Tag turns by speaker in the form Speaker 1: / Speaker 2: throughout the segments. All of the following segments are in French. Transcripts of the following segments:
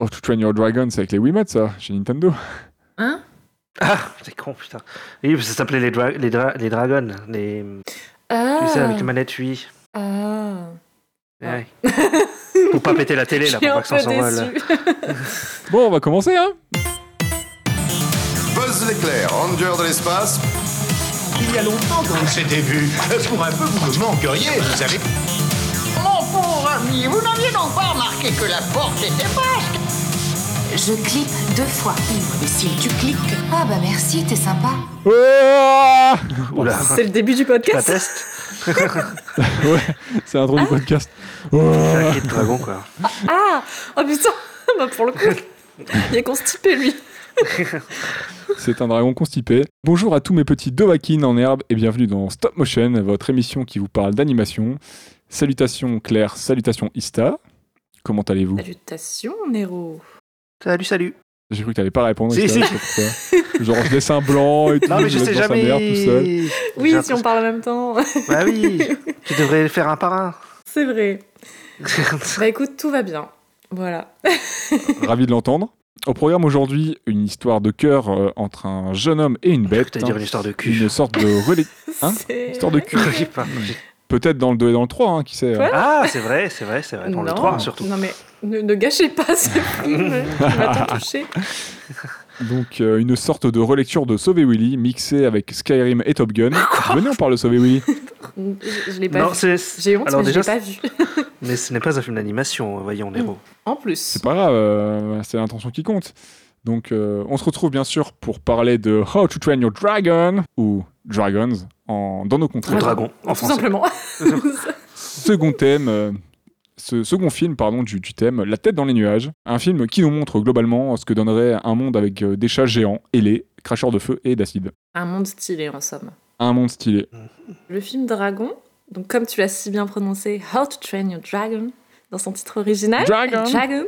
Speaker 1: Oh, To Train Your Dragon, c'est avec les Wiimotes, ça, chez Nintendo.
Speaker 2: Hein
Speaker 3: Ah, c'est con, putain. Oui, parce que ça s'appelait les, dra- les, dra- les dragons. Les...
Speaker 2: Ah.
Speaker 3: Tu sais, avec les manettes, oui.
Speaker 2: Ah.
Speaker 3: Ouais. Pour pas péter la télé, là,
Speaker 2: Je suis
Speaker 3: pour
Speaker 2: un
Speaker 3: pas que ça
Speaker 2: peu
Speaker 3: s'envole.
Speaker 2: déçue.
Speaker 1: Bon, on va commencer, hein
Speaker 4: Buzz l'éclair, ranger de l'espace.
Speaker 5: Il y a longtemps qu'on s'était vu. Pour un peu, vous me manqueriez, vous savez.
Speaker 6: Mon pauvre ami, vous n'aviez donc pas remarqué que la porte était basse
Speaker 7: Je clique deux fois. Ouvre, imbécile, tu cliques. Ah bah merci, t'es sympa.
Speaker 1: Ouah
Speaker 3: Oula,
Speaker 2: C'est le début du
Speaker 3: la
Speaker 2: podcast.
Speaker 3: test.
Speaker 1: C'est l'intro du podcast.
Speaker 3: C'est
Speaker 1: Ouah
Speaker 3: un kit dragon, quoi.
Speaker 2: Ah Oh putain Bah pour le coup, il est constipé lui.
Speaker 1: C'est un dragon constipé. Bonjour à tous mes petits Dovahkiin en herbe et bienvenue dans Stop Motion, votre émission qui vous parle d'animation. Salutations Claire, salutations Ista. Comment allez-vous
Speaker 2: Salutations Nero.
Speaker 3: Salut, salut.
Speaker 1: J'ai cru que t'allais pas répondre.
Speaker 3: Si,
Speaker 1: Ista,
Speaker 3: si.
Speaker 1: je sais pas pourquoi. Genre je laisse un blanc et tout.
Speaker 3: Non, mais je
Speaker 1: laisse
Speaker 3: sais
Speaker 1: dans sa
Speaker 3: jamais.
Speaker 1: merde tout seul.
Speaker 2: Oui,
Speaker 3: J'ai
Speaker 2: si on parle en même temps,
Speaker 3: Bah oui, tu devrais le faire un par un.
Speaker 2: c'est vrai. Bah écoute, tout va bien. Voilà.
Speaker 1: Ravi de l'entendre. Au programme aujourd'hui, une histoire de cœur euh, entre un jeune homme et une bête. hein.
Speaker 3: T'as dire une histoire de cul.
Speaker 1: Une sorte de relique. Hein
Speaker 2: C'est-
Speaker 1: Histoire de cul.
Speaker 3: J'ai pas- j'ai-
Speaker 1: Peut-être dans le 2 et dans le 3, hein, qui sait.
Speaker 2: Quoi
Speaker 3: Ah, c'est vrai, c'est vrai, c'est vrai. Dans le
Speaker 2: Non.
Speaker 3: 3, surtout.
Speaker 2: Non mais ne, ne gâchez pas ce film, il va t'en toucher.
Speaker 1: Donc euh, une sorte de relecture de Sauver Willy mixée avec Skyrim et Top Gun. Venez, on parle de Sauver Willy.
Speaker 2: Je, je l'ai pas
Speaker 3: Non,
Speaker 2: vu.
Speaker 3: c'est.
Speaker 2: J'ai honte,
Speaker 3: Alors
Speaker 2: mais
Speaker 3: déjà,
Speaker 2: je l'ai pas Mm. vu.
Speaker 3: Mais ce n'est pas un film d'animation, euh, voyons, Nero.
Speaker 2: En plus.
Speaker 1: C'est pas grave, euh, c'est l'intention qui compte. Donc euh, on se retrouve bien sûr pour parler de How to Train Your Dragon ou Dragons en, dans nos
Speaker 3: Ou
Speaker 1: contrées.
Speaker 2: Dragon.
Speaker 3: dragon, en
Speaker 2: Tout
Speaker 3: français.
Speaker 2: simplement.
Speaker 1: Second thème, euh, ce second film pardon du, du thème, La tête dans les nuages, un film qui nous montre globalement ce que donnerait un monde avec euh, des chats géants, ailés, cracheurs de feu et d'acide.
Speaker 2: Un monde stylé en somme.
Speaker 1: Un monde stylé.
Speaker 2: Le film Dragon, donc comme tu l'as si bien prononcé, How to Train Your Dragon, dans son titre original,
Speaker 1: Dragon.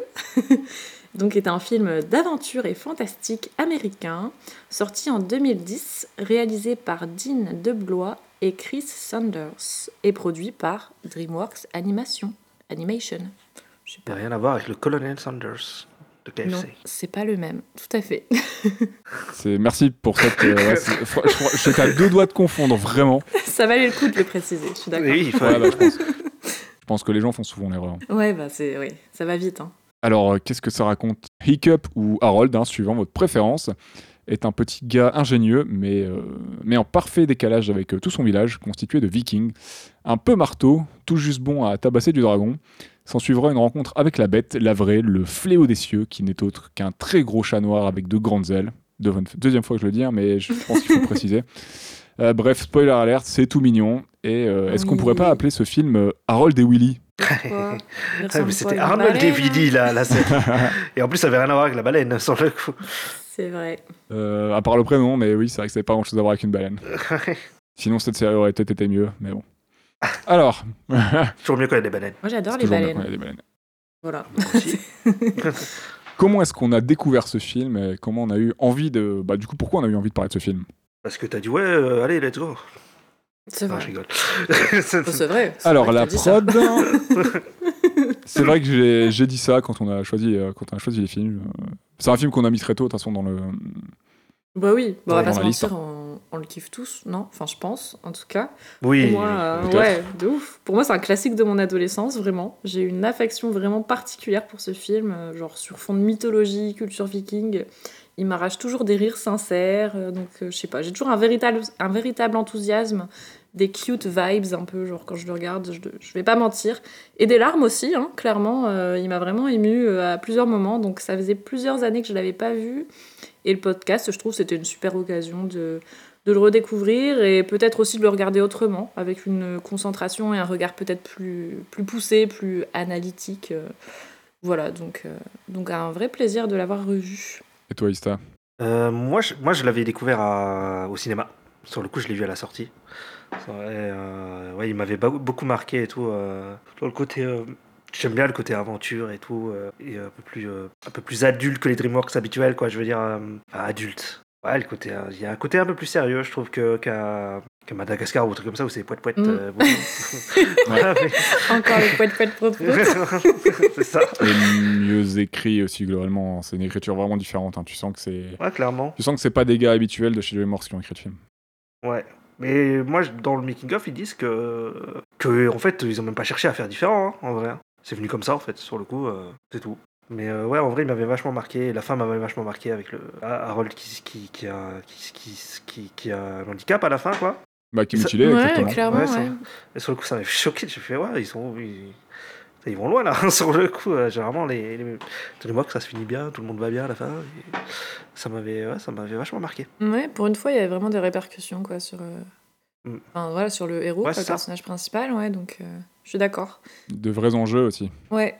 Speaker 2: donc est un film d'aventure et fantastique américain, sorti en 2010, réalisé par Dean DeBlois et Chris Saunders, et produit par DreamWorks Animation. Animation. Je sais
Speaker 3: Il
Speaker 2: pas.
Speaker 3: a rien à voir avec le Colonel Sanders de KFC.
Speaker 2: Non, c'est pas le même, tout à fait.
Speaker 1: C'est merci pour cette. euh, ouais, c'est- fr- je crois- je suis à deux doigts de confondre vraiment.
Speaker 2: Ça valait le coup de le préciser, je suis d'accord.
Speaker 3: Oui, il faut-
Speaker 1: Ouais, bah, je, pense. Je pense que les gens font souvent l'erreur.
Speaker 2: Ouais, bah c'est, oui, ça va vite. Hein.
Speaker 1: Alors, euh, qu'est-ce que ça raconte Hiccup ou Harold, hein, suivant votre préférence, est un petit gars ingénieux, mais, euh, mais en parfait décalage avec euh, tout son village, constitué de vikings. Un peu marteau, tout juste bon à tabasser du dragon. S'en suivra une rencontre avec la bête, la vraie, le fléau des cieux, qui n'est autre qu'un très gros chat noir avec de grandes ailes. Devon- Deuxième fois que je le dis, hein, mais je pense qu'il faut préciser. Euh, bref, spoiler alert, c'est tout mignon. Et euh, est-ce qu'on
Speaker 2: Oui.
Speaker 1: pourrait pas appeler ce film euh, Harold et Willy
Speaker 2: Quoi Il
Speaker 3: Ah,
Speaker 2: ressemble
Speaker 3: mais
Speaker 2: pas à
Speaker 3: c'était
Speaker 2: une
Speaker 3: Arnold
Speaker 2: baleine,
Speaker 3: Davidi,
Speaker 2: hein.
Speaker 3: là, la scène. Et en plus, ça avait rien à voir avec la baleine, sans le coup.
Speaker 2: C'est vrai.
Speaker 1: Euh, à part le prénom, mais oui, c'est vrai que ça n'avait pas grand chose à voir avec une baleine. Sinon, cette série aurait peut-être été mieux, mais bon. Alors,
Speaker 3: Toujours mieux quand il y a des baleines.
Speaker 2: Moi j'adore
Speaker 1: c'est
Speaker 2: les
Speaker 1: toujours bien
Speaker 2: baleines.
Speaker 1: qu'on ait des baleines.
Speaker 2: Voilà.
Speaker 3: aussi.
Speaker 1: Comment est-ce qu'on a découvert ce film et Comment on a eu envie de. Bah, du coup, pourquoi on a eu envie de parler de ce film
Speaker 3: Parce que t'as dit, ouais, euh, allez, let's go.
Speaker 2: C'est
Speaker 3: Non,
Speaker 2: vrai.
Speaker 3: Ah, je rigole.
Speaker 2: Oh, c'est vrai. c'est
Speaker 1: Alors,
Speaker 2: vrai que
Speaker 1: la
Speaker 2: t'as dit ça.
Speaker 1: prod. c'est vrai que j'ai- j'ai dit ça quand on a choisi, euh, quand on a choisi les films. Euh, C'est un film qu'on a mis très tôt, de toute façon, dans le.
Speaker 2: Bah oui, bon, on va
Speaker 1: Dans
Speaker 2: pas se
Speaker 1: la liste,
Speaker 2: mentir, on, on le kiffe tous, non Enfin, je pense, en tout cas. Pour
Speaker 3: Oui.
Speaker 2: moi, euh,
Speaker 1: peut-être.
Speaker 2: ouais, de ouf. Pour moi, c'est un classique de mon adolescence, vraiment. J'ai une affection vraiment particulière pour ce film, euh, genre sur fond de mythologie, culture viking. Il m'arrache toujours des rires sincères, euh, donc euh, je sais pas, j'ai toujours un véritable, un véritable enthousiasme, des cute vibes un peu, genre quand je le regarde, je, je vais pas mentir. Et des larmes aussi, hein, clairement, euh, il m'a vraiment ému à plusieurs moments, donc ça faisait plusieurs années que je l'avais pas vu. Et le podcast, je trouve, c'était une super occasion de, de le redécouvrir et peut-être aussi de le regarder autrement, avec une concentration et un regard peut-être plus, plus poussé, plus analytique. euh, Voilà, donc, euh, donc un vrai plaisir de l'avoir revu.
Speaker 1: Et toi, Ista
Speaker 3: Euh, moi, je, moi, je l'avais découvert à- au cinéma. Sur le coup, je l'ai vu à la sortie. Et, euh, ouais, il m'avait ba- beaucoup marqué et tout. euh, dans le côté, euh, j'aime bien le côté aventure et tout, euh, et un peu plus, euh, un peu plus adulte que les DreamWorks habituels, quoi. Je veux dire, euh, enfin, adulte. Ouais, le côté, euh, il y a un côté un peu plus sérieux, je trouve que qu'à que Madagascar ou un truc comme ça où c'est euh, poète poète.
Speaker 2: Mm.
Speaker 3: c'est
Speaker 2: Encore le poète poète poète poète.
Speaker 3: ça.
Speaker 1: Et mieux écrit aussi globalement. hein. C'est une écriture vraiment différente. hein. Tu sens que c'est,
Speaker 3: Ouais, clairement.
Speaker 1: tu sens que c'est pas des gars habituels de chez Joey Morse qui ont écrit le film.
Speaker 3: Ouais. Mais moi, je- dans le making of, ils disent que, que en fait, ils ont même pas cherché à faire différent, hein, en vrai. C'est venu comme ça, en fait, sur le coup, euh, c'est tout. Mais euh, ouais, en vrai, il m'avait vachement marqué. La fin m'avait vachement marqué avec le Ah, Harold qui, qui, qui a, qui, qui, qui- qui a un handicap à la fin, quoi.
Speaker 1: Bah, qui est
Speaker 3: Ça-
Speaker 1: mutilé, exactement.
Speaker 2: clairement,
Speaker 3: Ouais,
Speaker 2: ouais.
Speaker 3: ça- Et sur le coup, ça m'a choqué. J'ai fait, ouais, ils sont. Ils, ils vont loin, là, sur le coup. euh, généralement, les, les... mois que ça se finit bien, tout le monde va bien à la fin. et Ça m'avait ouais, ça m'avait vachement marqué.
Speaker 2: Ouais, pour une fois, il y avait vraiment des répercussions quoi, sur, euh,
Speaker 3: Mm.
Speaker 2: enfin, voilà, sur le héros,
Speaker 3: Ouais,
Speaker 2: quoi,
Speaker 3: c'est
Speaker 2: le
Speaker 3: ça.
Speaker 2: personnage principal. Ouais, donc euh, je suis d'accord.
Speaker 1: De vrais enjeux aussi.
Speaker 2: Ouais.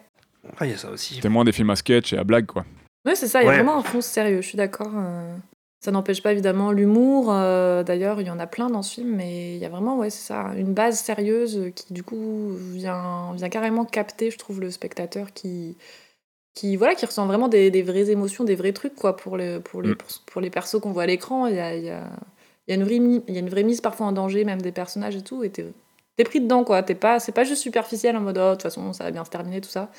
Speaker 3: Ah, il y a ça aussi.
Speaker 1: C'était moins des films à sketch et à blague, quoi.
Speaker 2: Ouais, c'est ça, il y a
Speaker 3: Ouais.
Speaker 2: vraiment un fond sérieux, je suis d'accord. euh, Ça n'empêche pas évidemment l'humour, euh, d'ailleurs il y en a plein dans ce film, mais il y a vraiment, ouais, c'est ça, une base sérieuse euh, qui du coup vient, vient carrément capter, je trouve, le spectateur qui, qui, voilà, qui ressent vraiment des, des vraies émotions, des vrais trucs quoi, pour, le, pour, les,
Speaker 1: Mm.
Speaker 2: pour, pour les persos qu'on voit à l'écran. Il y a, il y, a, il y, a une vraie mi- il y a une vraie mise parfois en danger, même des personnages et tout, et t'es t'es pris dedans quoi, t'es pas, c'est pas juste superficiel en mode oh, de toute façon ça va bien se terminer, tout ça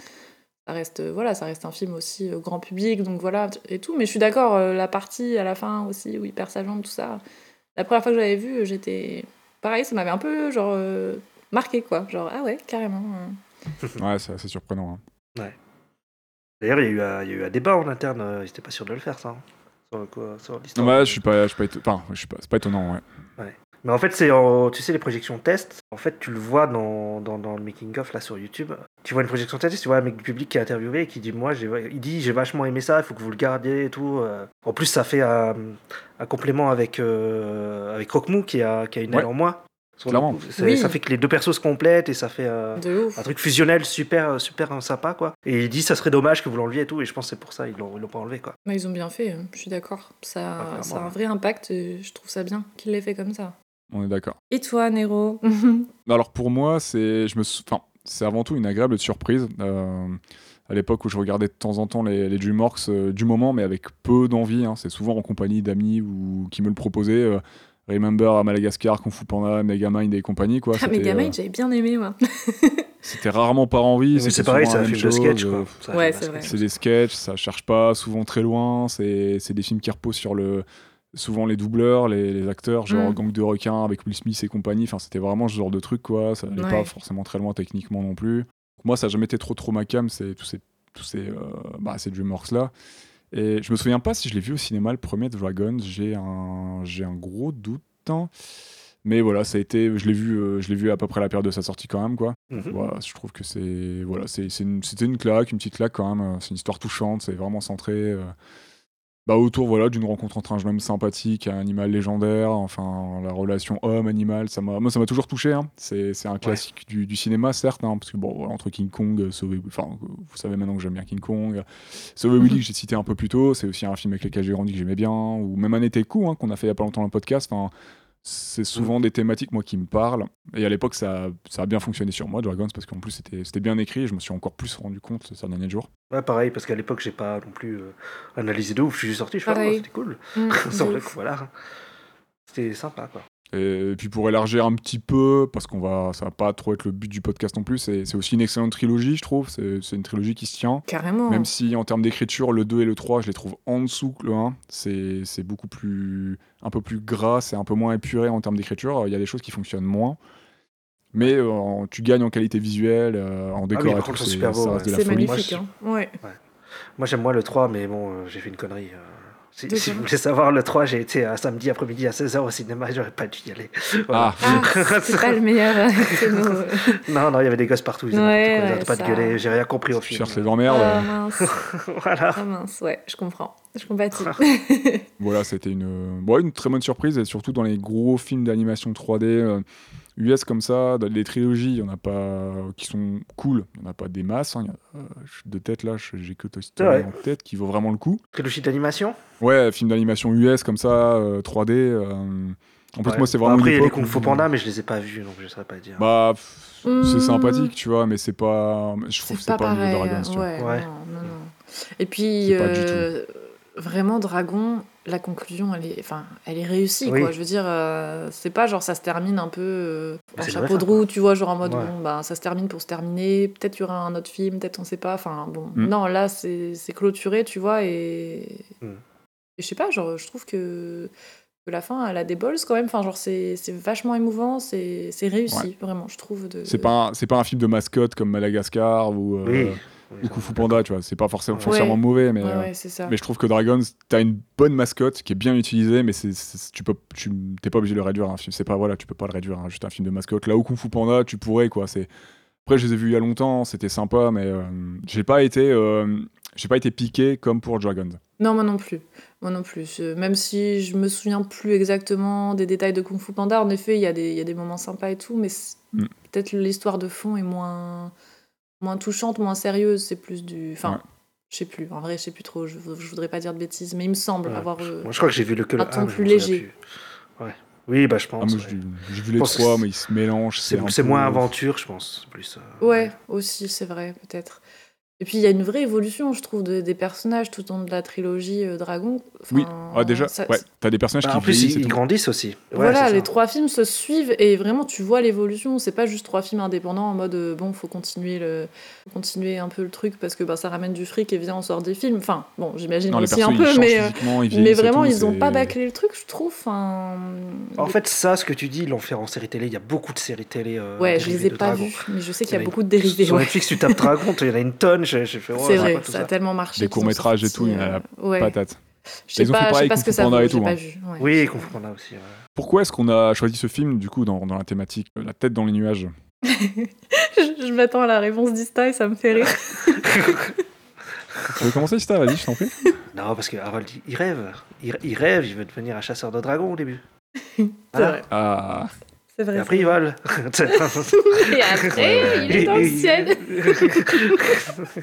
Speaker 2: ça reste euh, voilà ça reste un film aussi euh, grand public donc voilà t- et tout mais je suis d'accord euh, la partie à la fin aussi où il perd sa jambe tout ça la première fois que j'avais vu euh, j'étais pareil ça m'avait un peu genre euh, marqué quoi genre ah ouais carrément euh.
Speaker 1: Ouais, c'est assez surprenant. hein.
Speaker 3: D'ailleurs, il y, a eu un- il y a eu un débat en interne, euh, ils étaient pas sûrs de le faire, ça. hein, sur le coup, euh, sur l'histoire.
Speaker 1: Non, bah, je suis pas, je suis pas, éton- enfin, je suis pas, c'est pas étonnant, ouais.
Speaker 3: Mais en fait, c'est en- tu sais, les projections test, en fait, tu le vois dans, dans, dans le making-of là sur YouTube. Tu vois une projection test, tu vois un mec du public qui est interviewé et qui dit Moi, j'ai, il dit J'ai vachement aimé ça, il faut que vous le gardiez et tout. euh. En plus, ça fait un, un complément avec, euh, avec Rockmou qui a, qui a une aile
Speaker 1: Ouais.
Speaker 3: en moins. Sur le
Speaker 1: Clairement.
Speaker 3: coup, c'est-
Speaker 2: Oui.
Speaker 3: Ça fait que les deux persos se complètent et ça fait. euh,
Speaker 2: de
Speaker 1: Ah.
Speaker 2: ouf
Speaker 3: un truc fusionnel super super sympa quoi et il dit ça serait dommage que vous l'enleviez et tout et je pense que c'est pour ça ils l'ont, ils l'ont pas enlevé quoi
Speaker 2: mais ils ont bien fait euh, je suis d'accord
Speaker 3: Ah,
Speaker 2: ça,
Speaker 3: clairement,
Speaker 2: ça a un
Speaker 3: ouais.
Speaker 2: vrai impact et je trouve ça bien qu'il l'ait fait comme ça Ah,
Speaker 1: On est d'accord.
Speaker 2: et toi Nero
Speaker 1: Alors pour moi, c'est je me sou- enfin, c'est avant tout une agréable surprise. Euh, à l'époque où je regardais de temps en temps les, les DreamWorks euh, du moment, mais avec peu d'envie. hein. C'est souvent en compagnie d'amis ou qui me le proposaient. euh, Remember à Madagascar, Kung Fu Panda, Megamind et compagnie quoi.
Speaker 2: ah mais
Speaker 1: C'était,
Speaker 2: Gamma
Speaker 1: euh,
Speaker 2: j'avais bien aimé moi
Speaker 1: c'était rarement par envie.
Speaker 3: Mais
Speaker 1: c'était
Speaker 3: c'est pareil
Speaker 1: souvent
Speaker 3: c'est
Speaker 1: la
Speaker 3: un
Speaker 1: même
Speaker 3: film de sketch
Speaker 1: chose,
Speaker 3: quoi
Speaker 1: euh,
Speaker 3: C'est un
Speaker 2: Ouais,
Speaker 3: film de
Speaker 2: c'est vrai.
Speaker 3: sketch.
Speaker 1: c'est des sketchs, ça cherche pas, souvent très loin, c'est c'est des films qui reposent sur le souvent les doubleurs, les, les acteurs, genre
Speaker 2: Mm.
Speaker 1: Gang de requins avec Will Smith et compagnie, enfin c'était vraiment ce genre de truc quoi, ça allait
Speaker 2: Ouais.
Speaker 1: pas forcément très loin techniquement non plus. Donc moi ça a jamais été trop trop ma cam, c'est tous ces tous ces euh, bah ces DreamWorks là. Et je me souviens pas si je l'ai vu au cinéma le premier de Dragons, j'ai un j'ai un gros doute. hein. Mais voilà, ça a été, je l'ai vu, euh, je l'ai vu à peu près à la période de sa sortie quand même quoi.
Speaker 3: Mhm.
Speaker 1: Voilà, je trouve que c'est voilà, c'est c'est une- c'était une claque, une petite claque quand même. Euh, C'est une histoire touchante, c'est vraiment centré euh, bah, autour voilà d'une rencontre entre un jeune homme sympathique et un animal légendaire. Enfin, la relation homme-animal, ça m'a moi ça m'a toujours touché. hein. C'est c'est un classique du, du cinéma certes, hein, parce que bon voilà, entre King Kong, euh, Sauver, enfin euh, vous savez maintenant que j'aime bien King Kong, euh, Sauver Willy que j'ai cité un peu plus tôt, c'est aussi un film avec lequel j'ai grandi que j'aimais bien, ou même un été coup hein, qu'on a fait il y a pas longtemps dans le podcast. Enfin, c'est souvent des thématiques moi qui me parlent et à l'époque ça, ça a bien fonctionné sur moi Dragons parce qu'en plus c'était c'était bien écrit et je me suis encore plus rendu compte ces derniers jours
Speaker 3: Ouais, pareil, parce qu'à l'époque, j'ai pas non plus euh, analysé de ouf. Je suis juste sorti, je fais,
Speaker 2: Pareil.
Speaker 3: ah, c'était cool.
Speaker 2: Mm,
Speaker 3: Sans
Speaker 2: de
Speaker 3: le
Speaker 2: ouf.
Speaker 3: coup, voilà. C'était sympa, quoi.
Speaker 1: et puis pour élargir un petit peu parce qu'on va ça va pas trop être le but du podcast non plus c'est c'est aussi une excellente trilogie je trouve c'est c'est une trilogie qui se tient
Speaker 2: carrément
Speaker 1: Même si en termes d'écriture, le 2 et le 3, je les trouve en dessous que le 1. C'est c'est beaucoup plus. un peu plus gras, c'est un peu moins épuré en termes d'écriture. Il y a des choses qui fonctionnent moins. Mais euh, en- tu gagnes en qualité visuelle, euh, en décor.
Speaker 3: Ah oui,
Speaker 1: et
Speaker 3: par
Speaker 1: tout,
Speaker 3: contre, ils sont
Speaker 1: c'est-
Speaker 3: super beaux,
Speaker 1: ça reste
Speaker 3: ouais.
Speaker 1: de
Speaker 2: c'est
Speaker 1: la folie.
Speaker 2: magnifique
Speaker 3: Moi,
Speaker 2: hein. ouais
Speaker 3: Moi, j'aime moins le 3, mais bon, euh, j'ai fait une connerie. euh. Si,
Speaker 2: De
Speaker 3: si
Speaker 2: quoi
Speaker 3: vous voulez savoir, le 3, j'ai été un samedi après-midi à 16h au cinéma, j'aurais pas dû y aller. Voilà.
Speaker 1: Ah,
Speaker 2: ah, c'est pas le meilleur euh, créneau, euh.
Speaker 3: Non, non, il y avait des gosses partout, ils
Speaker 2: Ouais,
Speaker 3: n'avaient
Speaker 2: ouais,
Speaker 3: pas
Speaker 2: ça.
Speaker 3: de gueuler, j'ai rien compris au
Speaker 1: tu
Speaker 3: film.
Speaker 1: cherches les emmerdes. euh,
Speaker 2: Ah mince,
Speaker 3: voilà.
Speaker 2: ah mince, ouais, je comprends, je compatis.
Speaker 1: Voilà, c'était une, bon, une très bonne surprise, et surtout dans les gros films d'animation 3D euh, US comme ça, dans les trilogies, il n'y en a pas qui sont cool, il n'y en a pas des masses, hein, il y en a, euh, de tête là, je- j'ai que Toy Story
Speaker 3: vrai.
Speaker 1: en tête qui vaut vraiment le coup.
Speaker 3: Trilogie d'animation
Speaker 1: Ouais, film d'animation US comme ça, euh, 3D. euh, En plus,
Speaker 3: Ouais. Bah,
Speaker 1: moi, c'est vraiment.
Speaker 3: Après,
Speaker 1: une
Speaker 3: il y a les
Speaker 1: époque
Speaker 3: Kung Fu
Speaker 1: où-
Speaker 3: Panda, mais je les ai pas vus, donc je saurais pas dire.
Speaker 1: Bah, pff, c'est
Speaker 2: Hmm.
Speaker 1: sympathique, tu vois, mais c'est pas. Je trouve que c'est pas, au niveau
Speaker 2: pareil, hein,
Speaker 1: Dragons, tu vois.
Speaker 2: ouais,
Speaker 3: Ouais.
Speaker 2: Non, non, non. Et puis,
Speaker 1: C'est pas du
Speaker 2: euh, vraiment Dragon, la conclusion, elle est, enfin, elle est réussie,
Speaker 3: Oui.
Speaker 2: quoi. Je veux dire, euh, c'est pas genre ça se termine un peu euh,
Speaker 3: Bah,
Speaker 2: en
Speaker 3: c'est
Speaker 2: chapeau
Speaker 3: vrai,
Speaker 2: de
Speaker 3: ça, quoi.
Speaker 2: roue, tu vois, genre en mode
Speaker 3: Ouais.
Speaker 2: bon, bah, ça se termine pour se terminer. Peut-être il y aura un autre film, peut-être on sait pas. Enfin bon,
Speaker 1: Mm.
Speaker 2: non, là c'est c'est clôturé, tu vois, et,
Speaker 3: Mm.
Speaker 2: et je sais pas, genre je trouve que que la fin, elle a des balls quand même. Enfin genre c'est c'est vachement émouvant, c'est c'est réussi, vraiment, je trouve. De...
Speaker 1: C'est pas, un- c'est pas un film de mascotte comme Madagascar ou, euh,
Speaker 3: Oui.
Speaker 1: ou Kung Fu Panda, tu vois. C'est pas forcément,
Speaker 3: Ouais.
Speaker 1: forcément mauvais, mais,
Speaker 2: Ouais,
Speaker 1: euh,
Speaker 2: ouais, c'est ça.
Speaker 1: mais je trouve que Dragons, t'as une bonne mascotte qui est bien utilisée, mais c'est, c'est- tu peux, tu, t'es pas obligé de le réduire à un film. C'est pas, voilà, tu peux pas le réduire à juste un film de mascotte. Là où Kung Fu Panda, tu pourrais, quoi. C'est... Après, je les ai vus il y a longtemps, c'était sympa, mais euh, j'ai, pas été, euh, j'ai pas été piqué comme pour Dragons.
Speaker 2: Non, moi non plus. Moi non plus. Euh, Même si je me souviens plus exactement des détails de Kung Fu Panda, en effet, il y, a des- il y a des moments sympas et tout, mais c'est-
Speaker 1: Mm.
Speaker 2: peut-être l'histoire de fond est moins, moins touchante, moins sérieuse. C'est plus du. Enfin,
Speaker 1: Ouais.
Speaker 2: je sais plus. En vrai, je sais plus trop. Je, je voudrais pas dire de bêtises, mais il me semble
Speaker 3: Ouais.
Speaker 2: avoir. euh,
Speaker 3: Moi, je crois que j'ai vu le que le
Speaker 2: Un ton
Speaker 3: un, mais je
Speaker 2: plus
Speaker 3: m'en souviens
Speaker 2: léger.
Speaker 3: plus. Ouais. Oui, bah je
Speaker 1: Ah,
Speaker 3: pense.
Speaker 1: moi,
Speaker 3: ouais.
Speaker 1: j'ai, j'ai vu les
Speaker 3: pense que
Speaker 1: trois,
Speaker 3: c'est-
Speaker 1: mais ils se mélangent.
Speaker 3: C'est
Speaker 1: un
Speaker 3: c'est
Speaker 1: peu-
Speaker 3: moins aventure, je pense. Plus. euh,
Speaker 2: Ouais, aussi, c'est vrai, peut-être. Et puis il y a une vraie évolution, je trouve, de- des personnages tout au long de la trilogie euh, Dragon.
Speaker 1: Oui,
Speaker 2: Enfin,
Speaker 1: ah, déjà,
Speaker 2: ça-
Speaker 1: ouais, t'as des personnages
Speaker 3: bah,
Speaker 1: qui
Speaker 3: en plus,
Speaker 1: vieillissent
Speaker 3: ils,
Speaker 1: et
Speaker 3: ils
Speaker 1: tout.
Speaker 3: grandissent aussi. Ouais,
Speaker 2: voilà,
Speaker 3: c'est
Speaker 2: les
Speaker 3: ça.
Speaker 2: trois films se suivent et vraiment tu vois l'évolution. C'est pas juste trois films indépendants en mode euh, bon, faut continuer le, faut continuer un peu le truc parce que bah, ça ramène du fric et viens on sort des films. Enfin bon, j'imagine
Speaker 1: Non, les
Speaker 2: aussi
Speaker 1: personnages,
Speaker 2: un
Speaker 1: ils
Speaker 2: peu,
Speaker 1: changent
Speaker 2: mais euh,
Speaker 1: physiquement, ils
Speaker 2: mais
Speaker 1: vieillissent et
Speaker 2: vraiment
Speaker 1: tout,
Speaker 2: ils ont
Speaker 1: c'est-
Speaker 2: pas bâclé le truc, je trouve. Enfin,
Speaker 3: En
Speaker 2: les-
Speaker 3: fait, ça, ce que tu dis, ils l'ont fait en série télé. Il y a beaucoup de séries télé. euh,
Speaker 2: ouais, je les
Speaker 3: dérivées
Speaker 2: ai
Speaker 3: de
Speaker 2: pas
Speaker 3: Dragon.
Speaker 2: vus, mais je sais qu'il y
Speaker 3: Il y en
Speaker 2: a
Speaker 3: a
Speaker 2: beaucoup de dérivés.
Speaker 3: Sur
Speaker 2: ouais.
Speaker 3: Netflix, tu tapes Dragon, il y en a une tonne. J'ai j'ai fait. oh,
Speaker 2: C'est
Speaker 3: c'est
Speaker 2: vrai,
Speaker 3: quoi tout
Speaker 2: ça a
Speaker 3: ça
Speaker 2: tellement marché.
Speaker 1: Des
Speaker 2: qu'ils ont
Speaker 1: courts-métrages et
Speaker 2: sorti,
Speaker 1: tout, il y en a
Speaker 2: euh, ouais.
Speaker 1: Patate.
Speaker 2: Je sais
Speaker 1: Ils ont fait
Speaker 2: pas, je sais
Speaker 1: pareil
Speaker 2: pas
Speaker 1: avec Kung
Speaker 2: ce que
Speaker 1: Fu
Speaker 2: ça vaut,
Speaker 1: Panda et
Speaker 2: j'ai
Speaker 1: tout,
Speaker 2: pas
Speaker 1: hein.
Speaker 2: vu. ouais.
Speaker 3: Oui, et Kung Fu Panda aussi. ouais.
Speaker 1: Pourquoi est-ce qu'on a choisi ce film, du coup, dans, dans la thématique euh, La tête dans les nuages
Speaker 2: Je je m'attends à la réponse d'Ista et ça me fait rire.
Speaker 1: Tu veux commencer, Star Vas-y, je t'en prie.
Speaker 3: Non, parce que Harold, il- il rêve. Il, il rêve, il veut devenir un chasseur de dragons au début.
Speaker 2: C'est
Speaker 3: Voilà.
Speaker 2: vrai,
Speaker 1: Ah,
Speaker 2: c'est vrai.
Speaker 3: Et après, il vole.
Speaker 2: Et après, il est dans le ciel.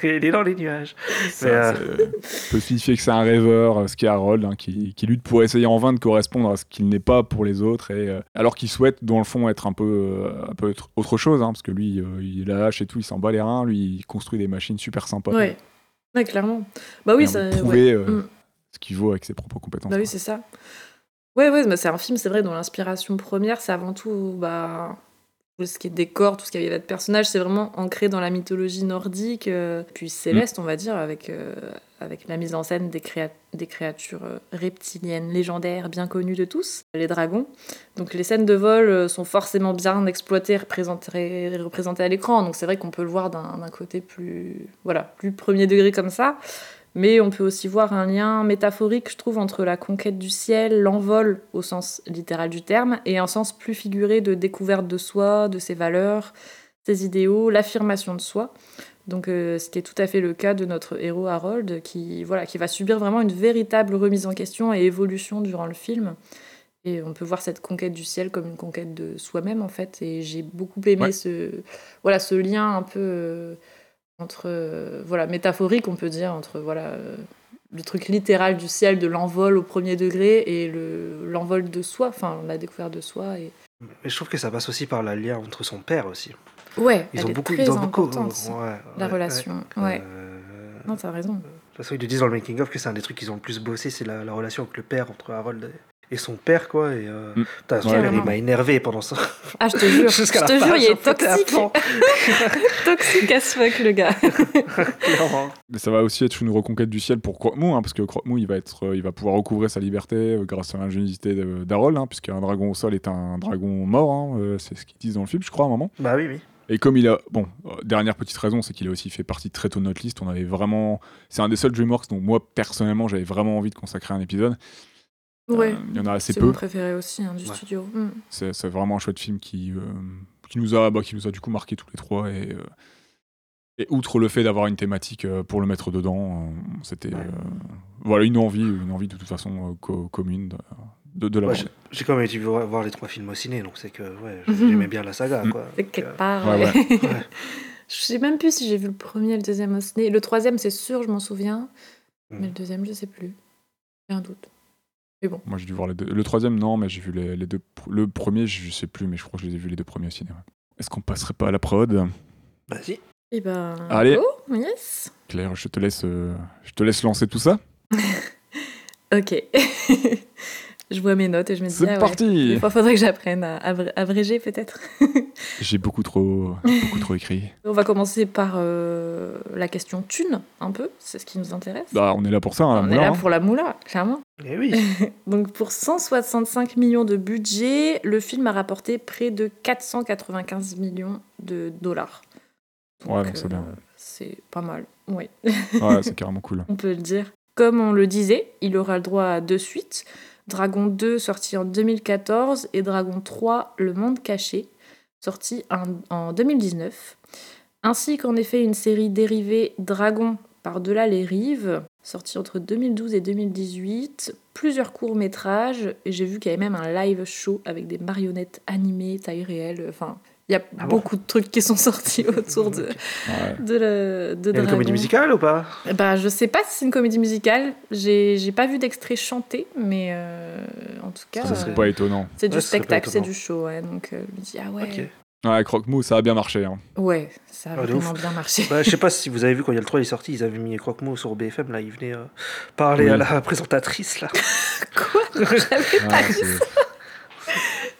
Speaker 3: il est dans les nuages.
Speaker 1: ça,
Speaker 3: Mais, euh,
Speaker 1: c'est- peut signifier que c'est un rêveur, euh, ce qui est Harold, hein, qui, qui lutte pour essayer en vain de correspondre à ce qu'il n'est pas pour les autres, et, euh, alors qu'il souhaite, dans le fond, être un peu, euh, un peu autre- autre chose, hein, parce que lui, euh, il lâche et tout, il s'en bat les reins, lui, il construit des machines super sympas.
Speaker 2: Ouais. Ouais, clairement. Bah
Speaker 1: Et
Speaker 2: oui,
Speaker 1: on
Speaker 2: ça,
Speaker 1: veut
Speaker 2: ouais.
Speaker 1: prouver euh,
Speaker 2: Mm.
Speaker 1: ce qu'il vaut avec ses propres compétences.
Speaker 2: Bah oui,
Speaker 1: quoi.
Speaker 2: c'est ça. Ouais, ouais, bah c'est un film, c'est vrai, dont l'inspiration première, c'est avant tout bah, tout ce qui est décor, tout ce qu'il y avait de personnages, c'est vraiment ancré dans la mythologie nordique, euh, puis céleste,
Speaker 1: Mm.
Speaker 2: on va dire, avec, euh, avec la mise en scène des, créa- des créatures euh, reptiliennes légendaires, bien connues de tous, les dragons. Donc les scènes de vol euh, sont forcément bien exploitées, représentées, représentées à l'écran, donc c'est vrai qu'on peut le voir d'un d'un côté plus, voilà, plus premier degré comme ça. Mais on peut aussi voir un lien métaphorique, je trouve, entre la conquête du ciel, l'envol au sens littéral du terme, et un sens plus figuré de découverte de soi, de ses valeurs, ses idéaux, l'affirmation de soi. Donc, euh, ce qui est tout à fait le cas de notre héros Harold, qui, voilà, qui va subir vraiment une véritable remise en question et évolution durant le film. Et on peut voir cette conquête du ciel comme une conquête de soi-même, en fait. Et j'ai beaucoup aimé
Speaker 1: Ouais.
Speaker 2: ce, voilà, ce lien un peu euh, entre, euh, voilà, métaphorique, on peut dire, entre voilà, euh, le truc littéral du ciel, de l'envol au premier degré, et le- l'envol de soi, enfin, la découverte de soi. Et...
Speaker 3: Mais je trouve que ça passe aussi par la lien entre son père aussi.
Speaker 2: Ouais,
Speaker 3: Ils
Speaker 2: elle
Speaker 3: ont
Speaker 2: est
Speaker 3: beaucoup.
Speaker 2: très
Speaker 3: ils ont beaucoup.
Speaker 2: importante,
Speaker 3: ouais, ouais,
Speaker 2: la
Speaker 3: ouais.
Speaker 2: relation.
Speaker 3: Euh,
Speaker 2: Ouais,
Speaker 3: de
Speaker 2: non, t'as raison.
Speaker 3: toute façon, ils le disent dans le making-of que c'est un des trucs qu'ils ont le plus bossé, c'est la, la relation avec le père, entre Harold et son père, quoi. Et, euh,
Speaker 1: Mm.
Speaker 3: putain, son
Speaker 1: Ouais.
Speaker 3: père, il
Speaker 2: Carrément.
Speaker 3: m'a énervé pendant ça.
Speaker 2: Ah, je te jure, je
Speaker 3: Jusqu'à la
Speaker 2: te
Speaker 3: fin,
Speaker 2: jure, il
Speaker 3: j'en
Speaker 2: est
Speaker 3: foutais à
Speaker 2: toxique.
Speaker 3: fond.
Speaker 2: toxique as fuck, le gars.
Speaker 3: Clairement.
Speaker 1: Mais ça va aussi être une reconquête du ciel pour Croque-Mou, hein, parce que Croque-Mou, il, va être, euh, il va pouvoir recouvrer sa liberté euh, grâce à l'ingéniosité de- d'Harold, hein, puisqu'un dragon au sol est un dragon mort, hein, euh, c'est ce qu'ils disent dans le film, je crois, à un moment.
Speaker 3: Bah oui, oui.
Speaker 1: Et comme il a. Bon, euh, dernière petite raison, c'est qu'il a aussi fait partie très tôt de notre liste. On avait vraiment. C'est un des seuls DreamWorks dont moi, personnellement, j'avais vraiment envie de consacrer un épisode. Euh,
Speaker 2: Ouais.
Speaker 1: il y en a assez
Speaker 2: C'est
Speaker 1: peu.
Speaker 2: mon préféré aussi hein, du
Speaker 3: Ouais.
Speaker 2: studio. Mm.
Speaker 1: C'est c'est vraiment un chouette film qui, euh, qui, nous a, bah, qui nous a du coup marqué tous les trois. Et, euh, et outre le fait d'avoir une thématique euh, pour le mettre dedans, euh, c'était.
Speaker 3: Ouais.
Speaker 1: euh, voilà, une envie, une envie de toute façon euh, co- commune de, de, de la
Speaker 3: Ouais,
Speaker 1: bande.
Speaker 3: j'ai- J'ai quand même été voir voir les trois films au ciné, donc c'est que ouais,
Speaker 2: Mhm.
Speaker 3: j'aimais bien la saga,
Speaker 1: Mm.
Speaker 3: quoi.
Speaker 2: C'est
Speaker 3: Donc,
Speaker 2: quelque
Speaker 3: euh,
Speaker 2: part.
Speaker 1: Ouais,
Speaker 2: ouais.
Speaker 3: ouais.
Speaker 2: Je sais même plus si j'ai vu le premier et le deuxième au ciné. Le troisième, c'est sûr, je m'en souviens.
Speaker 3: Mm.
Speaker 2: Mais le deuxième, je sais plus. J'ai un doute.
Speaker 1: Moi, j'ai dû voir les deux. Le troisième, non, mais j'ai vu les, les deux. pr- Le premier, je sais plus, mais je crois que je les ai vus les deux premiers au cinéma. Est-ce qu'on passerait pas à la prod
Speaker 3: Vas-y.
Speaker 2: Et ben.
Speaker 1: Allez.
Speaker 2: Oh, yes.
Speaker 1: Claire, je te laisse, euh, je te laisse lancer tout ça.
Speaker 2: Ok. je vois mes notes et je me dis,
Speaker 1: C'est
Speaker 2: ah ouais,
Speaker 1: parti
Speaker 2: des fois, faudrait que j'apprenne à abré- abréger peut-être.
Speaker 1: J'ai beaucoup trop, beaucoup trop écrit.
Speaker 2: On va commencer par euh, la question thune, un peu, c'est ce qui nous intéresse.
Speaker 1: Bah, on est là pour ça, hein,
Speaker 2: On est
Speaker 1: Moulin,
Speaker 2: là
Speaker 1: hein.
Speaker 2: pour la moula, clairement.
Speaker 3: Eh oui,
Speaker 2: Donc pour 165 millions de budget, le film a rapporté près de 495 millions de dollars.
Speaker 1: Ouais, donc c'est bien.
Speaker 2: euh, C'est pas mal, oui.
Speaker 1: Ouais, c'est carrément cool.
Speaker 2: on peut le dire. Comme on le disait, il aura le droit à deux suites. Dragon 2 sorti en 2014 et Dragon 3 Le Monde Caché sorti un- en 2019. Ainsi qu'en effet une série dérivée Dragon par-delà les rives sortie entre 2012 et 2018, plusieurs courts-métrages et j'ai vu qu'il y avait même un live show avec des marionnettes animées taille réelle. Enfin, il y a
Speaker 3: Ah bon
Speaker 2: beaucoup de trucs qui sont sortis autour de,
Speaker 1: Ouais.
Speaker 2: de, la- de
Speaker 3: il y a une
Speaker 2: Dragon.
Speaker 3: comédie musicale ou pas
Speaker 2: Eh Ben, je sais pas si c'est une comédie musicale. J'ai j'ai pas vu d'extrait chanté, mais euh, en tout cas,
Speaker 3: Ça serait
Speaker 2: euh,
Speaker 1: C'est pas étonnant.
Speaker 2: c'est du
Speaker 3: ouais, ce serait pas
Speaker 2: spectacle, c'est
Speaker 3: étonnant.
Speaker 2: du show. ouais. donc, euh, je me dis, ah ouais,
Speaker 3: Ok.
Speaker 1: Ouais, Croque-Mou, ça a bien marché. hein.
Speaker 2: ouais, ça a
Speaker 3: Ah, de
Speaker 2: vraiment
Speaker 3: ouf.
Speaker 2: bien marché.
Speaker 3: Bah, je sais pas si vous avez vu quand il y a le 3 il est sorti, ils avaient mis Croque-Mou sur BFM, là, ils venaient euh, parler
Speaker 1: Oui.
Speaker 3: à la présentatrice, là.
Speaker 2: Quoi J'avais pas
Speaker 1: Ouais,
Speaker 2: vu
Speaker 1: c'est-
Speaker 2: ça.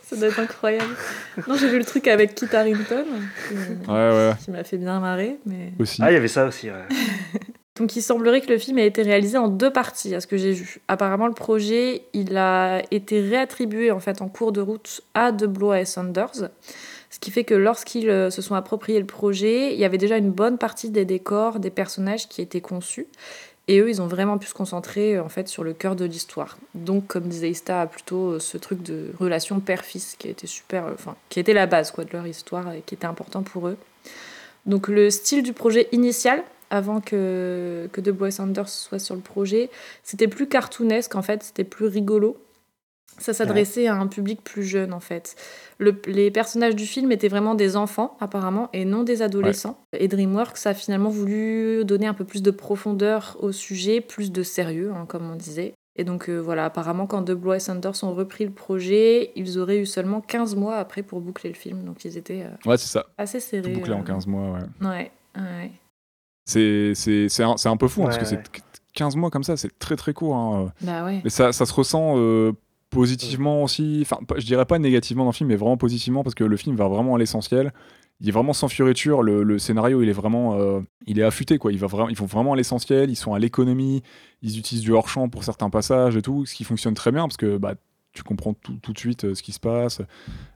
Speaker 2: Ça doit être incroyable. Non, j'ai vu le truc avec Kit Harington, qui
Speaker 1: ouais, ouais,
Speaker 2: qui m'a fait bien marrer, mais.
Speaker 1: aussi.
Speaker 3: Ah, il y avait ça aussi, ouais.
Speaker 2: Donc il semblerait que le film ait été réalisé en deux parties, à ce que j'ai vu. Apparemment, le projet, il a été réattribué en fait en cours de route à De Blois et Saunders, ce qui fait que lorsqu'ils euh, se sont appropriés le projet, il y avait déjà une bonne partie des décors, des personnages qui étaient conçus, et eux, ils ont vraiment pu se concentrer euh, en fait sur le cœur de l'histoire. Donc, comme disait Ista, plutôt euh, ce truc de relation père-fils qui a été super, euh, enfin qui était la base quoi de leur histoire et qui était important pour eux. Donc le style du projet initial, avant que, que De Bois Sanders soit sur le projet, c'était plus cartoonesque en fait, c'était plus rigolo. Ça s'adressait à un public plus jeune en fait. Le- les personnages du film étaient vraiment des enfants apparemment et non des adolescents. Et DreamWorks a finalement voulu donner un peu plus de profondeur au sujet, plus de sérieux hein, comme on disait. Et donc euh, voilà, apparemment quand De Blois et Sanders ont repris le projet, ils auraient eu seulement 15 mois après pour boucler le film. Donc ils étaient euh,
Speaker 1: Ouais, c'est ça.
Speaker 2: assez
Speaker 1: Tout
Speaker 2: serrés.
Speaker 1: bouclé en
Speaker 2: euh,
Speaker 1: 15 mois, ouais.
Speaker 2: Ouais, ouais.
Speaker 1: C'est- C'est c'est un, c'est un peu fou, hein,
Speaker 3: Ouais,
Speaker 1: parce que
Speaker 3: ouais.
Speaker 1: c'est 15 mois comme ça, c'est très très court. hein.
Speaker 2: Bah ouais.
Speaker 1: Mais ça, ça se ressent euh, positivement aussi. Enfin, pas- je dirais pas négativement dans le film, mais vraiment positivement, parce que le film va vraiment à l'essentiel. Il est vraiment sans fioriture. Le, le scénario, il est vraiment, euh, il est affûté quoi. Il va vraiment, ils vont vraiment à l'essentiel. Ils sont à l'économie. Ils utilisent du hors champ pour certains passages et tout, ce qui fonctionne très bien parce que bah tu comprends tout, tout de suite euh, ce qui se passe.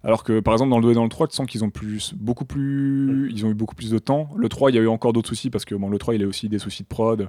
Speaker 1: Alors que par exemple dans le 2 et dans le 3, tu sens qu'ils ont plus, beaucoup plus, ils ont eu beaucoup plus de temps. Le 3, il y a eu encore d'autres soucis parce que bon, le 3, il a aussi des soucis de prod.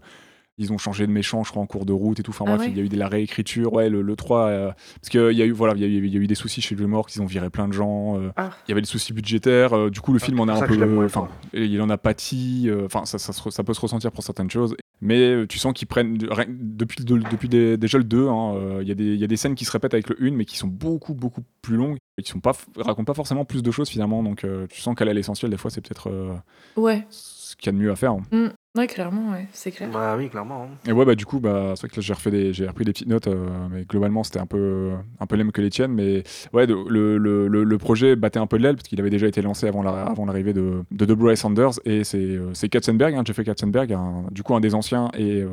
Speaker 1: Ils ont changé de méchant, je crois, en cours de route et tout. Enfin
Speaker 2: Ah
Speaker 1: bref,
Speaker 2: ouais.
Speaker 1: il y a eu de la réécriture. Ouais, le, le 3, euh, parce qu'il y a eu voilà, il y, a eu- il y a eu des soucis chez Dreamworks. Ils ont viré plein de gens. euh,
Speaker 3: Ah.
Speaker 1: Il y avait des soucis budgétaires. euh, du coup, le
Speaker 3: Ah,
Speaker 1: film en a un
Speaker 3: c'est pour ça que je l'aime
Speaker 1: peu,
Speaker 3: moins,
Speaker 1: enfin,
Speaker 3: quoi.
Speaker 1: il en a pâti. euh, Enfin, ça, ça, se re- ça peut se ressentir pour certaines choses. Mais euh, tu sens qu'ils prennent. de- rien- Depuis, le- depuis des- déjà le 2, hein, euh, il y, a des- il y a des scènes qui se répètent avec le 1, mais qui sont beaucoup, beaucoup plus longues et qui sont pas, f- racontent pas forcément plus de choses finalement. Donc euh, tu sens qu'aller à l'essentiel, des fois, c'est peut-être euh,
Speaker 2: Ouais.
Speaker 1: ce qu'il y a de mieux à faire. hein.
Speaker 2: Mm. Ouais, clairement, ouais, Mm. c'est clair.
Speaker 3: Bah oui, clairement.
Speaker 1: Et ouais, bah du coup, bah, c'est vrai que là, j'ai, refait des, j'ai repris des petites notes, euh, mais globalement, c'était un peu, euh, un peu les mêmes que les tiennes. Mais ouais, de- le, le, le, le projet battait un peu de l'aile, parce qu'il avait déjà été lancé avant, la- avant l'arrivée de, de W.S. Sanders. Et c'est, euh, c'est Katzenberg, hein, Jeffrey Katzenberg, un- du coup, un des anciens, et euh,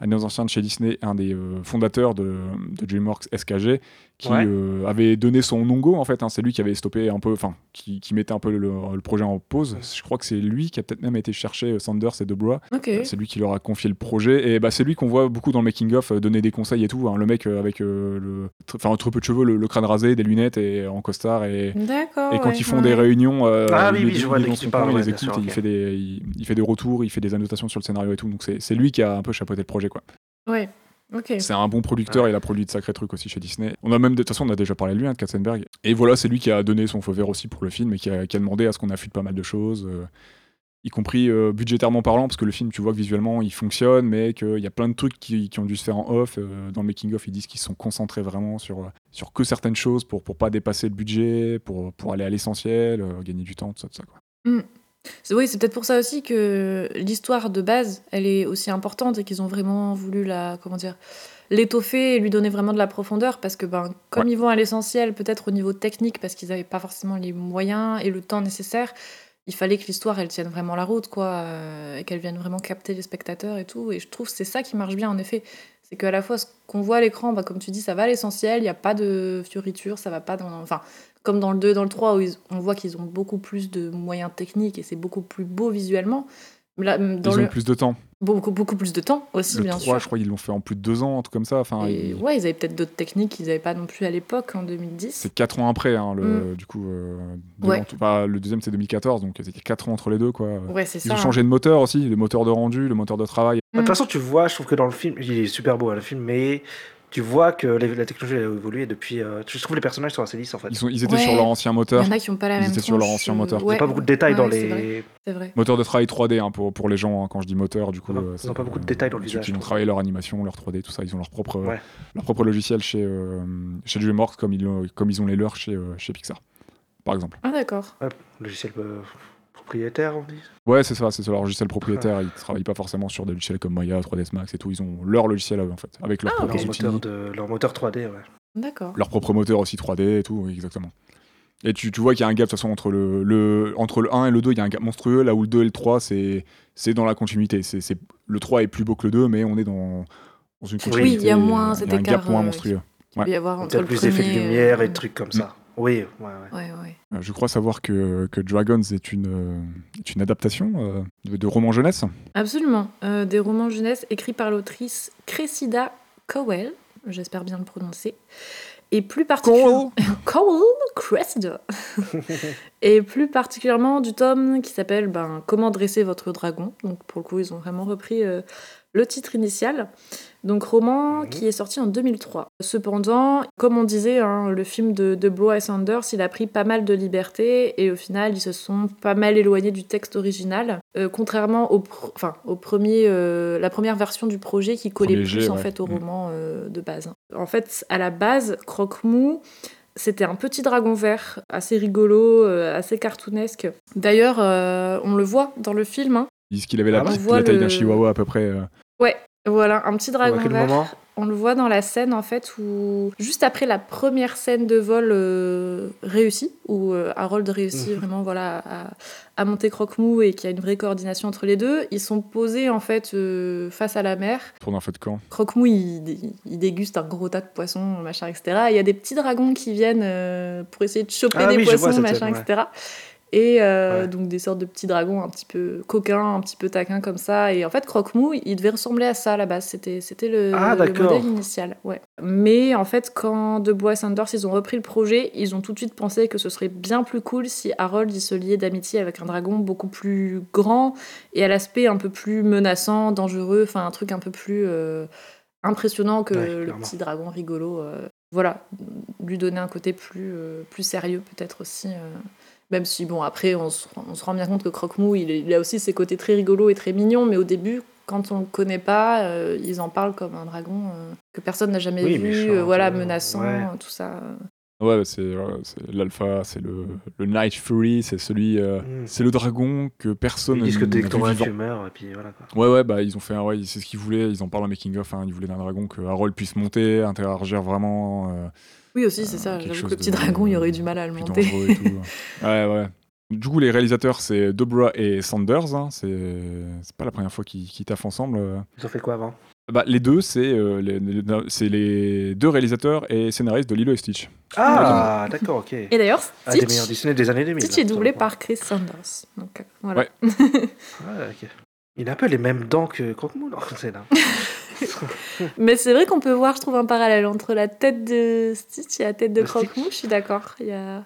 Speaker 1: un des anciens de chez Disney, un des euh, fondateurs de, de DreamWorks SKG, qui
Speaker 3: Ouais.
Speaker 1: euh, avait donné son ongo, en fait. hein. c'est lui qui avait stoppé un peu, enfin, qui, qui mettait un peu le, le projet en pause. Je crois que c'est lui qui a peut-être même été chercher euh, Sanders et De Broa
Speaker 2: Ok.
Speaker 1: euh, C'est lui qui leur a confié le projet. Et bah, c'est lui qu'on voit beaucoup dans le making-of euh, donner des conseils et tout. hein. Le mec euh, avec euh, le. tr- Enfin, un trop peu de cheveux, le, le crâne rasé, des lunettes et en costard. Et,
Speaker 2: D'accord.
Speaker 1: et quand
Speaker 2: Ah ouais,
Speaker 1: ils font
Speaker 2: ouais.
Speaker 1: des réunions, euh,
Speaker 3: Ah
Speaker 1: il
Speaker 3: oui,
Speaker 1: les
Speaker 3: oui, je
Speaker 1: dit,
Speaker 3: vois
Speaker 1: ils
Speaker 3: de
Speaker 1: vont
Speaker 3: qui
Speaker 1: son
Speaker 3: tu parles,
Speaker 1: coin, il
Speaker 3: ouais,
Speaker 1: les
Speaker 3: bien
Speaker 1: écoute,
Speaker 3: sûr,
Speaker 1: et il,
Speaker 3: ok.
Speaker 1: fait des, il, il fait des retours, il fait des annotations sur le scénario et tout. Donc c'est c'est lui qui a un peu chapeauté le projet. quoi.
Speaker 2: Ouais. Ok.
Speaker 1: C'est un bon producteur, il a produit de sacrés trucs aussi chez Disney. On a même, de toute façon, on a déjà parlé de lui, hein, de Katzenberg. Et voilà, c'est lui qui a donné son feu vert aussi pour le film et qui a, qui a demandé à ce qu'on affûte pas mal de choses, euh, y compris euh, budgétairement parlant, parce que le film, tu vois que visuellement, il fonctionne, mais qu'il y a plein de trucs qui, qui ont dû se faire en off. Euh, dans le making-of, ils disent qu'ils se sont concentrés vraiment sur, euh, sur que certaines choses pour, pour pas dépasser le budget, pour, pour aller à l'essentiel, euh, gagner du temps, tout ça, tout ça. quoi.
Speaker 2: C'est- Oui, c'est peut-être pour ça aussi que l'histoire de base, elle est aussi importante et qu'ils ont vraiment voulu la, comment dire, l'étoffer et lui donner vraiment de la profondeur parce que ben, comme ils vont à l'essentiel, peut-être au niveau technique parce qu'ils n'avaient pas forcément les moyens et le temps nécessaire, il fallait que l'histoire elle tienne vraiment la route quoi euh, et qu'elle vienne vraiment capter les spectateurs et tout. Et je trouve que c'est ça qui marche bien en effet, c'est C'est qu'à la fois, ce qu'on voit à l'écran, bah, comme tu dis, ça va à l'essentiel, il n'y a pas de fioritures, ça va pas dans. Enfin, comme dans le 2 et dans le 3, où ils- on voit qu'ils ont beaucoup plus de moyens techniques et c'est beaucoup plus beau visuellement. Mais là, dans
Speaker 1: Ils
Speaker 2: le...
Speaker 1: ont plus de temps.
Speaker 2: beaucoup, beaucoup plus de temps aussi,
Speaker 1: Le
Speaker 2: bien
Speaker 1: 3,
Speaker 2: sûr.
Speaker 1: je crois qu'ils l'ont fait en plus de deux ans, un truc comme ça. Enfin, Ah,
Speaker 2: Et
Speaker 1: ils-
Speaker 2: ouais, ils avaient peut-être d'autres techniques qu'ils n'avaient pas non plus à l'époque, en 2010.
Speaker 1: C'est 4 ans après, hein, le, du coup. euh, deux
Speaker 2: Mm. Ouais.
Speaker 1: ans tout- bah, le deuxième, c'est 2014, donc c'était 4 ans entre les deux, quoi.
Speaker 2: Ouais, c'est
Speaker 1: Ils
Speaker 2: ça. hein.
Speaker 1: ont changé de moteur aussi, le moteur de rendu, le moteur de travail.
Speaker 3: De toute façon, tu vois, je trouve que dans le film, il est super beau hein, le film, mais tu vois que les- la technologie elle a évolué depuis. euh, je trouve les personnages sont assez lisses en fait.
Speaker 1: Ils, sont, ils étaient
Speaker 2: Ouais.
Speaker 1: sur leur ancien
Speaker 2: Il
Speaker 1: moteur.
Speaker 2: y en a qui n'ont pas la
Speaker 1: Ils
Speaker 2: même
Speaker 1: étaient sur leur
Speaker 2: tronche,
Speaker 1: ancien
Speaker 2: euh,
Speaker 1: moteur.
Speaker 3: Il n'y
Speaker 2: ouais,
Speaker 3: a pas beaucoup de détails
Speaker 2: ouais,
Speaker 3: dans
Speaker 2: ouais, c'est vrai,
Speaker 3: les.
Speaker 2: C'est vrai.
Speaker 1: Moteur de travail 3D hein, pour, pour les gens, hein, quand je dis moteur, du coup.
Speaker 3: Ils ont-
Speaker 1: euh,
Speaker 3: ils
Speaker 1: c'est-
Speaker 3: ont pas beaucoup de détails dans le
Speaker 1: ils-
Speaker 3: visage,
Speaker 1: Ils ont
Speaker 3: quoi.
Speaker 1: travaillé leur animation, leur 3D, tout ça. Ils ont leur propre, euh,
Speaker 3: Ouais.
Speaker 1: leur propre logiciel chez, euh, chez DreamWorks, comme ils, l'ont- comme ils ont les leurs chez, euh, chez Pixar, par exemple.
Speaker 2: Ah, d'accord.
Speaker 3: Ouais, logiciel euh, propriétaire, on dit.
Speaker 1: Ouais, c'est ça, c'est ça, leur logiciel propriétaire. Ils travaillent pas forcément sur des logiciels comme Maya, 3ds Max et tout. Ils ont leur logiciel à eux, en fait, avec leur
Speaker 2: Ah,
Speaker 1: propre
Speaker 2: ok.
Speaker 3: Leur
Speaker 1: outils,
Speaker 3: moteur, de, leur moteur 3D, ouais.
Speaker 2: D'accord.
Speaker 1: leur propre moteur aussi 3D et tout, oui, exactement. Et tu, tu vois qu'il y a un gap, de toute façon, entre le, le- entre le 1 et le 2, il y a un gap monstrueux, là où le 2 et le 3, c'est c'est dans la continuité. C'est c'est- le 3 est plus beau que le 2, mais on est dans, dans une continuité.
Speaker 2: il y a moins cet
Speaker 1: Il y a un gap
Speaker 2: écart,
Speaker 1: moins
Speaker 2: euh,
Speaker 1: monstrueux.
Speaker 2: Il peut y avoir entre
Speaker 3: Peut-être
Speaker 2: le
Speaker 3: plus d'effets de
Speaker 2: premier,
Speaker 3: lumière
Speaker 2: euh,
Speaker 3: et de trucs comme ça. Oui, ouais, ouais.
Speaker 2: Ouais, ouais.
Speaker 1: Euh, Je crois savoir que, que Dragons est une, euh, est une adaptation euh, de, de roman jeunesse.
Speaker 2: Absolument. Euh, des romans jeunesse écrits par l'autrice Cressida Cowell, j'espère bien le prononcer, et plus particulièrement Cowell Cressida, et plus particulièrement du tome qui s'appelle ben, Comment dresser votre dragon. Donc pour le coup, ils ont vraiment repris euh, le titre initial. Donc roman
Speaker 3: Mhm.
Speaker 2: qui est sorti en 2003. Cependant, comme on disait, hein, le film de, de Blois et Sanders, il a pris pas mal de liberté et au final, ils se sont pas mal éloignés du texte original, Euh, contrairement au, pr- enfin, au premier, euh, la première version du projet qui collait
Speaker 1: Premier
Speaker 2: plus
Speaker 1: jet,
Speaker 2: en
Speaker 1: ouais.
Speaker 2: fait au
Speaker 1: Mhm.
Speaker 2: roman euh, de base. En fait, à la base, Croque-Mou, c'était un petit dragon vert, assez rigolo, euh, assez cartoonesque. D'ailleurs, euh, on le voit dans le film. hein.
Speaker 1: Ils disent qu'il avait la,
Speaker 3: Ah ouais.
Speaker 1: petite-
Speaker 2: On voit
Speaker 1: la taille d'un
Speaker 2: le-
Speaker 1: chihuahua à peu près. euh,
Speaker 2: Voilà, un petit dragon
Speaker 3: à quel
Speaker 2: vert.
Speaker 3: moment
Speaker 2: On le voit dans la scène en fait où juste après la première scène de vol euh, réussie où euh, Harold réussit
Speaker 3: Mhm.
Speaker 2: vraiment voilà à, à monter croque-mou et qu'il y a une vraie coordination entre les deux, ils sont posés en fait euh, face à la mer.
Speaker 1: tourne un feu de camp.
Speaker 2: Croque-mou il, dé- il déguste un gros tas de poissons machin etc. Et Il y a des petits dragons qui viennent euh, pour essayer de choper
Speaker 3: Ah
Speaker 2: des
Speaker 3: oui, je vois
Speaker 2: poissons
Speaker 3: cette
Speaker 2: machin
Speaker 3: scène, ouais.
Speaker 2: etc. Et euh,
Speaker 3: Ouais.
Speaker 2: donc des sortes de petits dragons un petit peu coquins, un petit peu taquins comme ça. Et en fait, Croque-Mou, il devait ressembler à ça à la base. C'était, c'était le,
Speaker 3: Ah,
Speaker 2: le
Speaker 3: d'accord.
Speaker 2: modèle initial. Ouais. Mais en fait, quand De Bois et Sanders, ils ont repris le projet, ils ont tout de suite pensé que ce serait bien plus cool si Harold, il se liait d'amitié avec un dragon beaucoup plus grand et à l'aspect un peu plus menaçant, dangereux, enfin un truc un peu plus euh, impressionnant que
Speaker 3: Ouais,
Speaker 2: le
Speaker 3: clairement.
Speaker 2: petit dragon rigolo. euh, voilà, lui donner un côté plus, euh, plus sérieux peut-être aussi. euh, même si, bon, après, on se, on se rend bien compte que Croque-Mou, il, est- il a aussi ses côtés très rigolos et très mignons, mais au début, quand on le connaît pas, euh, ils en parlent comme un dragon euh, que personne n'a jamais
Speaker 3: Oui,
Speaker 2: vu,
Speaker 3: méchant,
Speaker 2: euh, voilà,
Speaker 3: euh,
Speaker 2: menaçant,
Speaker 3: ouais.
Speaker 2: euh, tout ça.
Speaker 1: Ouais, bah, c'est euh, c'est l'alpha, c'est le, le Night Fury, c'est celui. euh,
Speaker 3: Mm.
Speaker 1: C'est le dragon que personne
Speaker 3: Ils disent que
Speaker 1: n'a
Speaker 3: dès que
Speaker 1: vu
Speaker 3: t'en vois un,
Speaker 1: vivant.
Speaker 3: tu meurs, et puis voilà. Quoi.
Speaker 1: Ouais, ouais, bah ils ont fait un. Ouais, c'est ce qu'ils voulaient, ils en parlent en making-of. Hein, ils voulaient d'un dragon que Harold puisse monter, interagir vraiment. euh,
Speaker 2: Oui, aussi, c'est ça.
Speaker 1: quelque
Speaker 2: J'avoue
Speaker 1: chose
Speaker 2: que le petit
Speaker 1: de-
Speaker 2: dragon, il y aurait eu du mal à le
Speaker 1: plus
Speaker 2: monter.
Speaker 1: dangereux et tout. ouais, ouais. Du coup, les réalisateurs, c'est Dobra et Sanders. hein, c'est c'est pas la première fois qu'ils qu'ils taffent ensemble. euh.
Speaker 3: Ils ont fait quoi avant
Speaker 1: Bah, les deux, c'est euh, les, les- c'est les deux réalisateurs et scénaristes de Lilo et Stitch.
Speaker 3: Ah, d'accord, ok.
Speaker 2: Et d'ailleurs,
Speaker 3: Un des meilleurs
Speaker 2: Stitch,
Speaker 3: Disney des années 2000.
Speaker 2: Stitch
Speaker 3: là,
Speaker 2: est doublé
Speaker 3: pour
Speaker 2: par Chris Sanders. Donc, euh, voilà.
Speaker 1: Ouais.
Speaker 3: le coup. Ouais, ok. Il a un peu les mêmes dents que Croque-Mou, non C'est là.
Speaker 2: Mais c'est vrai qu'on peut voir, je trouve, un parallèle entre la tête de Stitch et la tête de
Speaker 3: De Stitch.
Speaker 2: Croque-Mou, je suis d'accord. Il y a...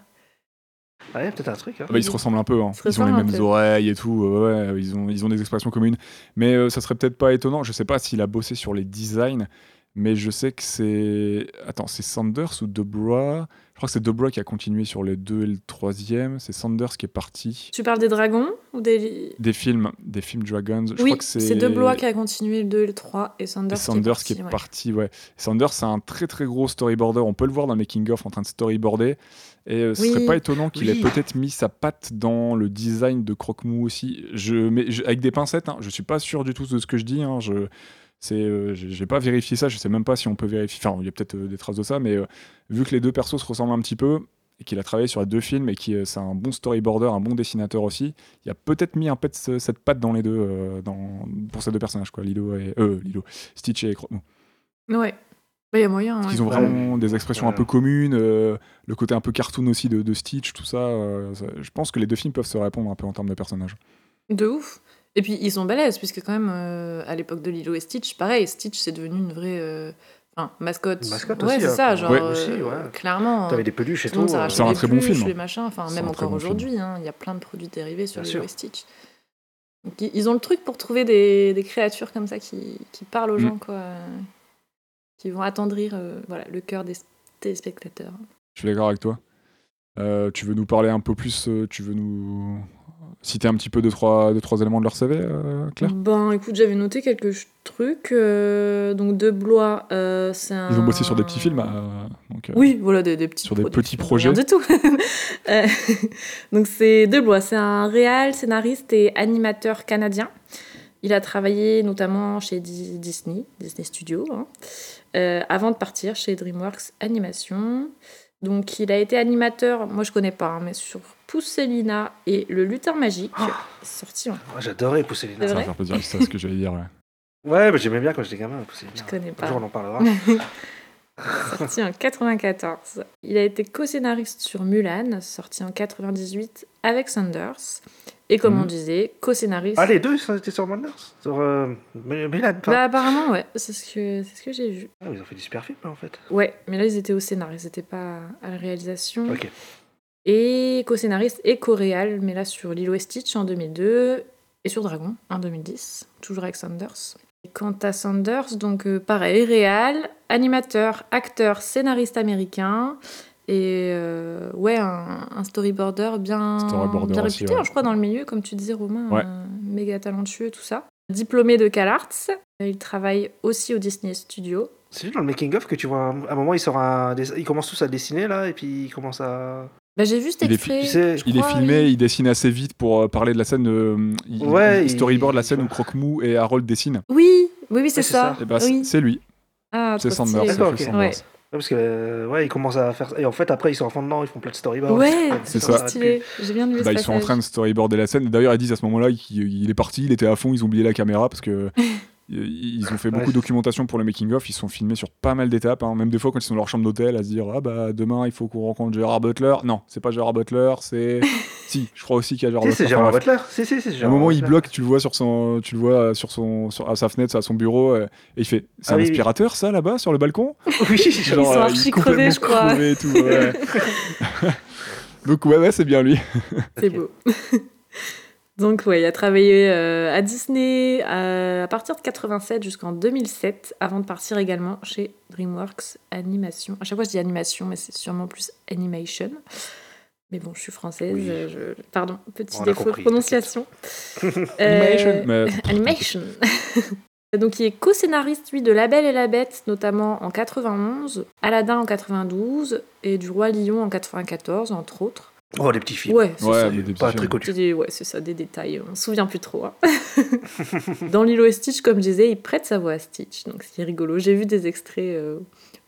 Speaker 3: Ah, il y a peut-être un truc. Hein.
Speaker 1: Ah bah, ils se ressemblent un peu, hein.
Speaker 2: Ils se
Speaker 1: ils ont les
Speaker 2: ressemblent un
Speaker 1: mêmes
Speaker 2: peu.
Speaker 1: oreilles et tout, euh, ouais, ils, ont, ils ont des expressions communes. Mais euh, ça serait peut-être pas étonnant, je sais pas s'il a bossé sur les designs, mais je sais que c'est. Attends, c'est Sanders ou Debra Je crois que c'est Debra qui a continué sur les deux et le troisième, c'est Sanders qui est parti.
Speaker 2: Tu parles des dragons ou des... li-
Speaker 1: Des films, des films Dragons, je
Speaker 2: oui,
Speaker 1: crois que c'est.
Speaker 2: c'est De Blois qui a continué le 2 et le 3 et
Speaker 1: et
Speaker 2: Sanders,
Speaker 1: Sanders qui est
Speaker 2: ouais.
Speaker 1: parti, ouais. Sanders, c'est un très très gros storyboarder. On peut le voir dans le Making of en train de storyboarder. Et euh, ce
Speaker 2: Oui.
Speaker 1: serait pas étonnant qu'il
Speaker 3: Oui.
Speaker 1: ait peut-être mis sa patte dans le design de Croque-Mou aussi. Je, mais je- avec des pincettes, hein. je suis pas sûr du tout de ce que je dis. Hein. Je c'est, euh, j'ai j'ai pas vérifié ça. Je sais même pas si on peut vérifier. Enfin, il y a peut-être euh, des traces de ça, mais euh, vu que les deux persos se ressemblent un petit peu et qu'il a travaillé sur les deux films et que c'est un bon storyboarder, un bon dessinateur aussi, il a peut-être mis un peu de ce- cette patte dans les deux, euh, dans, pour ces deux personnages, quoi, Lilo et euh, Lilo, Stitch et Croque-Mou.
Speaker 2: Ouais. Bah, il y a moyen.
Speaker 1: Parce
Speaker 2: ouais.
Speaker 1: qu'ils ont
Speaker 3: Ouais.
Speaker 1: vraiment des expressions un
Speaker 3: Ouais.
Speaker 1: peu communes, euh, le côté un peu cartoon aussi de, de Stitch, tout ça, euh, ça- Je pense que les deux films peuvent se répondre un peu en termes de personnages.
Speaker 2: De ouf. Et puis ils sont balèzes, puisque quand même, euh, à l'époque de Lilo et Stitch, pareil, Stitch c'est devenu une vraie euh, enfin, mascotte.
Speaker 3: Une mascotte
Speaker 2: ouais,
Speaker 3: aussi,
Speaker 2: c'est ça,
Speaker 3: hein, pour-
Speaker 2: genre,
Speaker 3: Ouais.
Speaker 2: euh,
Speaker 3: aussi, ouais.
Speaker 2: clairement. euh,
Speaker 3: T'avais des peluches et
Speaker 2: tout le monde
Speaker 3: tout. euh,
Speaker 2: s'arrache
Speaker 1: C'est un
Speaker 2: les
Speaker 1: très bon
Speaker 2: peluches,
Speaker 1: film. hein.
Speaker 2: les machins, enfin
Speaker 1: C'est
Speaker 2: même
Speaker 1: un très
Speaker 2: encore
Speaker 1: bon film.
Speaker 2: aujourd'hui, hein, il y a plein de produits dérivés sur
Speaker 3: Bien
Speaker 2: Lilo
Speaker 3: sûr.
Speaker 2: et Stitch. Donc, i- ils ont le truc pour trouver des, des créatures comme ça qui, qui parlent aux
Speaker 1: Mm.
Speaker 2: gens, quoi, euh, qui vont attendrir euh, voilà, le cœur des téléspectateurs.
Speaker 1: Je suis d'accord avec toi. Euh, tu veux nous parler un peu plus, euh, tu veux nous citer un petit peu deux, trois, deux, trois éléments de leur CV, euh, Claire
Speaker 2: Ben écoute, j'avais noté quelques ch- trucs. euh, donc de Blois, euh, c'est un.
Speaker 1: Ils ont bossé sur des petits films. euh, donc, euh,
Speaker 2: Oui, voilà, des, des petits
Speaker 1: Sur des
Speaker 2: pro-
Speaker 1: petits
Speaker 2: films,
Speaker 1: projets.
Speaker 2: rien du tout. Euh, donc c'est de Blois, c'est un réal, scénariste et animateur canadien. Il a travaillé notamment chez Di- Disney, Disney Studios, hein, euh, avant de partir chez DreamWorks Animation. Donc il a été animateur, moi je connais pas, hein, mais sur Pousselina et Le Lutin Magique,
Speaker 1: Ah
Speaker 2: sorti en...
Speaker 3: Ouais, ah, J'adorais Pousselina.
Speaker 2: C'est
Speaker 1: ça va
Speaker 2: vrai
Speaker 1: faire plaisir, c'est ce que j'allais dire. ouais.
Speaker 3: Ouais, mais j'aimais bien quand j'étais gamin Pousselina.
Speaker 1: Ah,
Speaker 2: Je connais pas.
Speaker 3: Un jour on en parlera.
Speaker 2: sorti en 94. Il a été co-scénariste sur Mulan, sorti en 98 avec Sanders. Et comme
Speaker 1: Mhm.
Speaker 2: on disait, co-scénariste.
Speaker 3: Ah, les deux, ils étaient sur Wonders Sur euh, Mil- Milan, pas
Speaker 2: Bah, apparemment, ouais, c'est ce que, c'est ce que j'ai vu.
Speaker 3: Ah, ils ont fait du super film, en fait.
Speaker 2: Ouais, mais là, ils étaient au scénar, ils n'étaient pas à la réalisation.
Speaker 3: Ok.
Speaker 2: Et co-scénariste et co-réal, mais là sur Lilo et Stitch en 2002 et sur Dragon en 2010, toujours avec Sanders. Et quant à Sanders, donc euh, pareil, réal, animateur, acteur, scénariste américain et euh, ouais, un, un storyboarder bien,
Speaker 1: Storyboarder
Speaker 2: bien
Speaker 1: aussi,
Speaker 2: réputé,
Speaker 1: ouais.
Speaker 2: hein, je crois, dans le milieu, comme tu disais, Romain,
Speaker 1: Ouais.
Speaker 2: euh, méga talentueux, tout ça. Diplômé de CalArts, il travaille aussi au Disney Studio.
Speaker 3: C'est juste dans le making-of que tu vois, un- à un moment, ils, sortent un dess- ils commencent tous à dessiner, là, et puis ils commencent à.
Speaker 2: Bah, j'ai vu cet
Speaker 1: Il est-
Speaker 2: extrait.
Speaker 3: Tu sais,
Speaker 2: je
Speaker 1: Il est
Speaker 2: crois,
Speaker 1: filmé,
Speaker 2: oui.
Speaker 1: il dessine assez vite pour euh, parler de la scène. euh, il,
Speaker 3: Ouais,
Speaker 1: il- il
Speaker 3: il-
Speaker 1: storyboard la scène
Speaker 3: il-
Speaker 1: où Croque-Mou et Harold dessinent.
Speaker 2: Oui, oui, oui, c'est
Speaker 3: Ouais, c'est
Speaker 2: ça.
Speaker 1: Et bah,
Speaker 2: oui.
Speaker 1: c'est lui,
Speaker 2: Ah,
Speaker 1: c'est
Speaker 2: trop
Speaker 1: Sanders.
Speaker 2: stylé.
Speaker 1: ça
Speaker 3: D'accord,
Speaker 1: fait
Speaker 3: ok.
Speaker 1: Sanders.
Speaker 2: Ouais.
Speaker 3: Ouais, parce que, euh, ouais, ils commencent à faire. Et en fait, après, ils sont en fond dedans, ils font plein de storyboards.
Speaker 2: Ouais,
Speaker 1: C'est
Speaker 2: c'est
Speaker 1: ça.
Speaker 2: trop stylé. J'ai bien aimé
Speaker 1: Bah,
Speaker 2: ce
Speaker 1: ils sont en train de
Speaker 2: passage.
Speaker 1: storyboarder la scène. D'ailleurs, ils disent à ce moment-là qu'il il est parti, il était à fond, ils ont oublié la caméra parce que ils ils ont fait beaucoup
Speaker 3: Ouais.
Speaker 1: de documentation pour le making-of. Ils sont filmés sur pas mal d'étapes, hein. même des fois quand ils sont dans leur chambre d'hôtel à se dire Ah bah demain il faut qu'on rencontre Gérard Butler. Non, c'est pas Gérard Butler, c'est. si, je crois aussi qu'il y a Gérard
Speaker 3: Si,
Speaker 1: Butler.
Speaker 3: c'est
Speaker 1: Enfin,
Speaker 3: Gérard
Speaker 1: bref.
Speaker 3: Butler. Si, si, c'est
Speaker 1: À un
Speaker 3: Gérard
Speaker 1: moment, il
Speaker 3: Butler.
Speaker 1: bloque, tu le vois sur son, tu le vois euh, sur son, sur- à sa fenêtre, à son bureau, euh, et il fait, c'est
Speaker 3: Ah
Speaker 1: un
Speaker 3: oui, oui.
Speaker 1: aspirateur, ça, là-bas, sur le balcon.
Speaker 3: Oui, genre.
Speaker 1: Genre,
Speaker 2: sont
Speaker 1: euh,
Speaker 2: archi
Speaker 1: il est complètement
Speaker 2: crevés, je crois.
Speaker 1: crevé et tout, ouais. Donc ouais, ouais, c'est bien lui.
Speaker 2: C'est beau. Donc, ouais, il a travaillé euh, à Disney euh, à partir de 87 jusqu'en 2007, avant de partir également chez DreamWorks Animation. À chaque fois, je dis animation, mais c'est sûrement plus animation. Mais bon, je suis française.
Speaker 3: Oui.
Speaker 2: euh, je- Pardon, petit
Speaker 3: On a
Speaker 2: défaut
Speaker 3: compris,
Speaker 2: de prononciation. Euh,
Speaker 1: Animation, mais-
Speaker 2: Animation. Donc il est co-scénariste lui de La Belle et la Bête notamment en 91, Aladdin en 92 et du Roi Lion en 94 entre autres.
Speaker 3: Oh, les petits films.
Speaker 2: Ouais, c'est
Speaker 1: Ouais,
Speaker 2: ça.
Speaker 3: C'est
Speaker 1: mais des
Speaker 3: pas
Speaker 1: petits
Speaker 3: très
Speaker 1: films.
Speaker 3: connu.
Speaker 2: C'est des- ouais, c'est ça, des détails, on se souvient plus trop. hein. Dans Lilo et Stitch, comme je disais, il prête sa voix à Stitch, donc c'est rigolo. J'ai vu des extraits euh,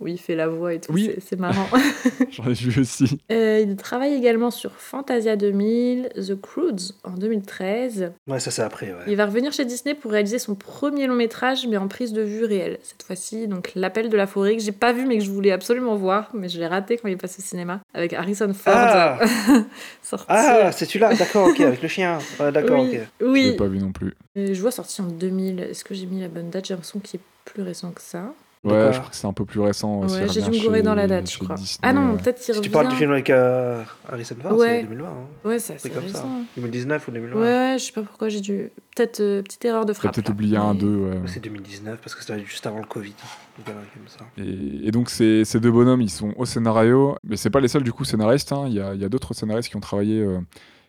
Speaker 2: où il fait la voix et tout,
Speaker 1: Oui.
Speaker 2: c'est- c'est marrant.
Speaker 1: J'en ai vu aussi.
Speaker 2: Euh, il travaille également sur Fantasia 2000, The Croods en 2013,
Speaker 3: Ouais, ça, c'est après, ouais.
Speaker 2: il va revenir chez Disney pour réaliser son premier long métrage, mais en prise de vue réelle. Cette fois-ci, donc L'appel de la forêt, que j'ai pas vu, mais que je voulais absolument voir, mais je l'ai raté quand il passe au cinéma, avec Harrison Ford.
Speaker 3: Ah
Speaker 2: sorti.
Speaker 3: Ah, c'est celui-là, d'accord, ok, avec le chien. Ouais, d'accord,
Speaker 2: oui,
Speaker 3: ok.
Speaker 1: Je l'ai
Speaker 2: oui.
Speaker 1: pas vu non plus.
Speaker 2: Euh, Je vois sorti en 2000. Est-ce que j'ai mis la bonne date J'ai l'impression qu'il est plus récent que ça.
Speaker 1: Ouais,
Speaker 3: D'accord.
Speaker 1: je crois que c'est un peu plus récent. ça
Speaker 2: Ouais, j'ai dû
Speaker 1: revient
Speaker 2: me gourer
Speaker 1: chez-
Speaker 2: dans la date, je
Speaker 1: chez
Speaker 2: crois.
Speaker 1: Disney,
Speaker 2: ah non,
Speaker 1: ouais.
Speaker 2: peut-être qu'il
Speaker 3: Si
Speaker 2: revient.
Speaker 3: tu parles du film avec euh, Harrison Ford,
Speaker 2: Ouais.
Speaker 3: c'est 2020. Hein.
Speaker 2: Ouais, ça,
Speaker 3: C'est
Speaker 2: c'est
Speaker 3: comme ça.
Speaker 2: récent.
Speaker 3: 2019 ou
Speaker 2: Ouais,
Speaker 3: 2020.
Speaker 2: ouais, je sais pas pourquoi j'ai dû. Peut-être euh, petite erreur de
Speaker 1: T'as
Speaker 2: frappe.
Speaker 1: peut-être
Speaker 2: là.
Speaker 1: oublié un,
Speaker 2: Mais-
Speaker 1: deux. ouais.
Speaker 3: C'est 2019 parce que c'était juste avant le Covid. hein. Une connerie comme ça.
Speaker 1: Et, et donc ces, ces deux bonhommes, ils sont au scénario, mais c'est pas les seuls du coup scénaristes. hein. Il y a, il y a d'autres scénaristes qui ont travaillé, euh,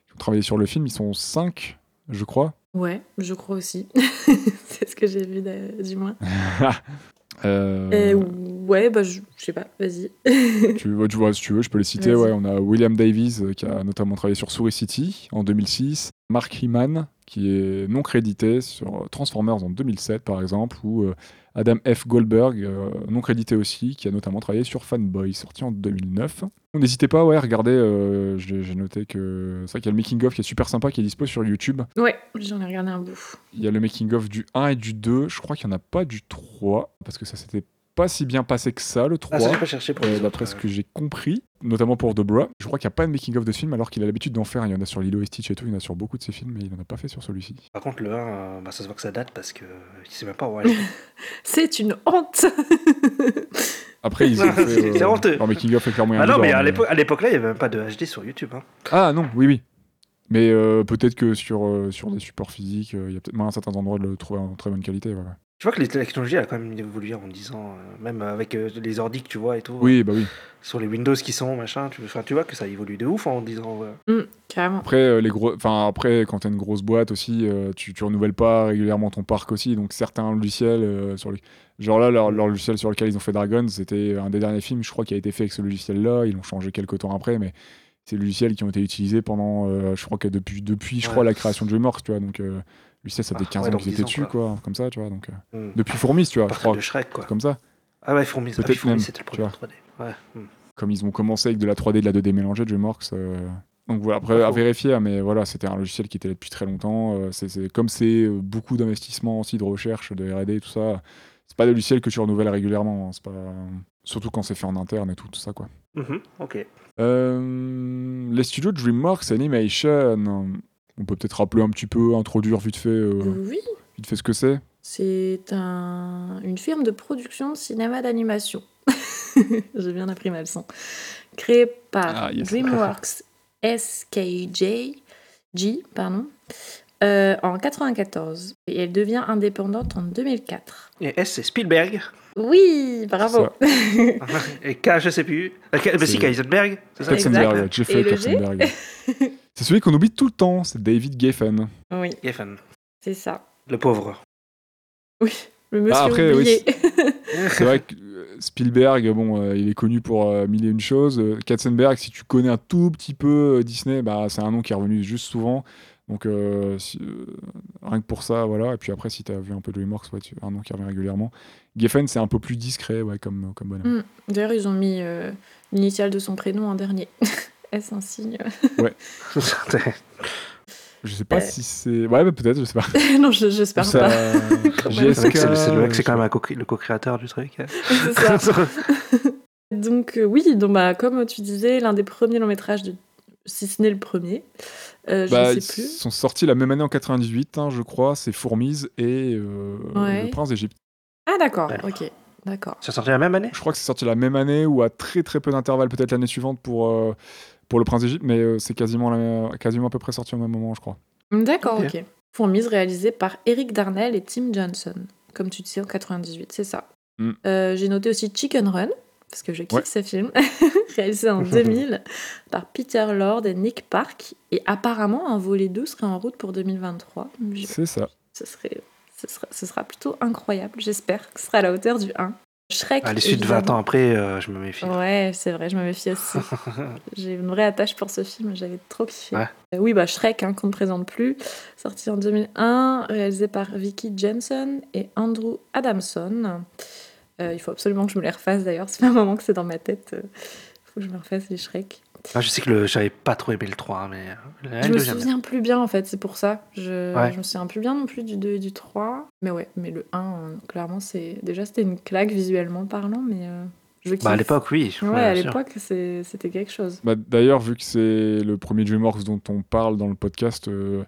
Speaker 1: qui ont travaillé sur le film. Ils sont cinq, je crois.
Speaker 2: Ouais, je crois aussi. c'est ce que j'ai vu d'a- du moins.
Speaker 1: Euh,
Speaker 2: Euh, ouais, bah je je sais pas, vas-y.
Speaker 1: tu, vois, tu vois, si tu veux, je peux les citer.
Speaker 2: Vas-y.
Speaker 1: Ouais, on a William Davies euh, qui a notamment travaillé sur Souris City en 2006, Mark Heman qui est non crédité sur euh, Transformers en 2007 par exemple, ou euh, Adam F. Goldberg, euh, non crédité aussi, qui a notamment travaillé sur Fanboy, sorti en 2009. N'hésitez pas, ouais, regardez, euh, j'ai j'ai noté que c'est vrai qu'il y a le making-of qui est super sympa, qui est dispo sur YouTube.
Speaker 2: Ouais, j'en ai regardé un bout.
Speaker 1: Il y a le making-of du 1 et du 2, je crois qu'il n'y en a pas du 3, parce que ça s'était pas si bien passé que ça, le 3.
Speaker 3: Ah, ça, j'ai pas cherché pour
Speaker 1: Euh,
Speaker 3: les autres,
Speaker 1: D'après ce
Speaker 3: euh.
Speaker 1: que j'ai compris, notamment pour The Bra, je crois qu'il n'y a pas de making-of de ce film alors qu'il a l'habitude d'en faire. Il y en a sur Lilo et Stitch et tout, il y en a sur beaucoup de ses films, mais il n'en a pas fait sur celui-ci.
Speaker 3: Par contre, le 1, euh, bah, ça se voit que ça date parce que il sait même pas où aller.
Speaker 2: C'est une honte
Speaker 1: Après, ils ont fait. euh,
Speaker 3: C'est- c'est honteux.
Speaker 1: Leur making-of est clairement
Speaker 3: ah non,
Speaker 1: énorme,
Speaker 3: mais à l'époque à l'époque là, il y avait même pas de HD sur YouTube. hein.
Speaker 1: Ah non, oui, oui. Mais euh, peut-être que sur, euh, sur des supports physiques, euh, il y a peut-être moyen à certains endroits de le trouver en très bonne qualité. ouais, ouais.
Speaker 3: Tu vois que les- la technologie elle a quand même évolué en 10 ans, euh, même avec euh, les ordi que tu vois et tout.
Speaker 1: Oui, bah oui.
Speaker 3: Sur les Windows qui sont, machin. Tu, enfin, tu vois que ça évolue de ouf en euh, 10 ans. ouais.
Speaker 2: Mm, Carrément.
Speaker 1: Après, euh, les gros... enfin, après quand t'as une grosse boîte aussi, euh, tu, tu renouvelles pas régulièrement ton parc aussi. Donc certains logiciels, euh, sur les... genre là, leur, leur logiciel sur lequel ils ont fait Dragon, c'était un des derniers films, je crois, qui a été fait avec ce logiciel-là. Ils l'ont changé quelques temps après, mais c'est le logiciel qui ont été utilisés pendant, euh, je crois que depuis, depuis je
Speaker 3: Ouais.
Speaker 1: crois, la création de DreamWorks, tu vois. Donc euh, le logiciel, ça fait
Speaker 3: Ah,
Speaker 1: 15
Speaker 3: ouais,
Speaker 1: ans
Speaker 3: donc
Speaker 1: qu'ils
Speaker 3: 10
Speaker 1: étaient
Speaker 3: ans,
Speaker 1: dessus, quoi. comme ça, tu vois. Donc, euh,
Speaker 3: Hmm.
Speaker 1: Depuis Fourmis, tu vois, je
Speaker 3: Par
Speaker 1: crois.
Speaker 3: de Shrek, quoi.
Speaker 1: Comme ça.
Speaker 3: Ah ouais, Fourmis. Ah,
Speaker 1: Peut-être
Speaker 3: puis Fourmis,
Speaker 1: même,
Speaker 3: c'était le
Speaker 1: tu
Speaker 3: premier 3D. Ouais. hmm.
Speaker 1: comme ils ont commencé avec de la 3D, de la 2D mélangée, DreamWorks. euh, Donc voilà, après
Speaker 3: Pas
Speaker 1: à
Speaker 3: faux.
Speaker 1: vérifier, mais voilà, c'était un logiciel qui était là depuis très longtemps. euh, c'est- c'est- comme c'est euh, beaucoup d'investissements aussi de recherche, de R&D, tout ça, c'est pas des logiciels que tu renouvelles régulièrement. hein, c'est pas... Surtout quand c'est fait en interne et tout, tout ça quoi.
Speaker 3: Mhm, ok.
Speaker 1: Euh, les studios DreamWorks Animation. On peut peut-être rappeler un petit peu, introduire vite fait, euh,
Speaker 2: Oui,
Speaker 1: vite fait ce que c'est.
Speaker 2: c'est un- une firme de production de cinéma d'animation. J'ai bien appris ma leçon. Créée par
Speaker 1: Ah, yes.
Speaker 2: DreamWorks SKJ, G, pardon, euh, en 94. Et elle devient indépendante en 2004.
Speaker 3: Et S, c'est Spielberg.
Speaker 2: Oui, bravo
Speaker 3: Et K, je sais plus. Euh, K- bah si,
Speaker 1: C'est-
Speaker 3: Kaisenberg. c'est ça
Speaker 1: Katzenberg, ouais, Jeffrey
Speaker 2: Et le G
Speaker 1: Katzenberg. c'est celui qu'on oublie tout le temps, c'est David Geffen.
Speaker 2: Oui,
Speaker 3: Geffen,
Speaker 2: c'est ça.
Speaker 3: le pauvre.
Speaker 2: Bah, Oui, le monsieur
Speaker 1: Ah, après, oui,
Speaker 2: oublié.
Speaker 1: C'est vrai que euh, Spielberg, bon, euh, il est connu pour euh, mille et une choses. Euh, Katzenberg, si tu connais un tout petit peu euh, Disney, bah, c'est un nom qui est revenu juste souvent. Donc, euh, si- euh, rien que pour ça, voilà. Et puis après, si tu as vu un peu de DreamWorks, ouais, tu- un nom qui revient régulièrement. Geffen, c'est un peu plus discret ouais, comme, comme bonhomme.
Speaker 2: Mm. D'ailleurs, ils ont mis euh, l'initiale de son prénom en dernier. Est-ce un signe
Speaker 1: Je sais pas
Speaker 2: Euh.
Speaker 1: si c'est. Ouais, bah, peut-être, je sais pas.
Speaker 2: Non, je- j'espère
Speaker 1: Ça- euh,
Speaker 2: pas.
Speaker 3: C'est vrai
Speaker 1: JSK.
Speaker 3: que c'est le- c'est le mec, c'est
Speaker 1: je-
Speaker 3: quand même un co- le co-créateur du truc. hein.
Speaker 2: C'est ça. Donc euh, oui, donc, bah, comme tu disais, l'un des premiers longs métrages, de... si ce n'est le premier, euh, je
Speaker 1: Bah,
Speaker 2: ne
Speaker 1: ils
Speaker 2: sais plus.
Speaker 1: sont sortis la même année en 98, hein, je crois. C'est Fourmise et euh,
Speaker 2: Ouais.
Speaker 1: Le Prince d'Égypte.
Speaker 2: Ah d'accord,
Speaker 3: Alors.
Speaker 2: ok, d'accord.
Speaker 3: Ça sorti la même année
Speaker 1: Je crois que c'est sorti la même année ou à très très peu d'intervalle, peut-être l'année suivante pour, euh, pour Le Prince d'Égypte, mais euh, c'est quasiment, la- quasiment à peu près sorti au même moment, je crois.
Speaker 2: Mm, D'accord,
Speaker 3: Ok.
Speaker 2: ok. Fourmise réalisée par Eric Darnell et Tim Johnson, comme tu disais en 98, c'est ça.
Speaker 1: Mm.
Speaker 2: Euh, J'ai noté aussi Chicken Run, parce que je kiffe
Speaker 1: Ouais.
Speaker 2: ce film, réalisé en 2000 par Peter Lord et Nick Park, et apparemment un volet 2 serait en route pour 2023. Je-
Speaker 1: C'est ça.
Speaker 2: Ce serait, ce sera, ce sera plutôt incroyable, j'espère que ce sera à la hauteur du 1. Shrek.
Speaker 3: À l'issue de 20 ans après, euh, je me méfie.
Speaker 2: évidemment. Ouais, c'est vrai, je me méfie aussi. J'ai une vraie attache pour ce film, j'avais trop kiffé.
Speaker 3: Ouais.
Speaker 2: Euh, oui, bah Shrek, hein, qu'on ne présente plus, sorti en 2001, réalisé par Vicky Jensen et Andrew Adamson. Euh, il faut absolument que je me les refasse d'ailleurs, c'est pas un moment que c'est dans ma tête. Il faut que je me refasse les Shrek.
Speaker 3: Ah, je sais que le- j'avais pas trop aimé le 3, hein, mais euh, le
Speaker 2: je me
Speaker 3: 2, j'aime bien.
Speaker 2: souviens plus bien en fait, c'est pour ça. Je,
Speaker 3: Ouais.
Speaker 2: je me souviens plus bien non plus du 2 et du 3. Mais ouais, mais le 1, euh, clairement, c'est déjà c'était une claque visuellement parlant, mais euh, je kiffe.
Speaker 3: Bah, à l'époque, oui.
Speaker 2: Ouais,
Speaker 3: bien
Speaker 2: à
Speaker 3: sûr.
Speaker 2: l'époque, c'est- c'était quelque chose.
Speaker 1: Bah, D'ailleurs, vu que c'est le premier DreamWorks dont on parle dans le podcast, euh,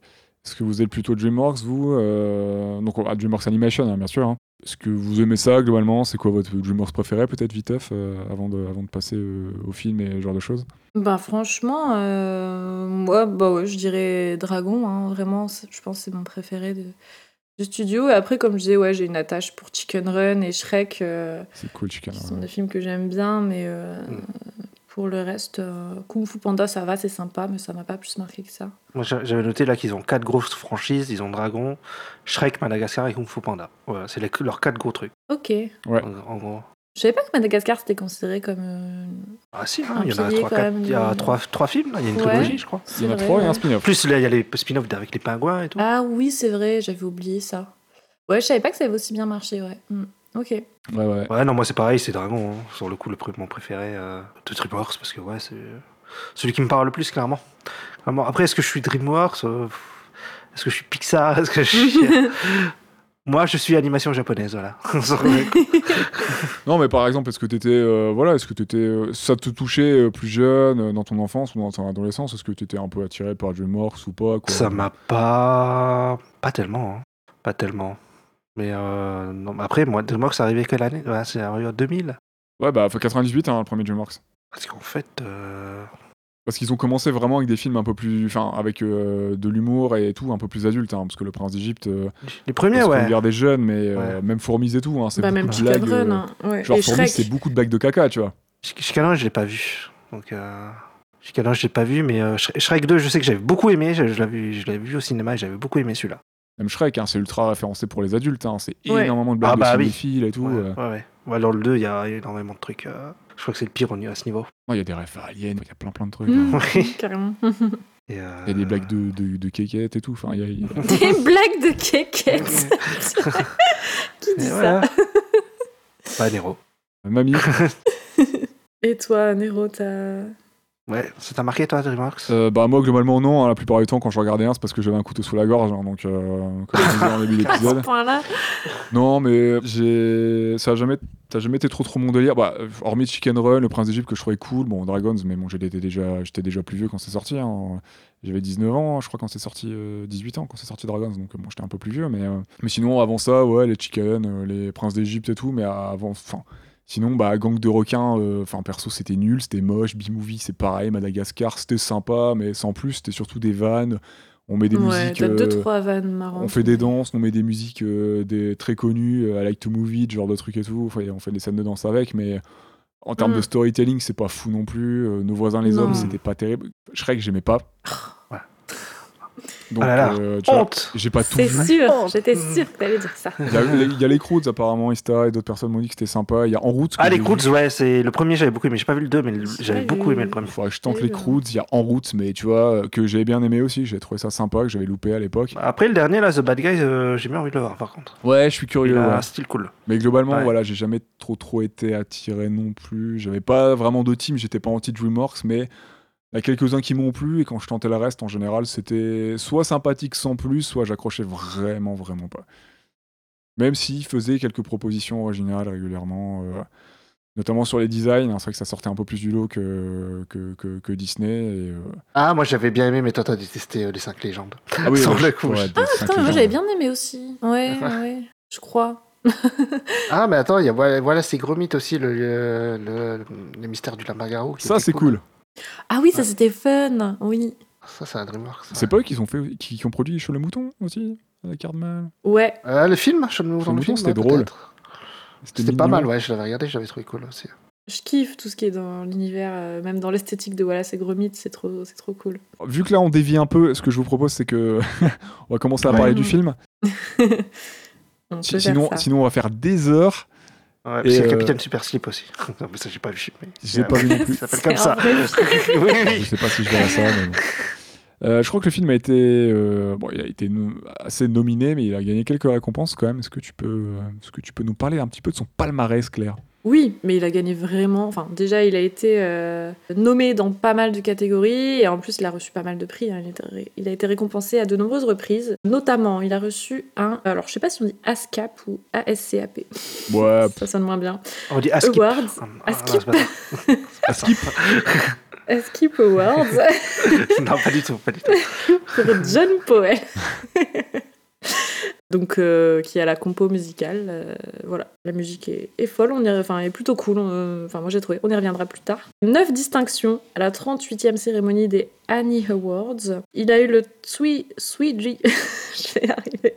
Speaker 1: est-ce que vous êtes plutôt DreamWorks, vous euh, Donc, à DreamWorks Animation, hein, bien sûr. hein. Est-ce que vous aimez ça globalement C'est quoi votre DreamWorks préféré, peut-être, Viteuf, euh, avant, de, avant de passer euh, au film et ce genre de choses
Speaker 2: Bah franchement, euh, moi, bah ouais, je dirais Dragon, hein, vraiment, c'est- je pense que c'est mon préféré de- du studio. Et après, comme je disais, ouais, j'ai une attache pour Chicken Run et Shrek, euh,
Speaker 1: C'est cool, Chicken.
Speaker 2: qui
Speaker 1: Run,
Speaker 2: sont
Speaker 1: ouais.
Speaker 2: des films que j'aime bien, mais euh,
Speaker 3: Mm.
Speaker 2: pour le reste, euh, Kung Fu Panda, ça va, c'est sympa, mais ça m'a pas plus marqué que ça.
Speaker 3: Moi, j'a- j'avais noté là qu'ils ont quatre grosses franchises. Ils ont Dragon, Shrek, Madagascar et Kung Fu Panda. Voilà, c'est les- leurs quatre gros trucs,
Speaker 2: Ok. Je
Speaker 1: Ouais.
Speaker 3: en, en gros.
Speaker 2: savais pas que Madagascar c'était considéré comme. euh,
Speaker 3: Ah si,
Speaker 2: Un
Speaker 3: hein, il y en a
Speaker 2: pilier,
Speaker 3: trois,
Speaker 2: quand
Speaker 3: quatre-
Speaker 2: même,
Speaker 3: il y a
Speaker 2: de-
Speaker 3: trois, trois films, là, il y a une
Speaker 2: Ouais.
Speaker 3: trilogie, je crois.
Speaker 1: Il y en a hein,
Speaker 2: c'est
Speaker 1: trois
Speaker 2: vrai,
Speaker 1: et un
Speaker 2: ouais.
Speaker 1: spin-off.
Speaker 3: Plus, là, il y a les spin-offs avec les pingouins et tout.
Speaker 2: Ah oui, c'est vrai, j'avais oublié ça. Ouais, je savais pas que ça avait aussi bien marché, ouais. Mm. Ok.
Speaker 1: Ouais,
Speaker 2: Ah.
Speaker 1: ouais.
Speaker 3: Ouais, non, moi c'est pareil, c'est Dragon. hein. Sur le coup, le pr- mon préféré euh, de DreamWorks, parce que ouais, c'est celui qui me parle le plus, clairement. Clairement. Après, est-ce que je suis DreamWorks euh, pff, Est-ce que je suis Pixar Est-ce que je suis. Moi, je suis animation japonaise, voilà.
Speaker 1: Non, mais par exemple, est-ce que t'étais, euh, voilà, est-ce que t'étais, euh, ça te touchait euh, plus jeune, euh, dans ton enfance ou dans ton adolescence, est-ce que t'étais un peu attiré par Jim Morse ou pas quoi
Speaker 3: Ça m'a pas. Pas tellement. hein. Pas tellement. Mais euh, non, mais après, moi, moi que ça arrivait quelle année Ouais, C'est arrivé en 2000.
Speaker 1: Ouais, bah faut 98, hein, le premier Jim Morse.
Speaker 3: Parce qu'en fait. euh,
Speaker 1: Parce qu'ils ont commencé vraiment avec des films un peu plus, enfin, avec euh, de l'humour et tout, un peu plus adulte, hein, parce que le Prince d'Égypte, euh,
Speaker 3: Les premiers,
Speaker 1: parce qu'on
Speaker 3: Ah, ouais.
Speaker 1: regarde des jeunes, mais euh,
Speaker 3: Ouais.
Speaker 1: même Fourmis et tout, hein, c'est
Speaker 2: Bah,
Speaker 1: beaucoup
Speaker 2: même
Speaker 1: de
Speaker 2: Chicken
Speaker 1: blagues,
Speaker 2: Run.
Speaker 1: euh,
Speaker 2: hein. Ouais.
Speaker 1: Genre
Speaker 2: Et
Speaker 1: Fourmis,
Speaker 2: Shrek.
Speaker 1: c'est beaucoup de blagues de caca, tu vois.
Speaker 3: Ch- Chicalan, je l'ai pas vu. Donc. Euh... Chicalan, je l'ai pas vu, mais euh, Shre- Shrek 2, je sais que j'avais beaucoup aimé. Je, je l'avais je l'avais vu au cinéma et j'avais beaucoup aimé celui-là.
Speaker 1: Même Shrek, hein, c'est ultra référencé pour les adultes, hein, c'est
Speaker 2: Ouais.
Speaker 1: énormément de blagues
Speaker 3: Ah, bah
Speaker 1: de
Speaker 3: oui.
Speaker 1: cinéphiles et tout.
Speaker 3: Ouais,
Speaker 1: euh.
Speaker 3: ouais, ouais. Ouais, dans le 2, il y a énormément de trucs. euh, Je crois que c'est le pire on- à ce niveau.
Speaker 1: Non, Il y a des refs à Alien, il y a plein plein de trucs. hein.
Speaker 2: Mmh,
Speaker 3: Oui.
Speaker 2: Carrément.
Speaker 3: Et, euh,
Speaker 1: Il y a des blagues de, de, de quéquettes et tout. Enfin, il y a- il y a-
Speaker 2: Des blagues de kékettes. Qui dit ça
Speaker 3: Pas Nero.
Speaker 1: Mamie.
Speaker 2: Et toi, Nero, t'as.
Speaker 3: Ouais, ça t'a marqué, toi, Dreamworks
Speaker 1: Euh, bah, moi, globalement, non. hein. La plupart du temps, quand je regardais un, c'est parce que j'avais un couteau sous la gorge. hein. donc, euh, comme je disais en début
Speaker 2: À ce
Speaker 1: d'épisode.
Speaker 2: point-là
Speaker 1: Non, mais j'ai. Ça a jamais. T'as jamais été trop trop mon délire. Bah, euh, hormis Chicken Run, le Prince d'Égypte que je trouvais cool. Bon, Dragons, mais bon, j'étais déjà, j'étais déjà plus vieux quand c'est sorti. hein. J'avais 19 ans, je crois, quand c'est sorti. euh, 18 ans quand c'est sorti Dragons. Donc, euh, bon, j'étais un peu plus vieux. Mais, euh, mais sinon, avant ça, ouais, les Chicken, euh, les Princes d'Égypte et tout. Mais avant. Enfin. Sinon, bah, Gang de requins, euh, enfin perso, c'était nul, c'était moche. B-Movie, c'est pareil. Madagascar, c'était sympa, mais sans plus, c'était surtout des vannes. On met des
Speaker 2: Ouais,
Speaker 1: musiques.
Speaker 2: t'as deux,
Speaker 1: euh,
Speaker 2: trois vannes marrantes.
Speaker 1: on fait des danses, on met des musiques euh, des, très connues, euh, I like to move it, ce genre de trucs et tout. Enfin, on fait des scènes de danse avec, mais en termes
Speaker 2: Mm.
Speaker 1: de storytelling, c'est pas fou non plus. Euh, Nos voisins les
Speaker 2: Non.
Speaker 1: hommes, c'était pas terrible. Shrek, j'aimais pas.
Speaker 3: Ouais.
Speaker 1: Donc,
Speaker 3: Ah là là,
Speaker 1: euh, tu vois,
Speaker 3: Honte
Speaker 1: j'ai pas tout Ah,
Speaker 2: C'est
Speaker 1: vu.
Speaker 2: sûr, j'étais sûre que t'allais dire ça.
Speaker 1: Il y a- il y a les Croods, apparemment, Ista et d'autres personnes m'ont dit que c'était sympa. Il y a En route. que
Speaker 3: Ah, les
Speaker 1: j'ai vu.
Speaker 3: Croods, ouais, c'est le premier, j'avais beaucoup aimé. J'ai pas vu le 2, mais le-
Speaker 2: J'ai
Speaker 3: j'avais
Speaker 2: pas
Speaker 3: beaucoup
Speaker 2: vu.
Speaker 3: aimé le premier.
Speaker 1: Faudrait que je tente
Speaker 2: Oui,
Speaker 1: les
Speaker 2: oui.
Speaker 1: Croods. Il y a En route, mais tu vois, euh, que j'ai bien aimé aussi. J'ai trouvé ça sympa, que j'avais loupé à l'époque.
Speaker 3: Après, le dernier, là, The Bad Guys, euh, j'ai bien envie de le voir, par contre.
Speaker 1: Ouais, je suis
Speaker 3: Il
Speaker 1: curieux.
Speaker 3: a
Speaker 1: ouais.
Speaker 3: un style cool.
Speaker 1: Mais globalement,
Speaker 3: Ouais.
Speaker 1: voilà, j'ai jamais trop trop été attiré non plus. J'avais pas vraiment de team, j'étais pas anti Dreamworks, mais il y a quelques-uns qui m'ont plu et quand je tentais le reste, en général, c'était soit sympathique sans plus, soit j'accrochais vraiment vraiment pas. Même s'ils faisaient quelques propositions originales régulièrement, euh, notamment sur les designs. hein. c'est vrai que ça sortait un peu plus du lot que que, que- que Disney. et, euh,
Speaker 6: Ah, moi j'avais bien aimé, mais toi t'as détesté euh, les 5 légendes.
Speaker 1: Ah
Speaker 6: Sur
Speaker 1: ouais,
Speaker 6: le coup,
Speaker 1: ouais,
Speaker 6: je-
Speaker 1: des- cinq
Speaker 2: Putain, mais moi
Speaker 1: légendes.
Speaker 2: j'avais bien aimé aussi. Ouais, ouais, ouais. Je crois.
Speaker 6: Ah, mais attends, il y a, voilà, voilà, c'est gros mythe aussi, le, le, le- le mystère du Lambargaro.
Speaker 1: Ça c'est cool.
Speaker 2: Ah oui, ça c'était fun. Oui.
Speaker 6: Ça, c'est un Dreamworks.
Speaker 1: C'est pas eux qui ont fait, qui, qui ont produit Chez le mouton aussi, avec Cartman.
Speaker 2: Ouais.
Speaker 6: Euh, le film, je me
Speaker 1: Sur le
Speaker 6: le film,
Speaker 1: mouton, c'était
Speaker 6: ouais,
Speaker 1: drôle.
Speaker 6: peut-être. C'était pas
Speaker 1: mignon.
Speaker 6: mal, ouais, je l'avais regardé, j'avais trouvé cool aussi.
Speaker 2: Je kiffe tout ce qui est dans l'univers, euh, même dans l'esthétique de Wallace et Gromit, c'est trop, c'est trop cool.
Speaker 1: Vu que là on dévie un peu, ce que je vous propose c'est que on va commencer à
Speaker 3: Ouais.
Speaker 1: parler du film.
Speaker 2: On
Speaker 1: Si-
Speaker 2: peut faire
Speaker 1: sinon,
Speaker 2: ça.
Speaker 1: sinon on va faire des heures.
Speaker 3: Ouais,
Speaker 1: Et,
Speaker 3: puis c'est le
Speaker 1: euh,
Speaker 3: Capitaine Super Slip aussi. Non, mais ça, j'ai pas vu. Mais...
Speaker 1: J'ai pas vu non plus.
Speaker 3: Ça s'appelle
Speaker 2: C'est
Speaker 3: comme ça.
Speaker 2: un vrai film.
Speaker 3: oui,
Speaker 1: Je
Speaker 3: oui.
Speaker 1: sais pas si je verrai ça. mais bon. Euh, je crois que le film a été, euh, bon, il a été no- assez nominé, mais il a gagné quelques récompenses quand même. Est-ce que tu peux, euh, est-ce que tu peux nous parler un petit peu de son palmarès, Claire
Speaker 2: Oui, mais il a gagné vraiment. Enfin, déjà, il a été euh, nommé dans pas mal de catégories et en plus, il a reçu pas mal de prix. hein. Il, a été ré- il a été récompensé à de nombreuses reprises. Notamment, il a reçu un. Alors, je sais pas si on dit ASCAP ou ASCAP.
Speaker 1: Ouais,
Speaker 2: Ça sonne moins bien.
Speaker 3: On dit Ah, Askip.
Speaker 2: Awards. Askip.
Speaker 3: Askip.
Speaker 2: ASCAP Awards.
Speaker 3: Non, pas du tout, pas du tout.
Speaker 2: pour John Powell. Donc, euh, qui a la compo musicale. euh, voilà, la musique est, est folle, on y, enfin, est plutôt cool. on, euh, Enfin, moi j'ai trouvé, on y reviendra plus tard. Neuf distinctions à la 38e cérémonie des Annie Awards. Il a eu le Tsui, Tsui G. Je vais y arriver.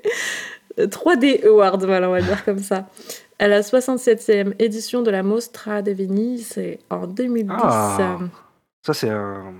Speaker 2: Le 3D Award, voilà, on va dire comme ça. À la 67e édition de la Mostra de Venise en 2010.
Speaker 3: Ah. Ça, c'est un,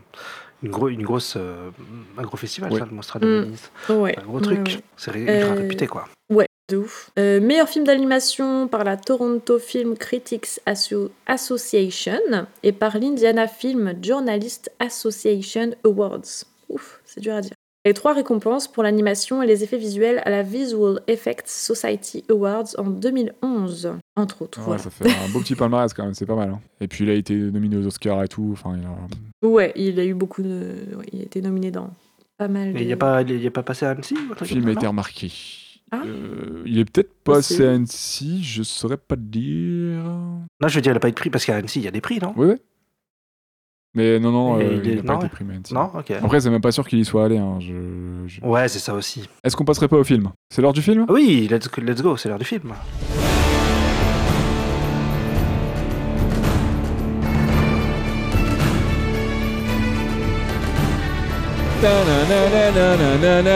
Speaker 3: une, gros, une grosse, euh, un gros festival,
Speaker 1: Ouais.
Speaker 3: ça, le Mostra de
Speaker 2: Mm.
Speaker 3: Venise.
Speaker 2: Ouais,
Speaker 3: Un gros
Speaker 2: ouais,
Speaker 3: truc.
Speaker 2: ouais.
Speaker 3: C'est ré- ultra
Speaker 2: Euh,
Speaker 3: réputé, quoi.
Speaker 2: Ouais, de ouf. Euh, meilleur film d'animation par la Toronto Film Critics Asso- Association et par l'Indiana Film Journalist Association Awards. Ouf, c'est dur à dire. Et trois récompenses pour l'animation et les effets visuels à la Visual Effects Society Awards en 2011, entre autres.
Speaker 1: Ah Ouais,
Speaker 2: voilà.
Speaker 1: ça fait un beau petit palmarès quand même, c'est pas mal. hein. Et puis il a été nominé aux Oscars et tout. Enfin, il a-
Speaker 2: Ouais, il a eu beaucoup de. ouais, il a été nominé dans pas mal
Speaker 3: Et
Speaker 2: de. euh,
Speaker 3: Il n'y a, pas- il y a pas passé à Annecy ou un truc
Speaker 1: le film a
Speaker 3: comme
Speaker 1: été
Speaker 3: ça, non
Speaker 1: remarqué.
Speaker 2: Ah.
Speaker 1: Euh, il est peut-être passé
Speaker 2: Possible.
Speaker 1: à Annecy, je saurais pas te dire.
Speaker 3: Là, je dis, elle a pas eu de prix parce qu'à Annecy, il y a des prix, non
Speaker 1: Ouais, ouais. Mais non, non,
Speaker 3: Et
Speaker 1: euh,
Speaker 3: il
Speaker 1: il
Speaker 3: est-
Speaker 1: n'a pas
Speaker 3: non,
Speaker 1: été
Speaker 3: ouais.
Speaker 1: pris, mais Annecy.
Speaker 3: Non Ok.
Speaker 1: Après, c'est même pas sûr qu'il y soit allé. hein, je- je-
Speaker 3: Ouais, c'est ça aussi.
Speaker 1: Est-ce qu'on passerait pas au film C'est l'heure du film
Speaker 3: Ah Oui, let's, let's go, c'est l'heure du film.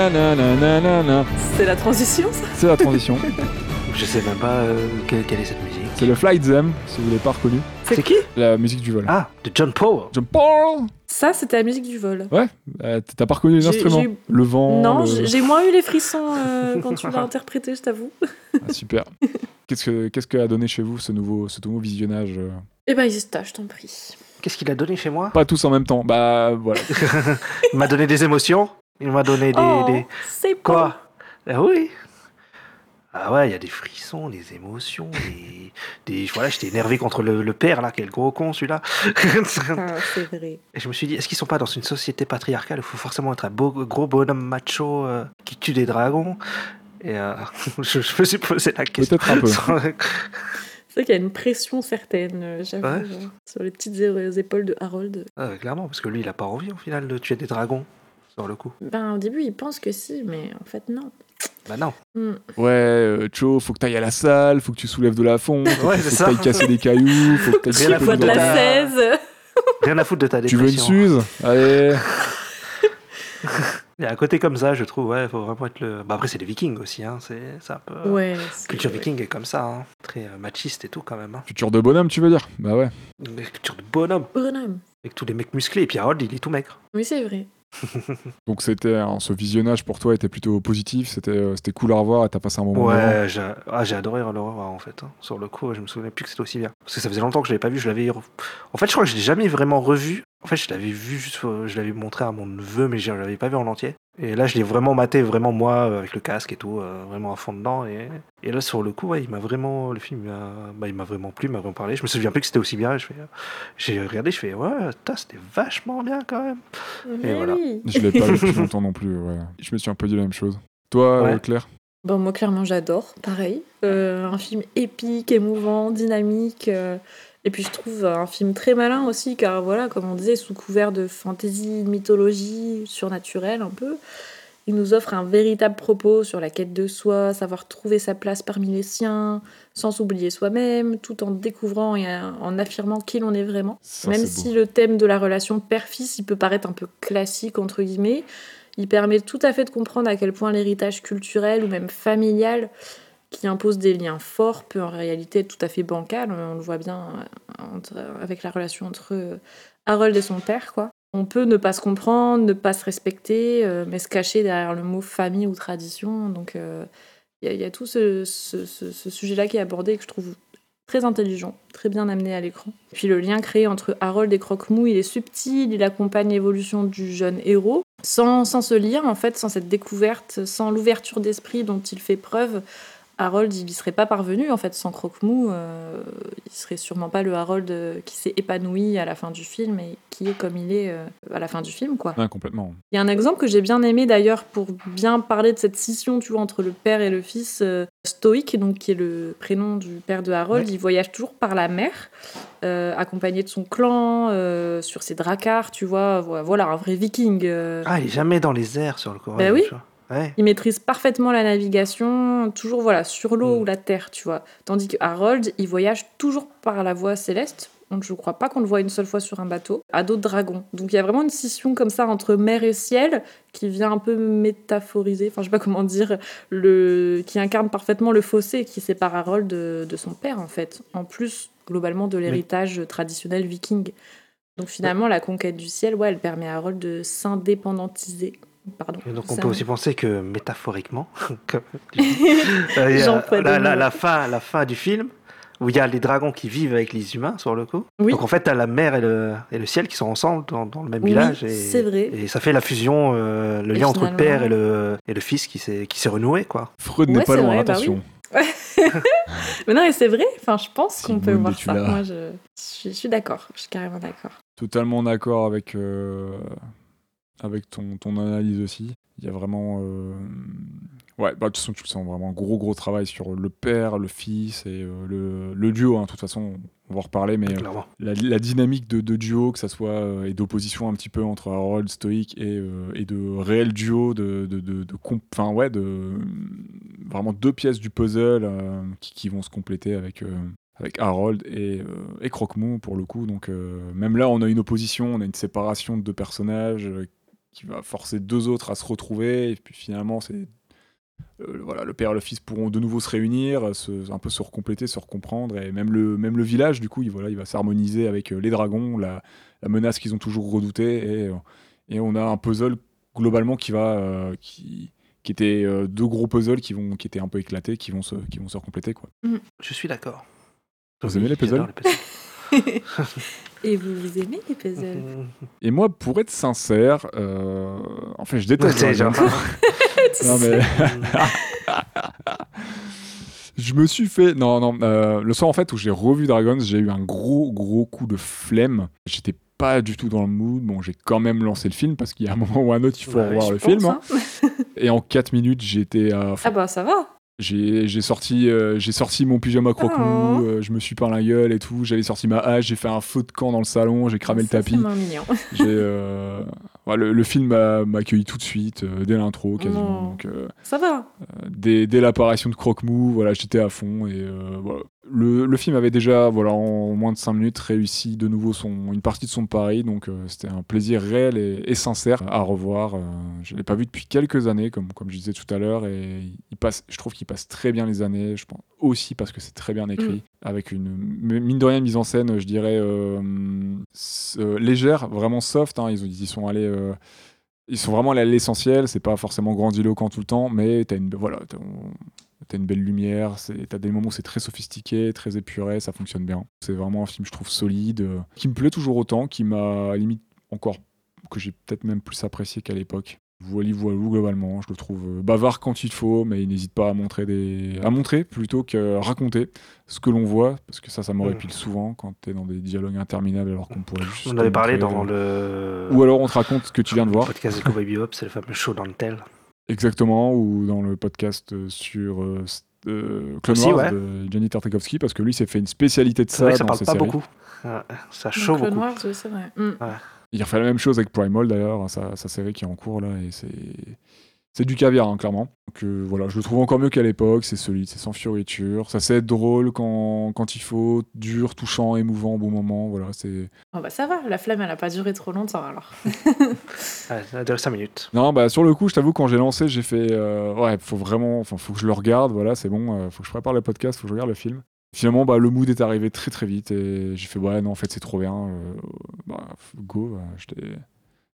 Speaker 1: Ta-na-na-na-na-na-na-na-na-na-na.
Speaker 2: C'est la transition, ça
Speaker 1: C'est la transition.
Speaker 3: Je sais même pas euh, quelle, quelle est cette musique.
Speaker 1: c'est le Flight Zem, si vous l'avez pas reconnu.
Speaker 3: C'est qui
Speaker 1: La musique du vol.
Speaker 3: Ah, de John Powell.
Speaker 1: Jump Paul
Speaker 2: Ça, c'était la musique du vol.
Speaker 1: Euh, T'as pas reconnu les
Speaker 2: J'ai-
Speaker 1: instruments
Speaker 2: j'ai-
Speaker 1: Le vent
Speaker 2: non,
Speaker 1: Oh, le-
Speaker 2: j'ai- j'ai moins eu les frissons euh, quand tu l'as interprété, je t'avoue.
Speaker 1: Ah, Super. Qu'est-ce que qu'est-ce que a donné chez vous ce nouveau, ce nouveau visionnage euh
Speaker 2: Eh ben, Isista, je t'en prie.
Speaker 3: Qu'est-ce qu'il a donné chez moi
Speaker 1: Pas tous en même temps. Bah voilà.
Speaker 3: Il m'a donné des émotions. Il m'a donné des.
Speaker 2: oh,
Speaker 3: des-
Speaker 2: c'est beau.
Speaker 3: Quoi Ah oui Ah ouais, il y a des frissons, des émotions, des. des- Voilà, j'étais énervé contre le, le père, là, quel gros con celui-là.
Speaker 2: Ah, c'est vrai.
Speaker 3: Et je me suis dit, est-ce qu'ils sont pas dans une société patriarcale où il faut forcément être un beau, gros bonhomme macho euh, qui tue des dragons Et euh, je, je me suis posé la question.
Speaker 1: Peut-être un peu.
Speaker 2: C'est vrai qu'il y a une pression certaine, euh, j'avoue, euh, sur les petites é- épaules de Harold.
Speaker 3: Ah, clairement, parce que lui, il a pas envie au final de tuer des dragons, sur le coup.
Speaker 2: Ben, au début, il pense que si, mais en fait, non.
Speaker 3: Bah non.
Speaker 2: Hmm.
Speaker 1: Ouais, euh, Cho, faut que t'ailles à la salle, faut que tu soulèves de la fonte,
Speaker 3: Ouais,
Speaker 1: faut
Speaker 3: c'est
Speaker 1: que
Speaker 3: ça.
Speaker 1: t'ailles casser des cailloux, faut que
Speaker 3: Rien
Speaker 1: t'ailles
Speaker 3: à
Speaker 1: taper
Speaker 2: Faut
Speaker 1: dans
Speaker 3: foutre
Speaker 2: de
Speaker 1: la-
Speaker 3: de
Speaker 2: la
Speaker 3: ta-
Speaker 2: 16
Speaker 3: Rien à foutre de ta
Speaker 1: Tu veux une
Speaker 3: dépression.
Speaker 1: Suze Allez
Speaker 3: Il y a un côté comme ça, je trouve, ouais, faut vraiment être le. Bah après, c'est les Vikings aussi, hein, c'est c'est un peu.
Speaker 2: Ouais.
Speaker 3: La
Speaker 2: c'est-
Speaker 3: Culture
Speaker 2: ouais.
Speaker 3: viking est comme ça, hein. très euh, machiste et tout quand même. Hein.
Speaker 1: Futur de bonhomme, tu veux dire Bah ouais.
Speaker 3: Une culture de bonhomme,
Speaker 2: Bonhomme.
Speaker 3: avec tous les mecs musclés, et puis Harold, il est tout maigre.
Speaker 2: Oui, c'est vrai.
Speaker 1: Donc c'était hein, ce visionnage pour toi était plutôt positif, c'était euh, c'était cool à revoir et t'as passé un moment. marrant.
Speaker 3: Ouais, j'ai ah, j'ai adoré le revoir en fait. hein. Sur le coup, je me souvenais plus que c'était aussi bien. Parce que ça faisait longtemps que je l'avais pas vu, je l'avais. re- En fait, je crois que je l'ai jamais vraiment revu. En fait, je l'avais vu, juste, euh, je l'avais montré à mon neveu, mais je l'avais pas vu en entier. Et là, je l'ai vraiment maté, vraiment moi, euh, avec le casque et tout, euh, vraiment à fond dedans. Et, et là, sur le coup, ouais, il m'a vraiment. Le film, il m'a- bah, il m'a vraiment plu, il m'a vraiment parlé. Je me souviens plus que c'était aussi bien. Je fais, euh, J'ai regardé, je fais, ouais, putain, c'était vachement bien quand même.
Speaker 2: Mais
Speaker 3: voilà.
Speaker 2: oui.
Speaker 1: Je l'ai pas vu depuis longtemps non plus, ouais. Je me suis un peu dit la même chose. Toi,
Speaker 3: Ouais.
Speaker 1: euh, Claire
Speaker 2: Bon, Bah, moi, clairement, j'adore. Pareil. Euh, un film épique, émouvant, dynamique. euh, Et puis, je trouve un film très malin aussi, car voilà, comme on disait, sous couvert de fantaisie, de mythologie, surnaturelle un peu, il nous offre un véritable propos sur la quête de soi, savoir trouver sa place parmi les siens, sans s'oublier soi-même, tout en découvrant et euh, en affirmant qui l'on est vraiment.
Speaker 1: Ça,
Speaker 2: Même
Speaker 1: c'est beau.
Speaker 2: si le thème de la relation père-fils, il peut paraître un peu classique, entre guillemets, il permet tout à fait de comprendre à quel point l'héritage culturel ou même familial qui impose des liens forts peut en réalité être tout à fait bancal. On le voit bien euh, entre- avec la relation entre euh, Harold et son père, quoi. On peut ne pas se comprendre, ne pas se respecter, euh, mais se cacher derrière le mot famille ou tradition. Donc, euh, il y, a- il y a tout ce, ce- ce- ce sujet-là qui est abordé et que je trouve très intelligent, très bien amené à l'écran. Puis le lien créé entre Harold et Croque-Mou, il est subtil, il accompagne l'évolution du jeune héros. Sans, sans ce lien, en fait, sans cette découverte, sans l'ouverture d'esprit dont il fait preuve, Harold, il n'y serait pas parvenu, en fait, sans Croque-Mou, euh, il serait sûrement pas le Harold euh, qui s'est épanoui à la fin du film et qui est comme il est euh, à la fin du film, quoi.
Speaker 1: Ah, complètement.
Speaker 2: Il y a un exemple que j'ai bien aimé d'ailleurs pour bien parler de cette scission, tu vois, entre le père et le fils. euh, Stoïque, donc qui est le prénom du père de Harold, il voyage toujours par la mer, euh, accompagné de son clan, euh, sur ses dracars, tu vois. vo- Voilà, un vrai viking. euh.
Speaker 3: Ah, il est jamais dans les airs sur le coup.
Speaker 2: Bah
Speaker 3: ouais,
Speaker 2: oui.
Speaker 3: tu vois. Ouais.
Speaker 2: Il maîtrise parfaitement la navigation, toujours voilà sur l'eau
Speaker 3: Mm.
Speaker 2: ou la terre, tu vois. Tandis que Harold, il voyage toujours par la voie céleste. On- Je ne crois pas qu'on le voit une seule fois sur un bateau, à d'autres dragons. Donc il y a vraiment une scission comme ça entre mer et ciel qui vient un peu métaphoriser, enfin je sais pas comment dire, le... qui incarne parfaitement le fossé qui sépare Harold de, de son père en fait. En plus, globalement, de l'héritage traditionnel viking. Donc finalement, la conquête du ciel, ouais, elle permet à Harold de s'indépendantiser. Pardon.
Speaker 3: Et donc on
Speaker 2: Ça-
Speaker 3: peut aussi penser que métaphoriquement, comme tu dis, euh, il y a
Speaker 2: J'emploie
Speaker 3: la,
Speaker 2: des
Speaker 3: la-
Speaker 2: mots.
Speaker 3: la fin, la fin du film où il y a les dragons qui vivent avec les humains sur le coup.
Speaker 2: Oui.
Speaker 3: Donc en fait, t'as la mer et le, et le ciel qui sont ensemble dans, dans le même
Speaker 2: Oui,
Speaker 3: village. et-
Speaker 2: c'est vrai.
Speaker 3: Et ça fait la fusion, euh, le
Speaker 2: Et
Speaker 3: lien entre le
Speaker 2: finalement-
Speaker 3: père et le, et le fils qui s'est qui s'est renoué quoi.
Speaker 1: Freud
Speaker 2: Ouais,
Speaker 1: n'est pas
Speaker 2: c'est
Speaker 1: loin,
Speaker 2: vrai, bah
Speaker 1: attention.
Speaker 2: oui. Mais non, et c'est vrai. Enfin, je pense
Speaker 1: Simone
Speaker 2: qu'on peut voir
Speaker 1: de
Speaker 2: ça.
Speaker 1: Tula.
Speaker 2: Moi, je, je suis, je suis d'accord. Je suis carrément d'accord.
Speaker 1: Totalement d'accord avec, euh, avec ton, ton analyse aussi. Il y a vraiment. euh, Ouais, bah, de toute façon, tu le sens vraiment. Gros, gros travail sur le père, le fils et euh, le, le duo. hein. De toute façon, on va en reparler, mais euh,
Speaker 3: clairement.
Speaker 1: la, la dynamique de, de duo, que ça soit, euh, et d'opposition un petit peu entre Harold stoïque et, euh, et de réel duo, de, de, de, de comp- enfin, ouais, de vraiment deux pièces du puzzle euh, qui, qui vont se compléter avec, euh, avec Harold et, euh, et Croque-Mou pour le coup. Donc, euh, même là, on a une opposition, on a une séparation de deux personnages euh, qui va forcer deux autres à se retrouver, et puis finalement, c'est. euh, voilà, le père et le fils pourront de nouveau se réunir, euh, se- un peu se recompléter, se recomprendre, et même le, même le village, du coup, il, voilà, il va s'harmoniser avec euh, les dragons, la, la menace qu'ils ont toujours redoutée, et, euh, et on a un puzzle globalement qui va. euh, qui, qui était euh, deux gros puzzles qui, vont, qui étaient un peu éclatés, qui vont se, qui vont se recompléter. Quoi.
Speaker 3: Je suis d'accord.
Speaker 1: Vous aimez les
Speaker 3: J'adore
Speaker 1: puzzles
Speaker 3: les puzzles.
Speaker 2: Et vous, vous aimez les puzzles
Speaker 1: Et moi, pour être sincère, euh, en fait, je déteste.
Speaker 3: C'est
Speaker 1: Dragon.
Speaker 3: genre-
Speaker 1: Non, mais- Je me suis fait. Non, non. euh, le soir, en fait, où j'ai revu Dragons, j'ai eu un gros, gros coup de flemme. J'étais pas du tout dans le mood. Bon, j'ai quand même lancé le film parce qu'il y a un moment ou un autre, il faut
Speaker 3: Bah oui,
Speaker 1: revoir
Speaker 3: je
Speaker 1: le
Speaker 2: Pense,
Speaker 1: film. hein.
Speaker 2: hein.
Speaker 1: Et en 4 minutes, j'étais à fond.
Speaker 2: Ah bah ça va.
Speaker 1: J'ai j'ai sorti, euh, j'ai sorti mon pyjama croque
Speaker 2: Oh.
Speaker 1: je me suis peint la gueule et tout. J'avais sorti ma hache, j'ai fait un faux de camp dans le salon, j'ai cramé
Speaker 2: Ça,
Speaker 1: le
Speaker 2: C'est
Speaker 1: tapis.
Speaker 2: moins mignon.
Speaker 1: J'ai, euh, ouais, le, le film m'a m'a accueilli tout de suite, euh, dès l'intro quasiment.
Speaker 2: Non.
Speaker 1: Donc, euh,
Speaker 2: Ça va.
Speaker 1: dès, dès l'apparition de Croque-Mou, voilà, j'étais à fond. Et, euh, voilà. le, le film avait déjà, voilà, en moins de 5 minutes, réussi de nouveau son, une partie de son pari. Donc euh, c'était un plaisir réel et, et sincère à revoir. Euh, je ne l'ai pas vu depuis quelques années, comme, comme je disais tout à l'heure. Et il passe, je trouve qu'il passe très bien les années. Je pense aussi parce que c'est très bien écrit. Avec une, m- mine de rien, mise en scène, je dirais, euh, s- euh, légère, vraiment soft. hein. ils, ont- ils y sont allés. euh, ils sont vraiment allés à l'essentiel, c'est pas forcément grandiloquent tout le temps, mais t'as une, voilà, t'as- on- t'as une belle lumière, c'est- t'as des moments où c'est très sophistiqué, très épuré, ça fonctionne bien. C'est vraiment un film, je trouve, solide, euh, qui me plaît toujours autant, qui m'a limite encore, que j'ai peut-être même plus apprécié qu'à l'époque. Voili voilou globalement, je le trouve euh, bavard quand il faut, mais il n'hésite pas à montrer des, à montrer plutôt que raconter ce que l'on voit, parce que ça, ça m'aurait
Speaker 3: Mm.
Speaker 1: pile souvent quand t'es dans des dialogues interminables alors qu'on pourrait juste.
Speaker 3: On en avait parlé
Speaker 1: montrer,
Speaker 3: dans
Speaker 1: euh,
Speaker 3: le.
Speaker 1: Ou alors on te raconte ce que tu viens de voir.
Speaker 3: Le podcast de Cowboy Bebop, c'est le fameux show dans le tel.
Speaker 1: Exactement, ou dans le podcast euh, sur euh, s- euh, Clone
Speaker 3: Aussi,
Speaker 1: Wars
Speaker 3: ouais.
Speaker 1: de Johnny Tartakovsky, parce que lui s'est fait une spécialité de
Speaker 3: C'est
Speaker 1: ça.
Speaker 3: vrai que ça
Speaker 1: dans
Speaker 3: parle
Speaker 1: ses
Speaker 3: pas
Speaker 1: séries.
Speaker 3: beaucoup. Ah, Ça
Speaker 2: Donc,
Speaker 3: chaud
Speaker 2: le
Speaker 3: beaucoup.
Speaker 2: noir, je- c'est vrai. Mm.
Speaker 1: Il refait la même chose avec Primal d'ailleurs, hein, sa, sa série qui est en cours là, et c'est. C'est du caviar, hein, clairement. Donc euh, voilà, je le trouve encore mieux qu'à l'époque, c'est solide, c'est sans fioriture. Ça sait être drôle quand, quand il faut, dur, touchant, émouvant au bon moment. Voilà, c'est.
Speaker 2: Oh bah ça va. La flamme, elle a pas duré trop longtemps alors.
Speaker 3: Ouais, Ah, ça dure 5 minutes.
Speaker 1: Non, bah sur le coup, je t'avoue, quand j'ai lancé, j'ai fait euh, ouais, faut vraiment, enfin, faut que je le regarde, voilà, c'est bon, euh, faut que je prépare le podcast, faut que je regarde le film. Finalement, bah, le mood est arrivé très très vite et j'ai fait ouais, non, en fait, c'est trop bien, euh, bah, go, bah, j'étais-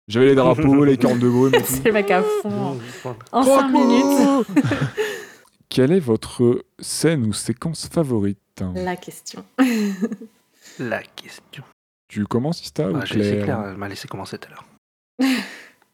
Speaker 1: j'avais les drapeaux, les 42 gaumes et tout.
Speaker 2: c'est le mec à fond.
Speaker 3: Mmh.
Speaker 2: En 5 minutes.
Speaker 1: Quelle est votre scène ou séquence favorite
Speaker 2: La question.
Speaker 3: La question.
Speaker 1: Tu commences, Ista ou
Speaker 3: Ah, je laissé
Speaker 1: Claire,
Speaker 3: Claire, elle m'a laissé commencer tout à l'heure.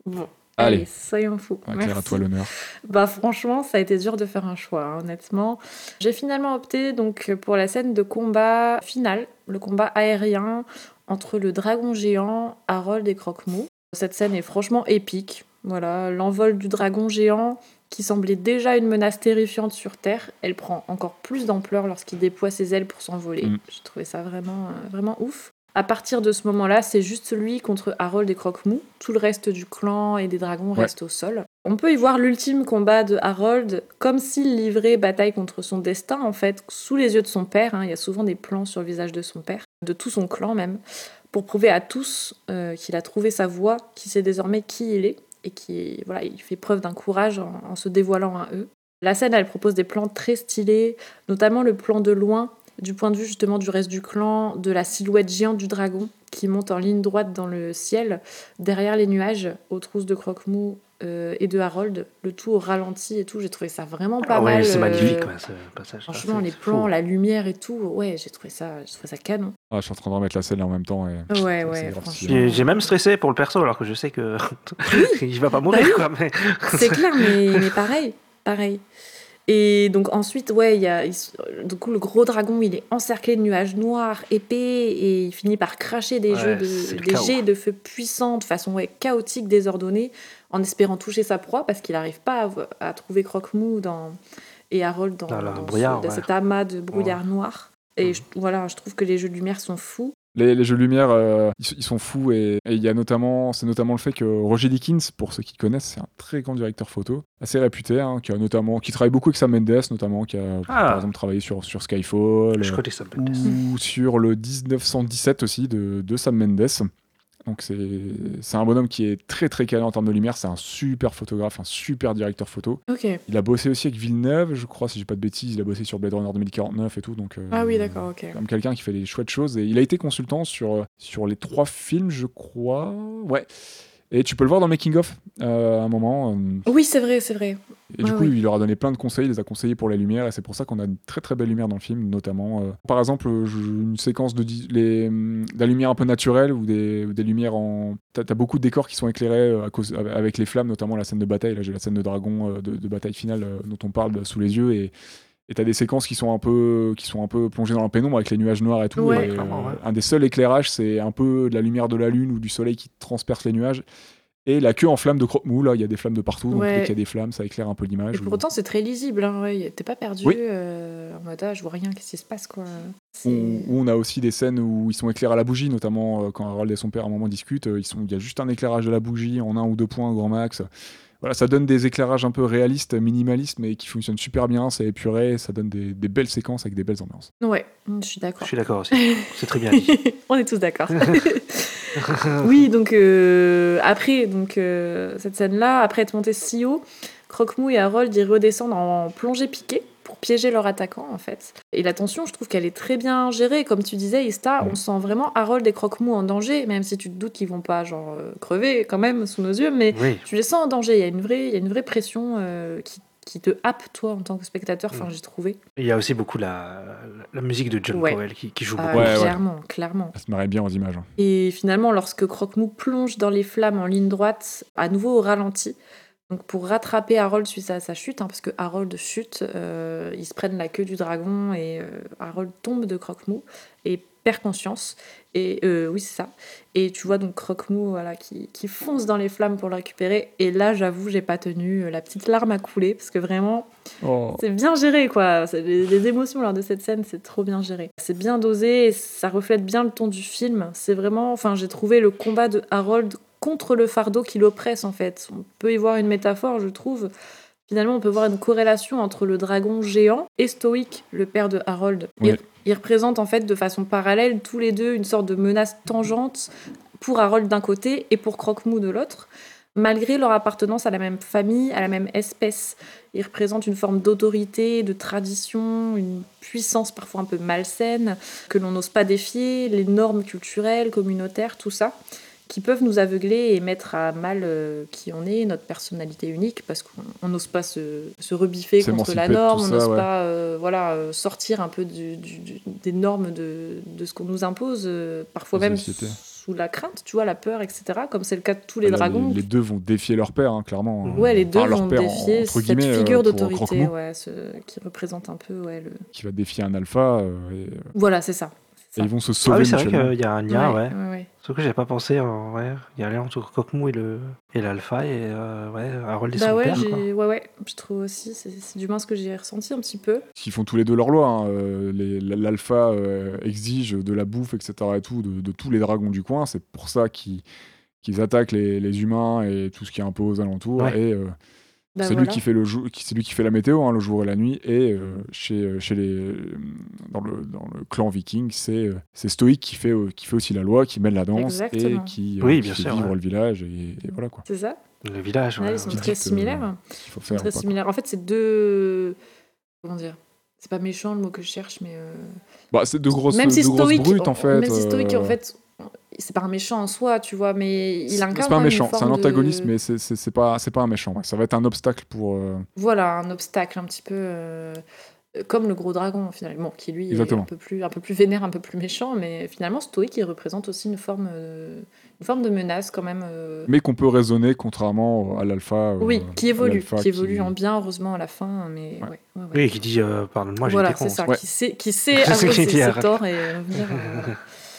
Speaker 2: Bon.
Speaker 1: Allez.
Speaker 2: Allez, soyons fous.
Speaker 1: Ah, Claire, à
Speaker 2: Merci.
Speaker 1: toi l'honneur.
Speaker 2: Bah franchement, ça a été dur de faire un choix, hein, honnêtement. J'ai finalement opté donc pour la scène de combat final, le combat aérien entre le dragon géant, Harold et Croque-Mou. Cette scène est franchement épique. Voilà, l'envol du dragon géant qui semblait déjà une menace terrifiante sur Terre, elle prend encore plus d'ampleur lorsqu'il déploie ses ailes pour s'envoler.
Speaker 1: Mm.
Speaker 2: J'ai trouvé ça vraiment, euh, vraiment ouf. À partir de ce moment-là, c'est juste lui contre Harold et Croque-Mou. Tout le reste du clan et des dragons
Speaker 1: Ouais.
Speaker 2: reste au sol. On peut y voir l'ultime combat de Harold comme s'il livrait bataille contre son destin, en fait, sous les yeux de son père. hein. Il y a souvent des plans sur le visage de son père, de tout son clan même, pour prouver à tous euh, qu'il a trouvé sa voie, qu'il sait désormais qui il est et qui voilà, il fait preuve d'un courage en, en se dévoilant à eux. La scène, elle propose des plans très stylés, notamment le plan de loin, du point de vue justement du reste du clan, de la silhouette géante du dragon qui monte en ligne droite dans le ciel, derrière les nuages, aux trousses de Croque-Mou euh, et de Harold, le tout au ralenti et tout. J'ai trouvé ça vraiment pas
Speaker 3: Ah ouais,
Speaker 2: mal.
Speaker 3: c'est
Speaker 2: euh,
Speaker 3: magnifique, ouais, ce passage.
Speaker 2: Franchement,
Speaker 3: Ah, c'est-
Speaker 2: les
Speaker 3: c'est
Speaker 2: plans,
Speaker 3: fou.
Speaker 2: la lumière et tout, ouais, j'ai trouvé ça, j'ai trouvé ça canon.
Speaker 1: Ah, je suis en train de remettre la scène là en même temps. Et...
Speaker 2: Ouais,
Speaker 1: Ça, c'est
Speaker 2: ouais,
Speaker 1: grave
Speaker 2: franchement.
Speaker 3: J'ai j'ai même stressé pour le perso, alors que je sais
Speaker 2: Bah
Speaker 3: que il va pas mourir, quoi. Mais...
Speaker 2: C'est clair, mais, mais pareil, pareil. Et donc ensuite, ouais, il y a, il s- du coup, le gros dragon, il est encerclé de nuages noirs, épais, et il finit par cracher des,
Speaker 3: Ouais,
Speaker 2: jeux
Speaker 3: c'est
Speaker 2: de,
Speaker 3: le
Speaker 2: des
Speaker 3: chaos.
Speaker 2: jets de feu puissants de façon ouais, chaotique, désordonnée, en espérant toucher sa proie, parce qu'il n'arrive pas à, à trouver Croque-Mou dans, et Harold dans,
Speaker 6: Dans la
Speaker 2: dans ce-
Speaker 6: brouillard,
Speaker 2: dans
Speaker 6: ouais.
Speaker 2: cet amas de brouillard noir. Et
Speaker 3: Mm.
Speaker 6: Mhm.
Speaker 2: je- voilà, je trouve que les jeux de lumière sont fous.
Speaker 1: Les, les jeux de lumière, euh, ils, s- ils sont fous et, et il y a notamment, c'est notamment le fait que Roger Dickens, pour ceux qui connaissent, c'est un très grand directeur photo, assez réputé, hein, qui a notamment, qui travaille beaucoup avec Sam Mendes, notamment, qui a par exemple travaillé sur, sur Skyfall
Speaker 3: Ah. Je
Speaker 1: euh,
Speaker 3: connais ça peut
Speaker 1: ou sur le 1917 aussi de, de Sam Mendes. Donc c'est c'est un bonhomme qui est très très calé en termes de lumière, c'est un super photographe, un super directeur photo.
Speaker 2: Ok.
Speaker 1: Il a bossé aussi avec Villeneuve, je crois, si j'ai pas de bêtises, il a bossé sur Blade Runner 2049 et tout, donc. euh,
Speaker 2: Ah oui, d'accord, ok.
Speaker 1: comme quelqu'un qui fait des chouettes choses. Et il a été consultant sur, euh, sur les trois films, je crois. Ouais. Et tu peux le voir dans Making of euh, à un moment. euh,
Speaker 2: Oui, c'est vrai, c'est vrai.
Speaker 1: Et du
Speaker 2: Ouais,
Speaker 1: coup,
Speaker 2: ouais.
Speaker 1: il leur a donné plein de conseils, il les a conseillés pour la lumière, et c'est pour ça qu'on a une très très belle lumière dans le film, notamment. euh, par exemple, euh, je- une séquence de, di- les, hum, de la lumière un peu naturelle ou des, ou des lumières en. T'as t'as beaucoup de décors qui sont éclairés euh, à cause, av- avec les flammes, notamment la scène de bataille. Là, j'ai la scène de dragon, euh, de, de bataille finale euh, dont on parle euh, sous les yeux, et. Et t'as des séquences qui sont un peu qui sont un peu plongées dans la pénombre avec les nuages noirs et tout.
Speaker 2: Ouais,
Speaker 1: et, euh,
Speaker 3: clairement, ouais.
Speaker 1: Un des seuls éclairages, c'est un peu de la lumière de la lune ou du soleil qui transperce les nuages. Et la queue en flamme de croque-mou, là, il y a des flammes de partout. Donc
Speaker 2: Ouais.
Speaker 1: dès qu'il y a des flammes, ça éclaire un peu l'image.
Speaker 2: Et pour
Speaker 1: ou-
Speaker 2: autant, c'est très lisible, hein, ouais. T'es pas perdu
Speaker 1: Oui.
Speaker 2: euh, en mode ah, je vois rien, qu'est-ce qui se passe, quoi. C'est-
Speaker 1: Où, où on a aussi des scènes où ils sont éclairés à la bougie, notamment euh, quand Harold et son père à un moment discutent, euh, ils sont, il y a juste un éclairage à la bougie en un ou deux points au grand max. Voilà, ça donne des éclairages un peu réalistes, minimalistes, mais qui fonctionnent super bien, c'est épuré, ça donne des, des belles séquences avec des belles ambiances.
Speaker 2: Ouais, mm, je suis
Speaker 3: Je
Speaker 2: d'accord.
Speaker 3: suis d'accord aussi. C'est très bien dit.
Speaker 2: On est tous d'accord. oui, donc euh, après donc, euh, cette scène-là, après être monté si haut, Croque-Mou et Harold ils redescendent en plongée piquée pour piéger leur attaquant en fait. Et la tension, je trouve qu'elle est très bien gérée. Comme tu disais, Ista, on sent vraiment Harold et Croque-Mou en danger, même si tu te doutes qu'ils vont pas genre euh, crever quand même sous nos yeux, mais
Speaker 3: Oui.
Speaker 2: tu les sens en danger. Il y a une vraie, il y a une vraie pression euh, qui, qui te happe toi en tant que spectateur. Enfin,
Speaker 3: Mm.
Speaker 2: j'ai trouvé.
Speaker 3: Il y a aussi beaucoup la, la musique de John
Speaker 2: Ouais.
Speaker 3: Powell qui, qui joue
Speaker 2: Ah,
Speaker 3: beaucoup.
Speaker 1: ouais.
Speaker 2: clairement, clairement.
Speaker 1: Ça se marrait bien aux images. hein.
Speaker 2: Et finalement, lorsque Croque-Mou plonge dans les flammes en ligne droite, à nouveau au ralenti, donc pour rattraper Harold suite à sa chute, hein, parce que Harold chute, euh, ils se prennent la queue du dragon et euh, Harold tombe de Croque-Mou et perd conscience. Et euh, oui, c'est ça. Et tu vois donc Croque-Mou voilà, qui, qui fonce dans les flammes pour le récupérer. Et là, j'avoue, j'ai pas tenu. euh, La petite larme a coulé parce que vraiment,
Speaker 3: Oh.
Speaker 2: c'est bien géré, quoi. C'est- Les, les émotions lors de cette scène, c'est trop bien géré. C'est bien dosé, et ça reflète bien le ton du film. C'est vraiment, enfin, j'ai trouvé le combat de Harold contre le fardeau qui l'oppresse, en fait. On peut y voir une métaphore, je trouve. Finalement, on peut voir une corrélation entre le dragon géant et Stoïc, le père de Harold. Il,
Speaker 1: Ouais.
Speaker 2: il représente en fait de façon parallèle tous les deux une sorte de menace tangente pour Harold d'un côté et pour Croque-Mou de l'autre, malgré leur appartenance à la même famille, à la même espèce. Ils représentent une forme d'autorité, de tradition, une puissance parfois un peu malsaine, que l'on n'ose pas défier, les normes culturelles, communautaires, tout ça, qui peuvent nous aveugler et mettre à mal euh, qui on est, notre personnalité unique, parce qu'on on n'ose pas se, se rebiffer contre
Speaker 1: S'émanciper
Speaker 2: la
Speaker 1: de tout
Speaker 2: norme, on
Speaker 1: ça,
Speaker 2: n'ose
Speaker 1: ouais.
Speaker 2: pas euh, voilà, euh, sortir un peu du- du- du- des normes de, de ce qu'on nous impose, euh, parfois
Speaker 1: La
Speaker 2: même
Speaker 1: société.
Speaker 2: sous la crainte, tu vois, la peur, etc., comme c'est le cas de tous les
Speaker 1: Là,
Speaker 2: dragons.
Speaker 1: les, deux vont défier leur père, hein, clairement. hein.
Speaker 2: Ouais, les deux
Speaker 1: Enfin, leur
Speaker 2: vont
Speaker 1: père, en-
Speaker 2: défier
Speaker 1: entre
Speaker 2: cette
Speaker 1: guillemets, euh,
Speaker 2: figure
Speaker 1: pour
Speaker 2: d'autorité
Speaker 1: Croque-Mou,
Speaker 2: ouais, ce- qui représente un peu. Ouais, le...
Speaker 1: Qui va défier un alpha. euh, et, et
Speaker 2: Voilà, c'est ça. c'est ça.
Speaker 1: ils vont se
Speaker 3: Ah
Speaker 1: sauver
Speaker 3: oui, c'est vrai
Speaker 1: mutuellement.
Speaker 3: qu'il y a un lien, ouais.
Speaker 2: ouais, ouais.
Speaker 3: Sauf que j'avais pas pensé, en ouais. Il y a un lien entre Cockmou et le et l'alpha et euh, ouais, Harold et
Speaker 2: Bah
Speaker 3: son
Speaker 2: ouais,
Speaker 3: père.
Speaker 2: j'ai-
Speaker 3: quoi.
Speaker 2: ouais, ouais, je trouve aussi, c'est c'est du moins ce que j'ai ressenti un petit peu.
Speaker 1: Ils font tous les deux leur loi. hein, euh, les- L'alpha euh, exige de la bouffe, etc. et tout, de, de tous les dragons du coin. C'est pour ça qu'ils qu'ils attaquent les, les humains et tout ce qui est un peu aux alentours.
Speaker 3: Ouais.
Speaker 1: Et euh,
Speaker 2: Bah
Speaker 1: c'est
Speaker 2: voilà.
Speaker 1: lui qui fait le jour, qui- c'est lui qui fait la météo, hein, le jour et la nuit. Et euh, chez, euh, chez les dans le, dans le clan viking, c'est euh, c'est Stoïc qui fait euh, qui fait aussi la loi, qui mène la danse
Speaker 2: Exactement.
Speaker 1: et qui, euh,
Speaker 3: Oui,
Speaker 1: qui
Speaker 3: bien
Speaker 1: fait
Speaker 3: sûr,
Speaker 1: vivre
Speaker 3: ouais.
Speaker 1: le village. Et, et voilà quoi.
Speaker 2: C'est ça
Speaker 3: Le village,
Speaker 2: Ouais,
Speaker 3: ouais.
Speaker 2: Ils sont
Speaker 1: Petite,
Speaker 2: très
Speaker 1: euh,
Speaker 2: similaires.
Speaker 1: ce qu'il faut
Speaker 2: Ils sont
Speaker 1: faire,
Speaker 2: très
Speaker 1: quoi.
Speaker 2: similaires. En fait, c'est deux. Comment dire c'est pas méchant le mot que je cherche, mais. euh,
Speaker 1: Bah, c'est de grosses,
Speaker 2: Même si
Speaker 1: de grosses
Speaker 2: stoïque,
Speaker 1: brutes en fait.
Speaker 2: Même si stoïque, en
Speaker 1: euh,
Speaker 2: fait, c'est pas un méchant en soi, tu vois, mais il
Speaker 1: C'est-
Speaker 2: incarne.
Speaker 1: C'est pas
Speaker 2: quand
Speaker 1: un
Speaker 2: même une
Speaker 1: méchant, c'est un
Speaker 2: forme de-
Speaker 1: antagoniste, mais c'est- c'est c'est pas, c'est pas un méchant. ouais. Ça va être un obstacle pour. euh,
Speaker 2: Voilà, un obstacle un petit peu. euh, euh, comme le gros dragon finalement, qui lui
Speaker 1: Exactement.
Speaker 2: est un peu, plus, un peu plus vénère, un peu plus méchant, mais finalement stoïque, il représente aussi une forme, euh, une forme de menace quand même. euh,
Speaker 1: Mais qu'on peut raisonner contrairement à l'alpha. euh,
Speaker 2: oui, qui évolue,
Speaker 1: l'alpha
Speaker 2: qui évolue en bien, heureusement à la fin, mais ouais. ouais, ouais.
Speaker 3: Oui, qui dit, euh, pardonne-moi, j'ai
Speaker 2: voilà,
Speaker 3: été con.
Speaker 2: c'est ça,
Speaker 1: Ouais.
Speaker 2: qui sait, qui sait
Speaker 3: C'est ce que
Speaker 2: avouer
Speaker 3: j'ai dit,
Speaker 2: ses, ses
Speaker 3: Harold.
Speaker 2: torts et revenir. euh, voilà.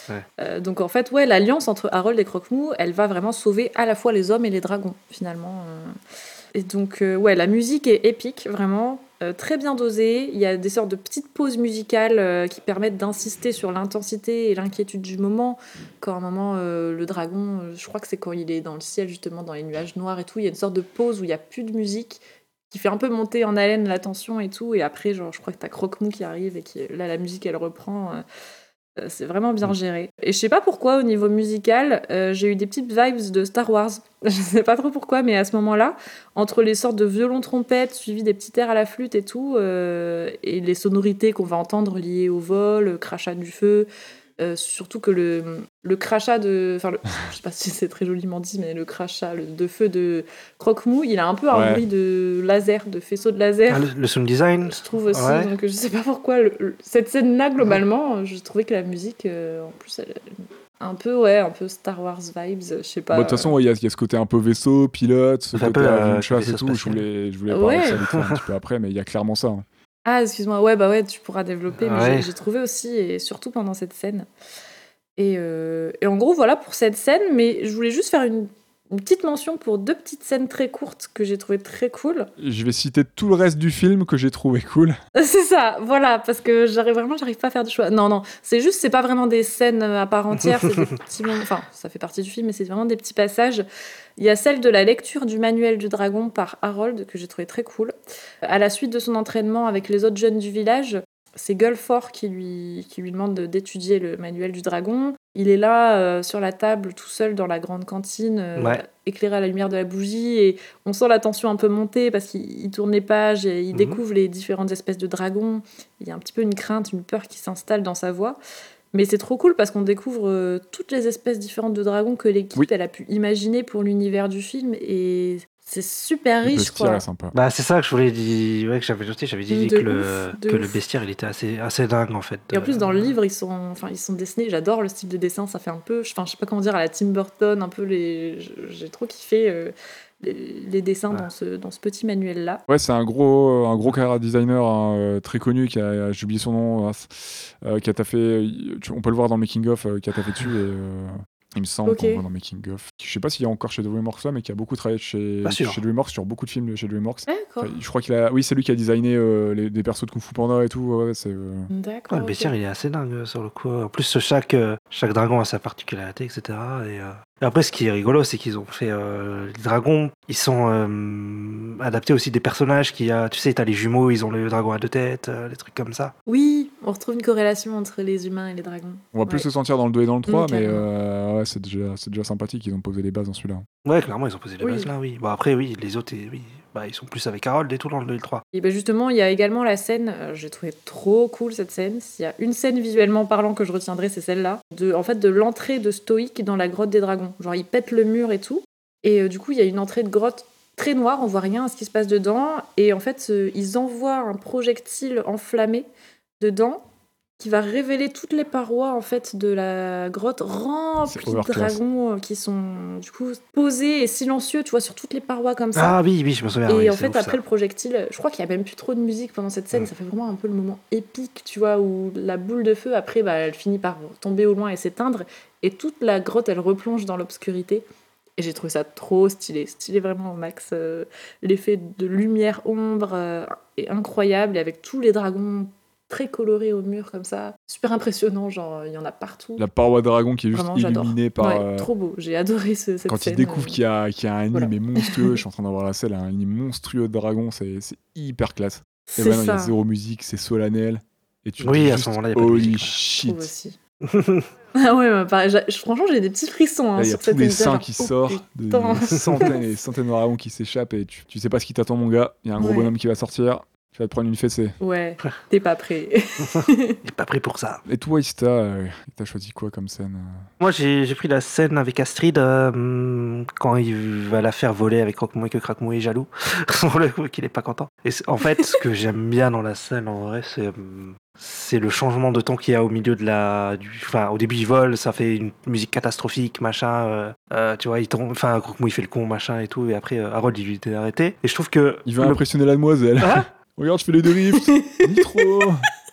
Speaker 3: Ouais.
Speaker 2: Euh, donc en fait, ouais, l'alliance entre Harold et Croque-Mou, elle va vraiment sauver à la fois les hommes et les dragons, finalement. euh. Et donc, euh, ouais, la musique est épique, vraiment, euh, très bien dosée. Il y a des sortes de petites pauses musicales euh, qui permettent d'insister sur l'intensité et l'inquiétude du moment. Quand à un moment, euh, le dragon, euh, je crois que c'est quand il est dans le ciel, justement, dans les nuages noirs et tout, il y a une sorte de pause où il n'y a plus de musique qui fait un peu monter en haleine la tension et tout. Et après, genre, je crois que t'as Croque-Mou qui arrive et qui, là, la musique, elle reprend. euh, euh, c'est vraiment bien géré. Et je sais pas pourquoi, au niveau musical, euh, j'ai eu des petites vibes de Star Wars. je sais pas trop pourquoi, mais à ce moment-là, entre les sortes de violon-trompette suivies des petits airs à la flûte et tout, euh, et les sonorités qu'on va entendre liées au vol, le crachat du feu, euh, surtout que le, le crachat de. Enfin, le- je sais pas si c'est très joliment dit, mais le crachat le- de feu de Croque-Mou, il a un peu un
Speaker 1: Ouais.
Speaker 2: bruit de laser, de faisceau de laser.
Speaker 3: Ah, le, le sound design
Speaker 2: Je trouve aussi,
Speaker 3: Ouais. Mhm.
Speaker 2: donc je sais pas pourquoi, le- le- cette scène-là, globalement, je trouvais que la musique, euh, en plus, elle, un peu, ouais, un peu Star Wars vibes, je sais pas.
Speaker 1: Bah, De toute façon, ouais, il y, a- il y a ce côté un peu vaisseau, pilote, ce
Speaker 3: Ça fait un
Speaker 1: côté
Speaker 3: peu,
Speaker 1: avion de
Speaker 3: euh,
Speaker 1: chasse et
Speaker 3: vaisseau
Speaker 1: tout. Je
Speaker 3: spatial.
Speaker 1: voulais, je voulais parler de ça
Speaker 2: Ouais.
Speaker 1: vite fait un petit peu après, mais il y a clairement ça. hein.
Speaker 2: Ah, excuse-moi, ouais, bah ouais, tu pourras développer, mais
Speaker 3: Ouais.
Speaker 2: j'ai- j'ai trouvé aussi, et surtout pendant cette scène. Et, euh, et en gros, voilà pour cette scène, mais je voulais juste faire une, une petite mention pour deux petites scènes très courtes que j'ai trouvées très cool.
Speaker 1: Je vais citer tout le reste du film que j'ai trouvé cool.
Speaker 2: C'est ça, voilà, parce que j'arrive vraiment, j'arrive pas à faire de choix. Non, non, c'est juste, c'est pas vraiment des scènes euh, à part entière, c'est des petits moments- enfin, ça fait partie du film, mais c'est vraiment des petits passages. Il y a celle de la lecture du manuel du dragon par Harold, que j'ai trouvé très cool. À la suite de son entraînement avec les autres jeunes du village, c'est Gulfort qui lui, qui lui demande de- d'étudier le manuel du dragon. Il est là, euh, sur la table, tout seul dans la grande cantine, euh,
Speaker 3: Ouais.
Speaker 2: éclairé à la lumière de la bougie, et on sent la tension un peu monter parce qu'il il tourne les pages et il
Speaker 3: Mhm.
Speaker 2: découvre les différentes espèces de dragons. Il y a un petit peu une crainte, une peur qui s'installe dans sa voix. Mais c'est trop cool parce qu'on découvre euh, toutes les espèces différentes de dragons que l'équipe
Speaker 1: Oui.
Speaker 2: elle a pu imaginer pour l'univers du film et c'est super
Speaker 1: Le
Speaker 2: riche
Speaker 1: style
Speaker 2: quoi.
Speaker 1: est sympa.
Speaker 3: Bah, c'est ça que je voulais dire, ouais, que j'avais noté, j'avais dit
Speaker 2: De
Speaker 3: que, le,
Speaker 2: ouf, de
Speaker 3: que le
Speaker 2: ouf.
Speaker 3: bestiaire, il était assez, assez dingue en fait.
Speaker 2: Et en plus dans le livre ils sont enfin ils sont dessinés, j'adore le style de dessin, ça fait un peu enfin je sais pas comment dire à la Tim Burton, un peu les j'ai trop kiffé euh, les, les dessins
Speaker 3: Ouais.
Speaker 2: dans ce dans ce petit manuel là.
Speaker 1: Ouais, c'est un gros, euh, un gros cara designer hein, euh, très connu qui a, j'ai oublié son nom, hein, euh, qui a taffé, tu- on peut le voir dans le Making of, euh, qui a taffé dessus. Et, euh, il me semble
Speaker 2: Ok.
Speaker 1: qu'on le voit dans le Making of. Je sais pas s'il y a encore chez DreamWorks là, mais qui a beaucoup travaillé chez,
Speaker 3: Pas sûr.
Speaker 1: chez DreamWorks sur beaucoup de films de chez DreamWorks.
Speaker 2: D'accord.
Speaker 1: Enfin, je crois qu'il a, oui, c'est lui qui a designé euh, les- des persos de Kung Fu Panda et tout. ouais, ouais, c'est, euh,
Speaker 2: D'accord.
Speaker 3: Ouais, Ah, le
Speaker 2: ok.
Speaker 3: bestiaire, il est assez dingue euh, sur le coup. En plus, chaque, euh, chaque dragon a sa particularité, etc. Et, euh, et après, ce qui est rigolo, c'est qu'ils ont fait. euh, les dragons, ils sont euh, adaptés aussi des personnages qui a. Tu sais, t'as les jumeaux, ils ont le dragon à deux têtes, euh, des trucs comme ça.
Speaker 2: Oui, on retrouve une corrélation entre les humains et les dragons.
Speaker 1: On va plus
Speaker 2: Ouais.
Speaker 1: se sentir dans le 2 et dans le 3,
Speaker 2: Mm,
Speaker 1: mais
Speaker 2: carrément.
Speaker 1: euh, ouais, c'est déjà, c'est déjà sympathique. Ils ont posé les bases dans celui-là.
Speaker 3: Ouais, clairement, ils ont posé les
Speaker 2: Oui.
Speaker 3: bases là, oui. Bon, après, oui, les autres, et- oui, bah, ils sont plus avec Harold et tout dans le 2 et le 3.
Speaker 2: Et ben justement, il y a également la scène, euh, j'ai trouvé trop cool cette scène. S'il y a une scène visuellement parlant que je retiendrai, c'est celle-là. De, en fait, de l'entrée de Stoïque dans la grotte des dragons. Genre, il pète le mur et tout. Et euh, du coup, il y a une entrée de grotte très noire, on voit rien à ce qui se passe dedans. Et en fait, euh, ils envoient un projectile enflammé dedans qui va révéler toutes les parois en fait de la grotte
Speaker 1: C'est
Speaker 2: remplies de
Speaker 1: overclass.
Speaker 2: dragons euh, qui sont du coup posés et silencieux, tu vois, sur toutes les parois comme ça.
Speaker 3: Ah oui, oui, je me souviens.
Speaker 2: Et
Speaker 3: oui,
Speaker 2: en
Speaker 3: c'est
Speaker 2: fait,
Speaker 3: ouf,
Speaker 2: après
Speaker 3: ça.
Speaker 2: le projectile, je crois qu'il n'y a même plus trop de musique pendant cette scène.
Speaker 3: Mm.
Speaker 2: Ça fait vraiment un peu le moment épique, tu vois, où la boule de feu, après, bah, elle finit par tomber au loin et s'éteindre. Et toute la grotte, elle replonge dans l'obscurité. Et j'ai trouvé ça trop stylé. Stylé vraiment au max. euh, L'effet de lumière-ombre euh, est incroyable. Et avec tous les dragons très colorés au mur, comme ça. Super impressionnant, genre, il y en a partout.
Speaker 1: La paroi dragon qui est juste
Speaker 2: Vraiment, j'adore.
Speaker 1: illuminée par.
Speaker 2: Ouais,
Speaker 1: euh,
Speaker 2: Trop beau. J'ai adoré ce, cette
Speaker 1: quand
Speaker 2: scène. euh,
Speaker 1: il découvre qu'il y a, qu'il y a un nid
Speaker 2: voilà.
Speaker 1: mais monstrueux, je suis en train d'avoir la selle, hein, un nid monstrueux de dragon, c'est c'est hyper classe. Et
Speaker 2: C'est
Speaker 1: ouais, non, il y a
Speaker 2: ça.
Speaker 1: zéro musique, c'est solennel. Et tu te
Speaker 3: Oui,
Speaker 1: dis
Speaker 3: à ce
Speaker 1: juste,
Speaker 3: moment-là, il y a pas de
Speaker 1: Holy
Speaker 3: musique, ouais.
Speaker 2: trouve
Speaker 1: shit.
Speaker 2: aussi. ah ouais, bah, pareil, j'a- je- franchement, j'ai des petits frissons. hein,
Speaker 1: Là, il y a
Speaker 2: sur
Speaker 1: tous
Speaker 2: cette
Speaker 1: les
Speaker 2: scène,
Speaker 1: seins
Speaker 2: genre,
Speaker 1: qui
Speaker 2: oh,
Speaker 1: sortent, des
Speaker 2: putain.
Speaker 1: centaines et des centaines de dragons qui s'échappent et tu, tu sais pas ce qui t'attend, mon gars. Il y a un gros
Speaker 2: Ouais.
Speaker 1: bonhomme qui va sortir. Tu vas te prendre une fessée.
Speaker 2: Ouais, t'es pas prêt.
Speaker 3: Il est pas pris pour ça.
Speaker 1: Et toi, Ista, euh, t'as choisi quoi comme scène euh
Speaker 3: Moi, j'ai j'ai pris la scène avec Astrid euh, hum, quand il va la faire voler avec Croque-Mouille, que Croque-Mouille est jaloux. Sur le coup, qu'il est pas content. Et c'est- en fait, ce que j'aime bien dans la scène, en vrai, c'est. hum, C'est le changement de temps qu'il y a au milieu de la. du- Enfin, au début, il vole, ça fait une musique catastrophique, machin. euh, euh, tu vois, il tombe. Enfin, Croque-Mouille fait le con, machin et tout. Et après, euh, Harold, il lui était arrêté. Et je trouve que.
Speaker 1: Il veut
Speaker 3: le-
Speaker 1: impressionner la demoiselle.
Speaker 3: Hein
Speaker 1: Regarde, je fais les drifts. Ni trop.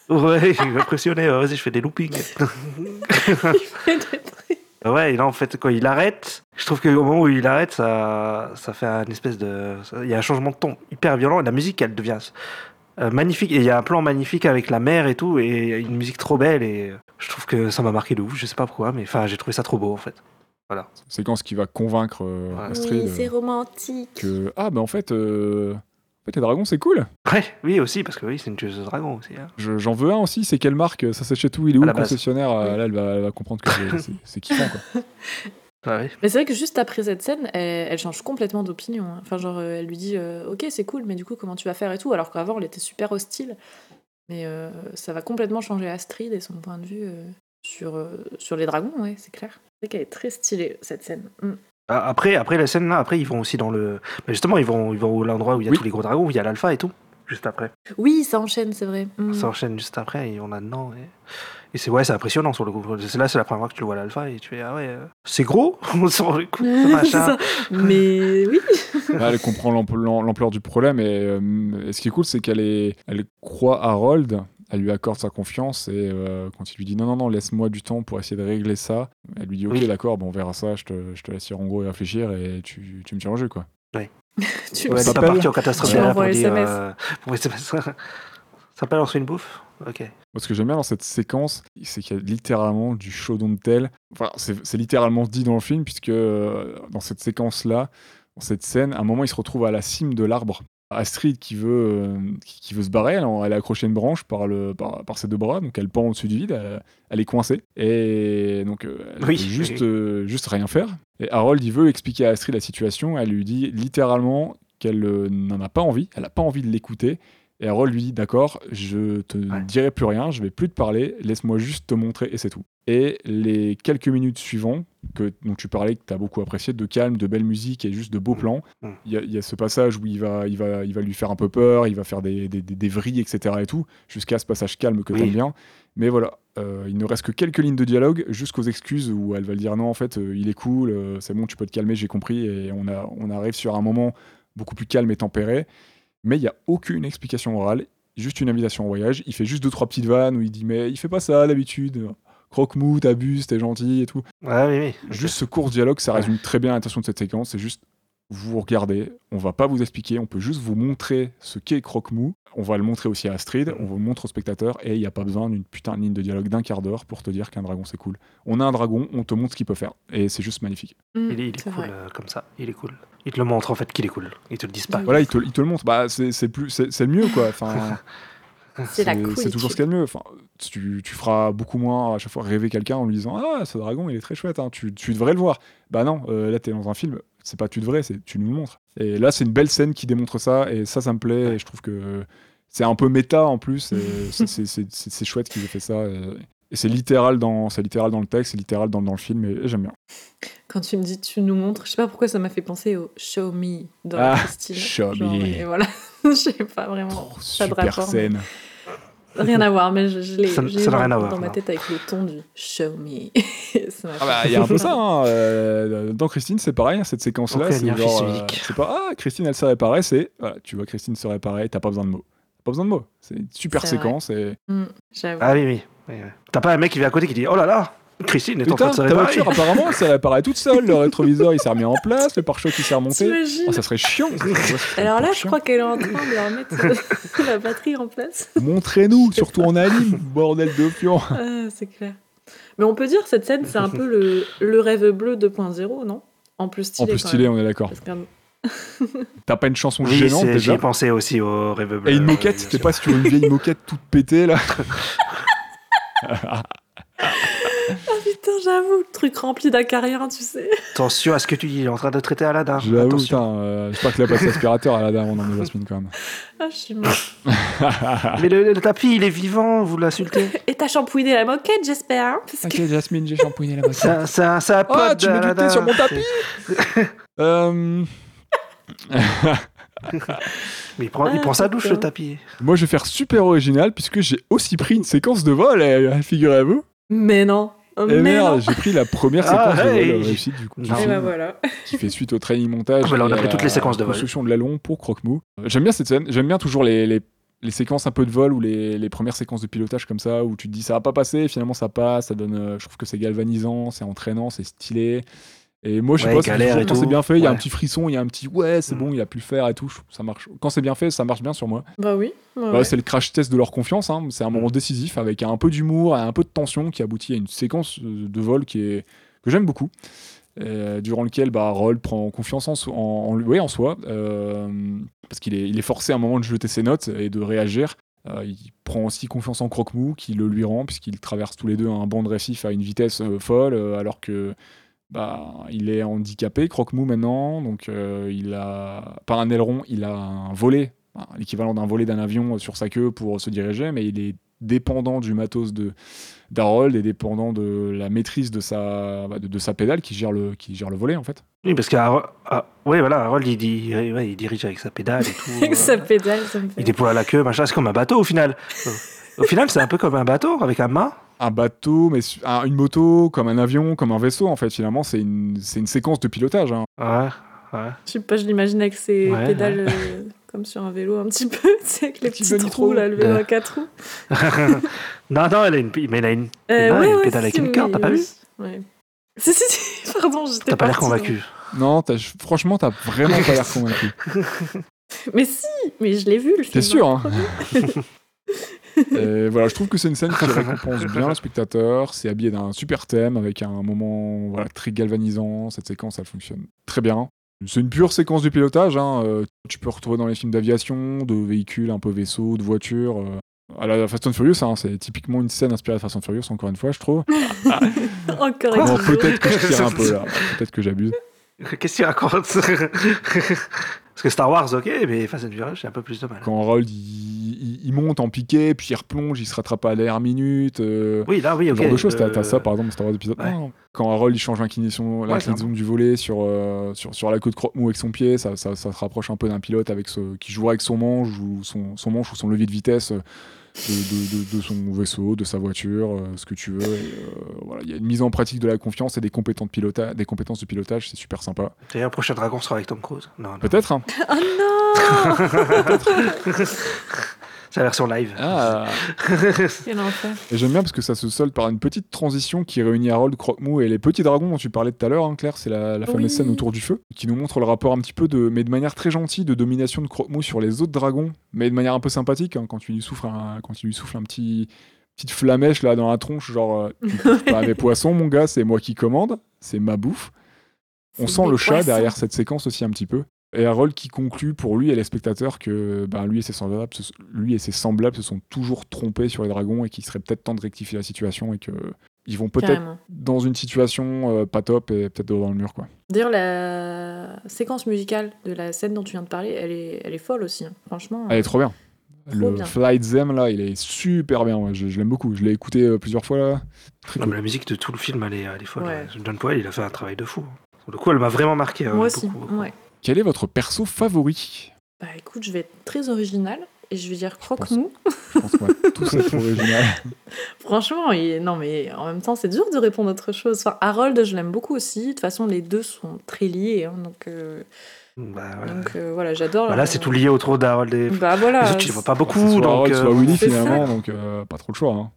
Speaker 3: Ouais, il m'a impressionné. ouais, Vas-y, je fais des loopings. Ouais, et là, en fait, quand il arrête, je trouve qu'au moment où il arrête, ça, ça fait un espèce de. ça- Il y a un changement de ton hyper violent et la musique, elle devient euh, magnifique. Et il y a un plan magnifique avec la mer et tout, et une musique trop belle. Et je trouve que ça m'a marqué de ouf, je sais pas pourquoi, mais enfin, j'ai trouvé ça trop beau, en fait.
Speaker 1: Séquence qui va convaincre euh,
Speaker 3: Ouais.
Speaker 1: Astrid euh,
Speaker 2: romantique.
Speaker 1: que ah bah en fait, euh, en fait les dragons c'est cool.
Speaker 3: Ouais, oui, aussi, parce que oui, c'est une tueuse de dragon aussi. hein.
Speaker 1: Je- J'en veux un aussi. C'est quelle marque Ça s'achète où Il est où le
Speaker 3: À la base.
Speaker 1: concessionnaire Ah, Là, elle va, elle va comprendre que c'est- c'est- c'est kiffant. Quoi.
Speaker 3: Ah oui.
Speaker 2: Mais c'est vrai que juste après cette scène, elle, elle change complètement d'opinion. hein. Enfin, genre, euh, elle lui dit euh, Ok, c'est cool, mais du coup, comment tu vas faire et tout Alors qu'avant, elle était super hostile. Mais euh, ça va complètement changer Astrid et son point de vue euh, sur, euh, sur les dragons, ouais, c'est clair. C'est vrai qu'elle est très stylée, cette scène. Mm.
Speaker 3: Ah, Après, après la scène là, après, ils vont aussi dans le. Mais justement, ils vont, ils vont à l'endroit où il y a
Speaker 1: Oui.
Speaker 3: tous les gros dragons, où il y a l'alpha et tout, juste après.
Speaker 2: Oui, ça enchaîne, c'est vrai. Mm.
Speaker 3: Ça enchaîne juste après et on a dedans. Et, et c'est ouais, c'est impressionnant sur le coup. C'est là, c'est la première fois que tu le vois à l'alpha et tu fais ah ouais, euh, c'est gros sur le coup. ce
Speaker 2: C'est
Speaker 3: machin.
Speaker 2: ça. Mais oui.
Speaker 1: Là, elle comprend l'ample- l'am- l'ampleur du problème. Et, euh, et ce qui est cool, c'est qu'elle est, elle croit Harold. Elle lui accorde sa confiance et euh, quand il lui dit non, non, non, laisse-moi du temps pour essayer de régler ça, elle lui dit ok,
Speaker 3: Oui.
Speaker 1: d'accord, bon, on verra ça, je te, je te laisse en gros y réfléchir et tu, tu me tiens au jeu quoi.
Speaker 2: tu
Speaker 3: Ouais,
Speaker 2: me
Speaker 1: Ça
Speaker 3: c'est pas
Speaker 1: s'appelle-
Speaker 3: parti en catastrophe.
Speaker 1: Tu
Speaker 3: là,
Speaker 2: m'envoies
Speaker 3: pour dire,
Speaker 2: SMS.
Speaker 3: euh, pour SMS. Ça s'appelle lancer une bouffe Ok.
Speaker 1: Moi, Ce que j'aime bien dans cette séquence, c'est qu'il y a littéralement du chaudon de tel. Enfin, c'est c'est littéralement dit dans le film, puisque euh, dans cette séquence-là, dans cette scène, à un moment, il se retrouve à la cime de l'arbre. Astrid qui veut, euh, qui qui veut se barrer, elle, en- elle est accrochée à une branche par, le, par, par ses deux bras, donc elle pend au-dessus du vide, elle, elle est coincée, et donc euh, elle
Speaker 3: Oui,
Speaker 1: peut juste,
Speaker 3: oui.
Speaker 1: euh, juste rien faire. Et Harold, il veut expliquer à Astrid la situation, elle lui dit littéralement qu'elle euh, n'en a pas envie, elle n'a pas envie de l'écouter, et Harold lui dit D'accord, je te
Speaker 3: Ouais.
Speaker 1: dirai plus rien, je vais plus te parler, laisse-moi juste te montrer et c'est tout. Et les quelques minutes suivantes, que, dont tu parlais, que tu as beaucoup apprécié, de calme, de belle musique et juste de beaux
Speaker 3: Mm.
Speaker 1: plans,
Speaker 3: Mm.
Speaker 1: il y, a- il y a ce passage où il va, il, va, il va lui faire un peu peur, il va faire des, des, des- des vrilles, etc. et tout, jusqu'à ce passage calme que
Speaker 3: Oui.
Speaker 1: t'aimes bien. Mais voilà, euh, il ne reste que quelques lignes de dialogue jusqu'aux excuses où elle va le dire Non, en fait, euh, il est cool, euh, c'est bon, tu peux te calmer, j'ai compris, et on, a, on arrive sur un moment beaucoup plus calme et tempéré. Mais il n'y a aucune explication orale, juste une invitation au voyage. Il fait juste deux, trois petites vannes où il dit Mais il fait pas ça d'habitude, croque-mou, t'abuses, t'es gentil et tout.
Speaker 3: Ouais, oui, oui. ok.
Speaker 1: Juste ce court dialogue, ça résume très bien l'intention de cette séquence. C'est juste, vous regardez, on va pas vous expliquer, on peut juste vous montrer ce qu'est Croque-Mou. On va le montrer aussi à Astrid, on vous le montre au spectateur, et il n'y a pas besoin d'une putain de ligne de dialogue d'un quart d'heure pour te dire qu'un dragon c'est cool. On a un dragon, on te montre ce qu'il peut faire, et c'est juste magnifique.
Speaker 2: Mm,
Speaker 3: Il est, il est
Speaker 2: c'est
Speaker 3: cool
Speaker 2: vrai.
Speaker 3: euh, comme ça. Il est cool. Ils te le montrent en fait qu'il est cool. Ils te le disent pas.
Speaker 2: Oui.
Speaker 1: Voilà, il te, il te le montre, bah, c'est c'est plus- c'est- c'est le mieux quoi. Enfin,
Speaker 2: C'est la cool.
Speaker 1: c'est toujours ce qu'il y a de mieux. Enfin, tu, tu feras beaucoup moins à chaque fois rêver quelqu'un en lui disant Ah, ce dragon, il est très chouette, hein, tu, tu devrais le voir. Bah non, euh, là, t'es dans un film, c'est pas tu devrais, c'est tu nous le montres. Et là, c'est une belle scène qui démontre ça, et ça, ça me plaît, et je trouve que c'est un peu méta en plus, et c'est- c'est- c'est c'est- c'est chouette qu'ils aient fait ça. Et, et c'est littéral, dans- c'est littéral dans le texte, c'est littéral dans, dans le film, et, et j'aime bien.
Speaker 2: Quand tu me dis tu nous montres, je sais pas pourquoi ça m'a fait penser au show me dans
Speaker 1: Ah,
Speaker 2: Christine.
Speaker 1: Show Me.
Speaker 2: et voilà, je sais pas vraiment.
Speaker 1: Oh,
Speaker 2: Pas de
Speaker 1: super
Speaker 2: rapport, mais-
Speaker 1: scène.
Speaker 2: Rien à voir, mais je, je l'ai
Speaker 3: Ça-
Speaker 2: je l'ai
Speaker 3: ça n'a
Speaker 2: dans,
Speaker 3: rien à voir,
Speaker 2: dans ma
Speaker 3: non.
Speaker 2: tête avec le ton du show me. Ça m'a
Speaker 1: Ah
Speaker 2: fait-
Speaker 1: bah, il y a un peu ça. hein, euh, dans Christine, c'est pareil. hein, Cette séquence-là,
Speaker 3: Aucun lien
Speaker 1: c'est genre, euh,
Speaker 3: physique.
Speaker 1: c'est pas ah Christine, elle se réparait. C'est voilà, tu vois Christine se réparait. T'as pas besoin de mots. T'as Pas besoin de mots. C'est une super
Speaker 2: C'est vrai.
Speaker 1: séquence. Et...
Speaker 2: Mm, J'avoue.
Speaker 3: Ah oui, oui. oui, oui. T'as pas un mec qui vient à côté qui dit oh là là, Christine est en
Speaker 1: Putain,
Speaker 3: train de se
Speaker 1: ta
Speaker 3: réparer.
Speaker 1: voiture apparemment, elle s'est réparée toute seule. Le rétroviseur, il s'est remis en place. Le pare-choc, il s'est remonté.
Speaker 2: T'imagines
Speaker 1: Oh, ça serait chiant. ça serait
Speaker 2: Alors là,
Speaker 1: pas
Speaker 2: je
Speaker 1: chiant.
Speaker 2: crois qu'elle est en train de leur mettre la batterie en place.
Speaker 1: Montrez-nous, surtout en anime, bordel de fion.
Speaker 2: Ah, c'est clair. Mais on peut dire cette scène, c'est un peu le, le rêve bleu 2.0, non En plus stylé.
Speaker 1: En plus
Speaker 2: quand
Speaker 1: stylé,
Speaker 2: même.
Speaker 1: on est d'accord.
Speaker 2: Parce qu'un-
Speaker 1: T'as pas une chanson
Speaker 3: Oui,
Speaker 1: gênante
Speaker 3: c'est- j'y
Speaker 1: déjà
Speaker 3: ai pensé aussi au rêve bleu.
Speaker 1: Et une
Speaker 3: euh,
Speaker 1: moquette,
Speaker 3: bien
Speaker 1: t'es
Speaker 3: sûr.
Speaker 1: pas sur une vieille moquette toute pétée là.
Speaker 2: Ah putain, putain, j'avoue, le truc rempli d'acariens, tu sais.
Speaker 3: Attention à ce que tu dis, il est en train de traiter Aladdin.
Speaker 1: J'avoue,
Speaker 3: Ah, Attention.
Speaker 1: putain, euh, j'espère qu'il a pas d'aspirateur à la dame, on en est Jasmine quand même.
Speaker 2: Ah, je suis morte.
Speaker 3: Mais le, le tapis, il est vivant, vous l'insultez.
Speaker 2: Et t'as shampouiné la moquette, j'espère, hein Parce que
Speaker 1: Ok, Jasmine, j'ai shampooiné la
Speaker 3: C'est
Speaker 1: moquette.
Speaker 3: un- c'est un, c'est un pote
Speaker 1: Ah, tu mets du
Speaker 3: d'Aladin.
Speaker 1: thé sur mon tapis Euh,
Speaker 3: Mais il prend, il
Speaker 2: Ah,
Speaker 3: prend sa douche, le
Speaker 2: putain.
Speaker 3: tapis.
Speaker 1: Moi, je vais faire super original puisque j'ai aussi pris une séquence de vol, eh, figurez-vous.
Speaker 2: Mais non. Oh,
Speaker 1: Eh
Speaker 2: mais non.
Speaker 1: merde, j'ai pris la première
Speaker 3: Ah,
Speaker 1: séquence de vol
Speaker 3: hey. Ah,
Speaker 1: euh, réussie du coup. du
Speaker 3: Non.
Speaker 2: Et
Speaker 1: film.
Speaker 2: bah voilà.
Speaker 1: qui fait suite au training montage.
Speaker 3: Ah, voilà, on
Speaker 1: et
Speaker 3: a
Speaker 1: à
Speaker 3: pris
Speaker 1: la
Speaker 3: toutes les séquences de vol.
Speaker 1: Construction de la longue pour Croque-Mou. Euh, J'aime bien cette scène. J'aime bien toujours les, les, les séquences un peu de vol ou les, les premières séquences de pilotage comme ça où tu te dis ça va pas passer, et finalement ça passe. Ça donne. euh, je trouve que c'est galvanisant, c'est entraînant, c'est stylé. Et moi, je sais
Speaker 3: Ouais,
Speaker 1: pas, c'est-
Speaker 3: galère et
Speaker 1: quand c'est
Speaker 3: tout.
Speaker 1: bien fait, il y a un
Speaker 3: Ouais.
Speaker 1: petit frisson, il y a un petit ouais, c'est
Speaker 3: Mm.
Speaker 1: bon, il a pu le faire et tout. Je- Ça marche. Quand c'est bien fait, ça marche bien sur moi.
Speaker 2: Bah oui. ouais,
Speaker 1: Bah,
Speaker 2: ouais.
Speaker 1: c'est le crash test de leur confiance. hein. C'est un moment décisif avec un peu d'humour et un peu de tension qui aboutit à une séquence euh, de vol qui est... que j'aime beaucoup. euh, durant lequel bah, Roll prend confiance en, so- en, en lui- ouais, en soi, euh, parce qu'il est, il est forcé à un moment de jeter ses notes et de réagir. Euh, il prend aussi confiance en Croque-Mou, qui le lui rend, puisqu'ils traversent tous les deux un banc de récif à une vitesse euh, folle, euh, alors que bah, il est handicapé, Croque-Mou maintenant, donc euh, il a pas un aileron, il a un volet, enfin, l'équivalent d'un volet d'un avion euh, sur sa queue pour se diriger, mais il est dépendant du matos de d'Harold et dépendant de la maîtrise de sa bah, de, de sa pédale qui gère le qui gère le volet en fait.
Speaker 3: Oui, parce que Harold, ah, ouais, voilà, Harold, il, dit- ouais, ouais, il dirige avec sa pédale et tout. euh,
Speaker 2: Avec sa pédale, ça me fait.
Speaker 3: Il déploie la queue, machin. C'est comme un bateau au final. au final, c'est un peu comme un bateau avec un mât.
Speaker 1: Un bateau, mais su- un- une moto, comme un avion, comme un vaisseau en fait. Finalement, c'est une c'est une séquence de pilotage. hein.
Speaker 3: Ouais, ouais.
Speaker 2: Je sais pas, je l'imagine avec ses
Speaker 3: Ouais,
Speaker 2: pédales euh, comme sur un vélo un petit peu, tu sais, avec les
Speaker 1: Petit
Speaker 2: petits
Speaker 1: peu
Speaker 2: trous,
Speaker 1: nitro.
Speaker 2: là, le vélo à
Speaker 3: Ouais.
Speaker 2: quatre roues.
Speaker 3: non, non, elle a une, mais elle a une.
Speaker 2: Euh,
Speaker 3: Ah,
Speaker 2: ouais,
Speaker 3: les
Speaker 2: ouais,
Speaker 3: pédales avec
Speaker 2: si,
Speaker 3: une corde,
Speaker 2: oui,
Speaker 3: t'as pas
Speaker 2: oui. Ouais. Si, si, si, pardon, j'étais
Speaker 3: T'as pas l'air
Speaker 2: partie dans-
Speaker 3: convaincu.
Speaker 1: Non, t'as- franchement, t'as vraiment pas l'air convaincu.
Speaker 2: Mais si, mais je l'ai vu, le film.
Speaker 1: T'es sûr hein Et voilà, je trouve que c'est une scène qui récompense bien le spectateur. C'est habillé d'un super thème avec un moment voilà, très galvanisant. Cette séquence, elle fonctionne très bien. C'est une pure séquence de pilotage. hein. Euh, tu peux retrouver dans les films d'aviation, de véhicules, un peu vaisseaux, de voitures. euh. À la Fast and Furious, hein, c'est typiquement une scène inspirée de Fast and Furious, encore une fois, je trouve.
Speaker 2: Encore
Speaker 1: Bon,
Speaker 2: et toujours.
Speaker 1: peut-être que je tire un peu là. Peut-être que j'abuse.
Speaker 3: Qu'est-ce qu'il raconte Parce que Star Wars, ok, mais Fast and Furious, j'ai un peu plus de mal.
Speaker 1: Quand Harold, il, il- il monte en piqué, puis il replonge, il se rattrape à la dernière minute. euh,
Speaker 3: Oui, là, oui,
Speaker 1: Ce
Speaker 3: ok.
Speaker 1: genre de choses, t'as-
Speaker 3: euh,
Speaker 1: t'as ça par exemple dans Star Wars épisode
Speaker 3: ouais.
Speaker 1: 1. Quand Harold il change l'inclinaison l'inclinaison
Speaker 3: clairement.
Speaker 1: du volet sur, euh, sur, sur la queue de Croque-Mou avec son pied, ça, ça, ça se rapproche un peu d'un pilote avec ce, qui jouera avec son manche ou son, son manche ou son levier de vitesse euh, de, de- de- de son vaisseau, de sa voiture, euh, ce que tu veux. Et, euh, voilà, il y a une mise en pratique de la confiance et des compétences de pilotage, des compétences de pilotage, c'est super sympa.
Speaker 3: D'ailleurs, le prochain dragon sera avec Tom Cruise. Non, non.
Speaker 1: Peut-être. Hein
Speaker 2: Oh non
Speaker 3: C'est la version live.
Speaker 2: Ah. Quel enfer.
Speaker 1: Et j'aime bien parce que ça se solde par une petite transition qui réunit Harold, Croque-Mou et les petits dragons dont tu parlais tout à l'heure, hein, Claire, c'est la, la fameuse
Speaker 2: Oui.
Speaker 1: scène autour du feu, qui nous montre le rapport un petit peu de, mais de manière très gentille, de domination de Croque-Mou sur les autres dragons, mais de manière un peu sympathique, hein, quand tu lui souffles un, quand il lui souffle un petit petite flamèche là dans la tronche, genre, euh, tu touches pas à mes poissons, mon gars, c'est moi qui commande, c'est ma bouffe. On
Speaker 2: C'est
Speaker 1: sent
Speaker 2: des
Speaker 1: le chat
Speaker 2: poissons.
Speaker 1: derrière cette séquence aussi un petit peu. Et Harold qui conclut pour lui et les spectateurs que ben, lui, et ses semblables, se- lui et ses semblables se sont toujours trompés sur les dragons et qu'il serait peut-être temps de rectifier la situation et que ils vont peut-être
Speaker 2: Carrément.
Speaker 1: dans une situation euh, pas top et peut-être dans le mur quoi.
Speaker 2: D'ailleurs, la séquence musicale de la scène dont tu viens de parler, elle est, elle est folle aussi, hein. franchement.
Speaker 1: Elle est trop bien.
Speaker 2: Trop
Speaker 1: le
Speaker 2: bien.
Speaker 1: Flight Zem là, il est super bien. ouais, Je, je l'aime beaucoup. Je l'ai écouté euh, plusieurs fois là. Très
Speaker 3: Non,
Speaker 1: cool.
Speaker 3: mais la musique de tout le film, elle est, elle est folle. Euh,
Speaker 2: Ouais.
Speaker 3: John Powell, il a fait un travail de fou. Pour le coup, elle m'a vraiment marqué. hein,
Speaker 2: Moi aussi,
Speaker 3: beaucoup, beaucoup.
Speaker 2: ouais.
Speaker 1: Quel est votre perso favori
Speaker 2: Bah écoute, je vais être très originale et je vais dire
Speaker 1: pense-
Speaker 2: croque-mou.
Speaker 1: Je pense qu'on va tous être original.
Speaker 2: Franchement, il- non mais en même temps, c'est dur de répondre à autre chose. Enfin, Harold, je l'aime beaucoup aussi. De toute façon, les deux sont très liés, hein, donc, euh,
Speaker 3: Bah, voilà.
Speaker 2: donc euh, voilà, j'adore.
Speaker 3: Bah, là, c'est tout lié autour d'Harold et.
Speaker 2: Bah voilà.
Speaker 3: Les autres, tu les vois pas beaucoup.
Speaker 1: C'est soit
Speaker 3: donc,
Speaker 1: Harold,
Speaker 3: euh,
Speaker 1: soit Willy
Speaker 2: c'est ça.
Speaker 1: finalement, donc euh, pas trop le choix. hein.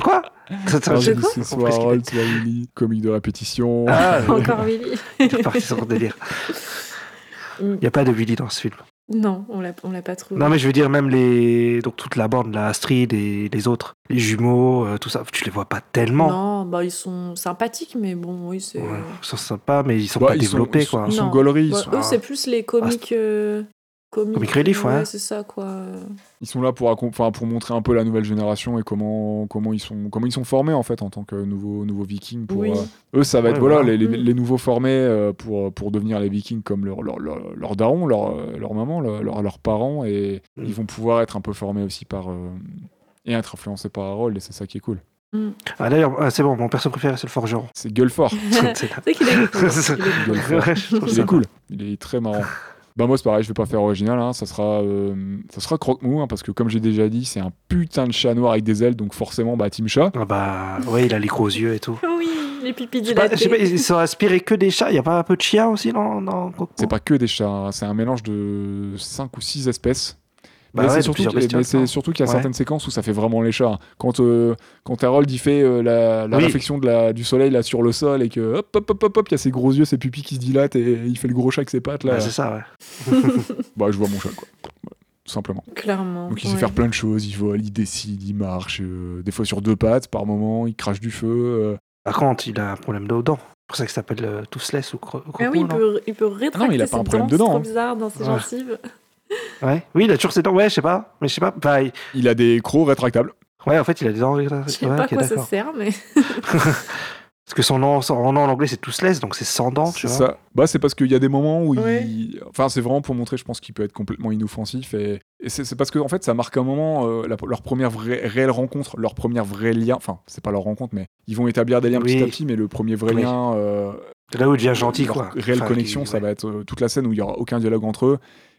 Speaker 3: quoi Ça, ça,
Speaker 1: Ah,
Speaker 3: j'ai
Speaker 1: j'ai dit,
Speaker 3: pas
Speaker 1: c'est
Speaker 3: compris
Speaker 1: soit
Speaker 3: ce qu'il
Speaker 1: Harold, soit Willy, comique de répétition.
Speaker 3: Ah, oui.
Speaker 2: Encore Willy. Mm.
Speaker 3: Il est reparti sur son délire. Il n'y a pas de Willy dans ce film.
Speaker 2: Non, on l'a, on l'a pas trouvé.
Speaker 3: Non, mais je veux dire, même les. Donc, toute la bande, la Astrid et les autres, les jumeaux, euh, tout ça, tu les vois pas tellement.
Speaker 2: Non, bah ils sont sympathiques, mais bon, oui, c'est.
Speaker 3: Ouais, ils sont sympas, mais ils sont
Speaker 1: Bah,
Speaker 3: pas
Speaker 1: ils sont-
Speaker 3: développés,
Speaker 1: ils sont-
Speaker 3: quoi.
Speaker 1: Ils sont
Speaker 2: Non.
Speaker 1: gauleries, ils
Speaker 2: Bah,
Speaker 1: sont-
Speaker 2: eux, c'est plus les comiques euh, comic,
Speaker 3: Ah, Comic relief, ouais.
Speaker 2: C'est ça, quoi. euh.
Speaker 1: Ils sont là pour, accom- enfin, pour montrer un peu la nouvelle génération et comment, comment, ils, sont, comment ils sont formés en fait en tant que nouveaux, nouveaux vikings. Pour,
Speaker 2: Oui.
Speaker 1: euh, eux, ça va être
Speaker 3: Ouais,
Speaker 1: voilà,
Speaker 3: voilà.
Speaker 1: Les, les-
Speaker 2: Mm.
Speaker 1: les nouveaux formés euh, pour, pour devenir les vikings comme leur, leur, leur, leur daron, leur, euh, leur maman, leur- leur- leurs parents. Et
Speaker 3: Mm.
Speaker 1: ils vont pouvoir être un peu formés aussi par. euh, et être influencés par Harold, et c'est ça qui est cool.
Speaker 3: Ah, D'ailleurs, ah, c'est bon, mon perso préféré, c'est le forgeron.
Speaker 1: C'est Gueulefort.
Speaker 3: C'est-
Speaker 2: C'est vrai qu'il est cool. hein. Il est cool.
Speaker 1: Gueulefort.
Speaker 3: Ouais, je trouve
Speaker 1: Il
Speaker 3: ça
Speaker 1: est cool, il est très marrant. Bah moi c'est pareil, je vais pas faire original, hein. ça sera, euh, ça sera croque-mou, hein, parce que comme j'ai déjà dit, c'est un putain de chat noir avec des ailes, donc forcément, bah Team Chat.
Speaker 3: Ah bah, ouais, il a les gros yeux et tout.
Speaker 2: Oui, les pipis
Speaker 3: Je sais pas, je sais
Speaker 2: dilatées.
Speaker 3: pas, ils sont inspirés que des chats. Il y a pas un peu de chien aussi dans, dans Coco
Speaker 1: C'est pas que des chats, hein, c'est un mélange de 5 ou 6 espèces.
Speaker 3: Bah
Speaker 1: mais
Speaker 3: ouais,
Speaker 1: c'est
Speaker 3: de
Speaker 1: surtout,
Speaker 3: plusieurs
Speaker 1: mais
Speaker 3: bestioles,
Speaker 1: c'est
Speaker 3: quoi.
Speaker 1: surtout qu'il y a
Speaker 3: Ouais.
Speaker 1: certaines séquences où ça fait vraiment les chats. hein. Quand, euh, quand Harold il fait euh, la, la
Speaker 3: Oui.
Speaker 1: réflexion de la, du soleil là sur le sol et que hop hop hop hop hop, il y a ses gros yeux, ses pupilles qui se dilatent et il fait le gros chat avec ses pattes là.
Speaker 3: Bah, c'est ça, ouais.
Speaker 1: bah je vois mon chat quoi, Voilà, tout simplement.
Speaker 2: Clairement.
Speaker 1: Donc il
Speaker 2: ouais.
Speaker 1: sait faire plein de choses, il vole, il décide, il marche, euh, des fois sur deux pattes par moment, il crache du feu. euh.
Speaker 3: Par contre, il a un problème de dents. C'est pour ça que ça s'appelle euh, Toothless ou Cro- Croco,
Speaker 2: Ah oui, il
Speaker 3: non
Speaker 2: peut, il peut rétracter
Speaker 1: Ah non, il a pas
Speaker 2: ses
Speaker 1: un problème
Speaker 2: dents,
Speaker 1: dedans,
Speaker 2: c'est trop
Speaker 1: hein.
Speaker 2: bizarre dans ses
Speaker 3: Ouais.
Speaker 2: gencives.
Speaker 3: ouais. Oui, il a toujours ses dents. Ouais, je sais pas. Mais je sais pas. Bah, il-
Speaker 1: Il a des crocs rétractables.
Speaker 3: Ouais, en fait, il a des dents. Ouais,
Speaker 2: Je sais pas à
Speaker 3: ok,
Speaker 2: quoi ça
Speaker 3: d'accord.
Speaker 2: sert, mais
Speaker 3: Parce que son nom, son nom en anglais, c'est Toothless, donc c'est sans dents, tu
Speaker 1: C'est
Speaker 3: vois.
Speaker 1: ça. Bah c'est parce qu'il y a des moments où
Speaker 2: Ouais.
Speaker 1: il... Enfin c'est vraiment pour montrer, je pense, qu'il peut être complètement inoffensif. Et, et c'est c'est parce que en fait ça marque un moment, euh, la- leur première vraie, réelle rencontre, leur premier vrai lien, enfin c'est pas leur rencontre, mais ils vont établir des liens
Speaker 3: Oui.
Speaker 1: petit à petit, mais le premier vrai
Speaker 3: Oui.
Speaker 1: lien... euh,
Speaker 3: C'est là où il devient gentil,
Speaker 1: leur
Speaker 3: quoi.
Speaker 1: Réelle
Speaker 3: Enfin,
Speaker 1: connexion,
Speaker 3: qu'il-
Speaker 1: ça
Speaker 3: ouais.
Speaker 1: va être euh, toute la scène où il y aura aucun dialogue entre eux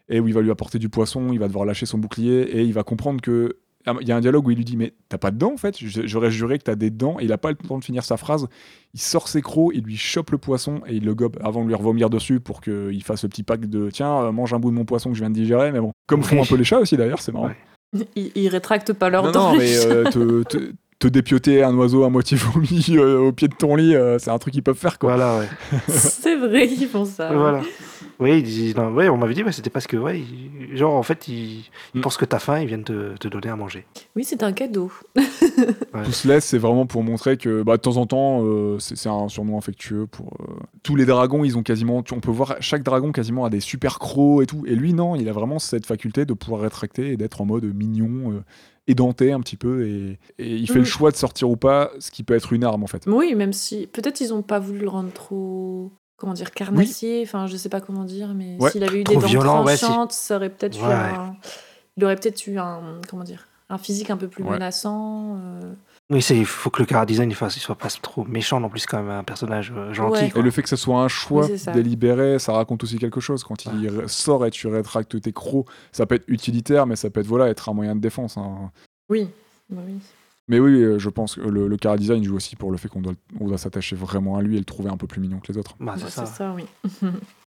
Speaker 1: et où il va lui apporter du poisson, il va devoir lâcher son bouclier et il va comprendre que Ah, il y a un dialogue où il lui dit mais t'as pas de dents en fait, Je- j'aurais juré que t'as des dents et il a pas le temps de finir sa phrase. Il sort ses crocs, il lui chope le poisson et il le gobe avant de lui revomir dessus pour qu'il fasse le petit pack de tiens euh, mange un bout de mon poisson que je viens de digérer mais bon comme font un peu les chats aussi d'ailleurs c'est marrant.
Speaker 3: Ouais.
Speaker 2: ils, ils rétractent pas leurs
Speaker 1: Non,
Speaker 2: dents.
Speaker 1: non,
Speaker 2: les
Speaker 1: mais
Speaker 2: chats.
Speaker 1: euh, te, te- te dépioter un oiseau à moitié vomi euh, au pied de ton lit, euh, c'est un truc qu'ils peuvent faire quoi.
Speaker 3: Voilà, ouais.
Speaker 2: C'est vrai, ils font ça.
Speaker 3: Voilà. Oui, il dit- non, ouais, on m'avait dit, ouais, c'était parce que, ouais, il- genre, en fait, ils ils
Speaker 1: Mm.
Speaker 3: pensent que t'as faim, ils viennent te, te donner à manger.
Speaker 2: Oui, c'est un cadeau.
Speaker 1: Toothless, c'est vraiment pour montrer que bah, de temps en temps, euh, c'est c'est un surnom affectueux pour euh, tous les dragons. Ils ont quasiment, tu- on peut voir chaque dragon quasiment a des super crocs et tout. Et lui, non, il a vraiment cette faculté de pouvoir rétracter et d'être en mode mignon, euh, édenté un petit peu. Et, et il fait
Speaker 2: Mm.
Speaker 1: le choix de sortir ou pas, ce qui peut être une arme en fait.
Speaker 2: Oui, même si peut-être ils ont pas voulu le rendre trop comment dire carnassier, enfin je sais pas comment dire, mais
Speaker 1: Ouais,
Speaker 2: s'il avait eu
Speaker 3: trop
Speaker 2: des dents
Speaker 3: violent, ouais,
Speaker 2: tranchantes, ça aurait peut-être eu
Speaker 3: Ouais.
Speaker 2: un, il aurait peut-être eu un comment dire un physique un peu plus
Speaker 1: Ouais.
Speaker 2: menaçant. euh.
Speaker 3: Oui, c'est- il faut que le cara design il, fasse, il soit pas trop méchant non plus, quand même, un personnage euh, gentil.
Speaker 2: Ouais.
Speaker 1: Et
Speaker 3: quoi.
Speaker 1: le fait que ce soit un choix
Speaker 2: Oui, c'est ça. Ah.
Speaker 1: délibéré, ça raconte aussi quelque chose. Quand il ré- sort et tu rétractes tes crocs, ça peut être utilitaire, mais ça peut être voilà, être un moyen de défense. hein.
Speaker 2: Oui, bah oui.
Speaker 1: Mais oui, euh, je pense que le, le cara design joue aussi pour le fait qu'on doit, on doit s'attacher vraiment à lui et le trouver un peu plus mignon que les autres.
Speaker 3: Bah,
Speaker 2: Ouais,
Speaker 3: c'est ça.
Speaker 2: oui.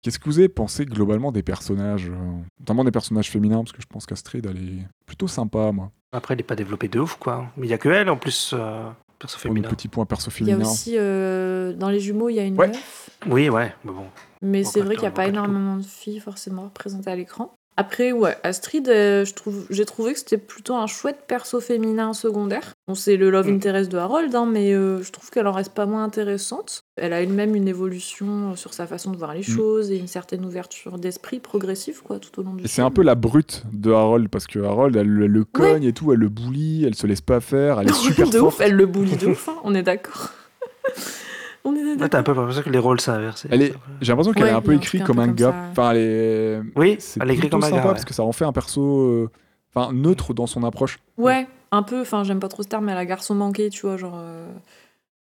Speaker 1: Qu'est-ce que vous avez pensé globalement des personnages, euh, notamment des personnages féminins, parce que je pense qu'Astrid, elle est plutôt sympa, moi.
Speaker 3: Après, il est pas développé de ouf, quoi. Mais il y a que elle, en plus, euh, perso
Speaker 1: Premier
Speaker 3: féminin.
Speaker 1: petit point perso
Speaker 2: Il y a
Speaker 1: féminin.
Speaker 2: aussi euh, dans les jumeaux, il y a une
Speaker 1: Ouais.
Speaker 2: meuf,
Speaker 3: Oui, ouais, mais bon.
Speaker 2: mais
Speaker 3: Bon,
Speaker 2: c'est
Speaker 3: pas
Speaker 2: vrai qu'il
Speaker 3: tant,
Speaker 2: n'y a
Speaker 3: bon,
Speaker 2: pas
Speaker 3: pas du tout.
Speaker 2: énormément de filles forcément représentées à l'écran. Après, ouais, Astrid, euh, je trouve, j'ai trouvé que c'était plutôt un chouette perso féminin secondaire. Bon, c'est le love
Speaker 3: Mm.
Speaker 2: interest de Harold, hein, mais euh, je trouve qu'elle en reste pas moins intéressante. Elle a elle-même une évolution euh, sur sa façon de voir
Speaker 1: Mm.
Speaker 2: les choses et une certaine ouverture d'esprit progressive, quoi, tout au long
Speaker 1: Et
Speaker 2: du film.
Speaker 1: c'est un peu la brute de Harold, parce que Harold, elle, elle le cogne et tout, elle le bully, elle se laisse pas faire, elle est super
Speaker 2: de
Speaker 1: forte.
Speaker 2: ouf, elle le bully de ouf, hein, on est d'accord. on est
Speaker 3: Là,
Speaker 2: d'accord.
Speaker 3: t'as un peu l'impression que les rôles s'inversent.
Speaker 1: Elle est- J'ai l'impression qu'elle
Speaker 2: Ouais,
Speaker 1: est un peu
Speaker 2: il est
Speaker 1: écrite
Speaker 2: un
Speaker 1: comme
Speaker 2: peu
Speaker 1: un
Speaker 2: comme
Speaker 1: gars.
Speaker 2: ça.
Speaker 1: Enfin, elle est.
Speaker 3: Oui,
Speaker 1: C'est
Speaker 3: elle est écrite
Speaker 1: plutôt
Speaker 3: comme un
Speaker 1: sympa,
Speaker 3: gars. ouais.
Speaker 1: parce que ça en fait un perso euh, enfin, neutre dans son approche.
Speaker 2: Ouais, un peu, enfin j'aime pas trop ce terme, mais la garçon manqué, tu vois, genre... euh,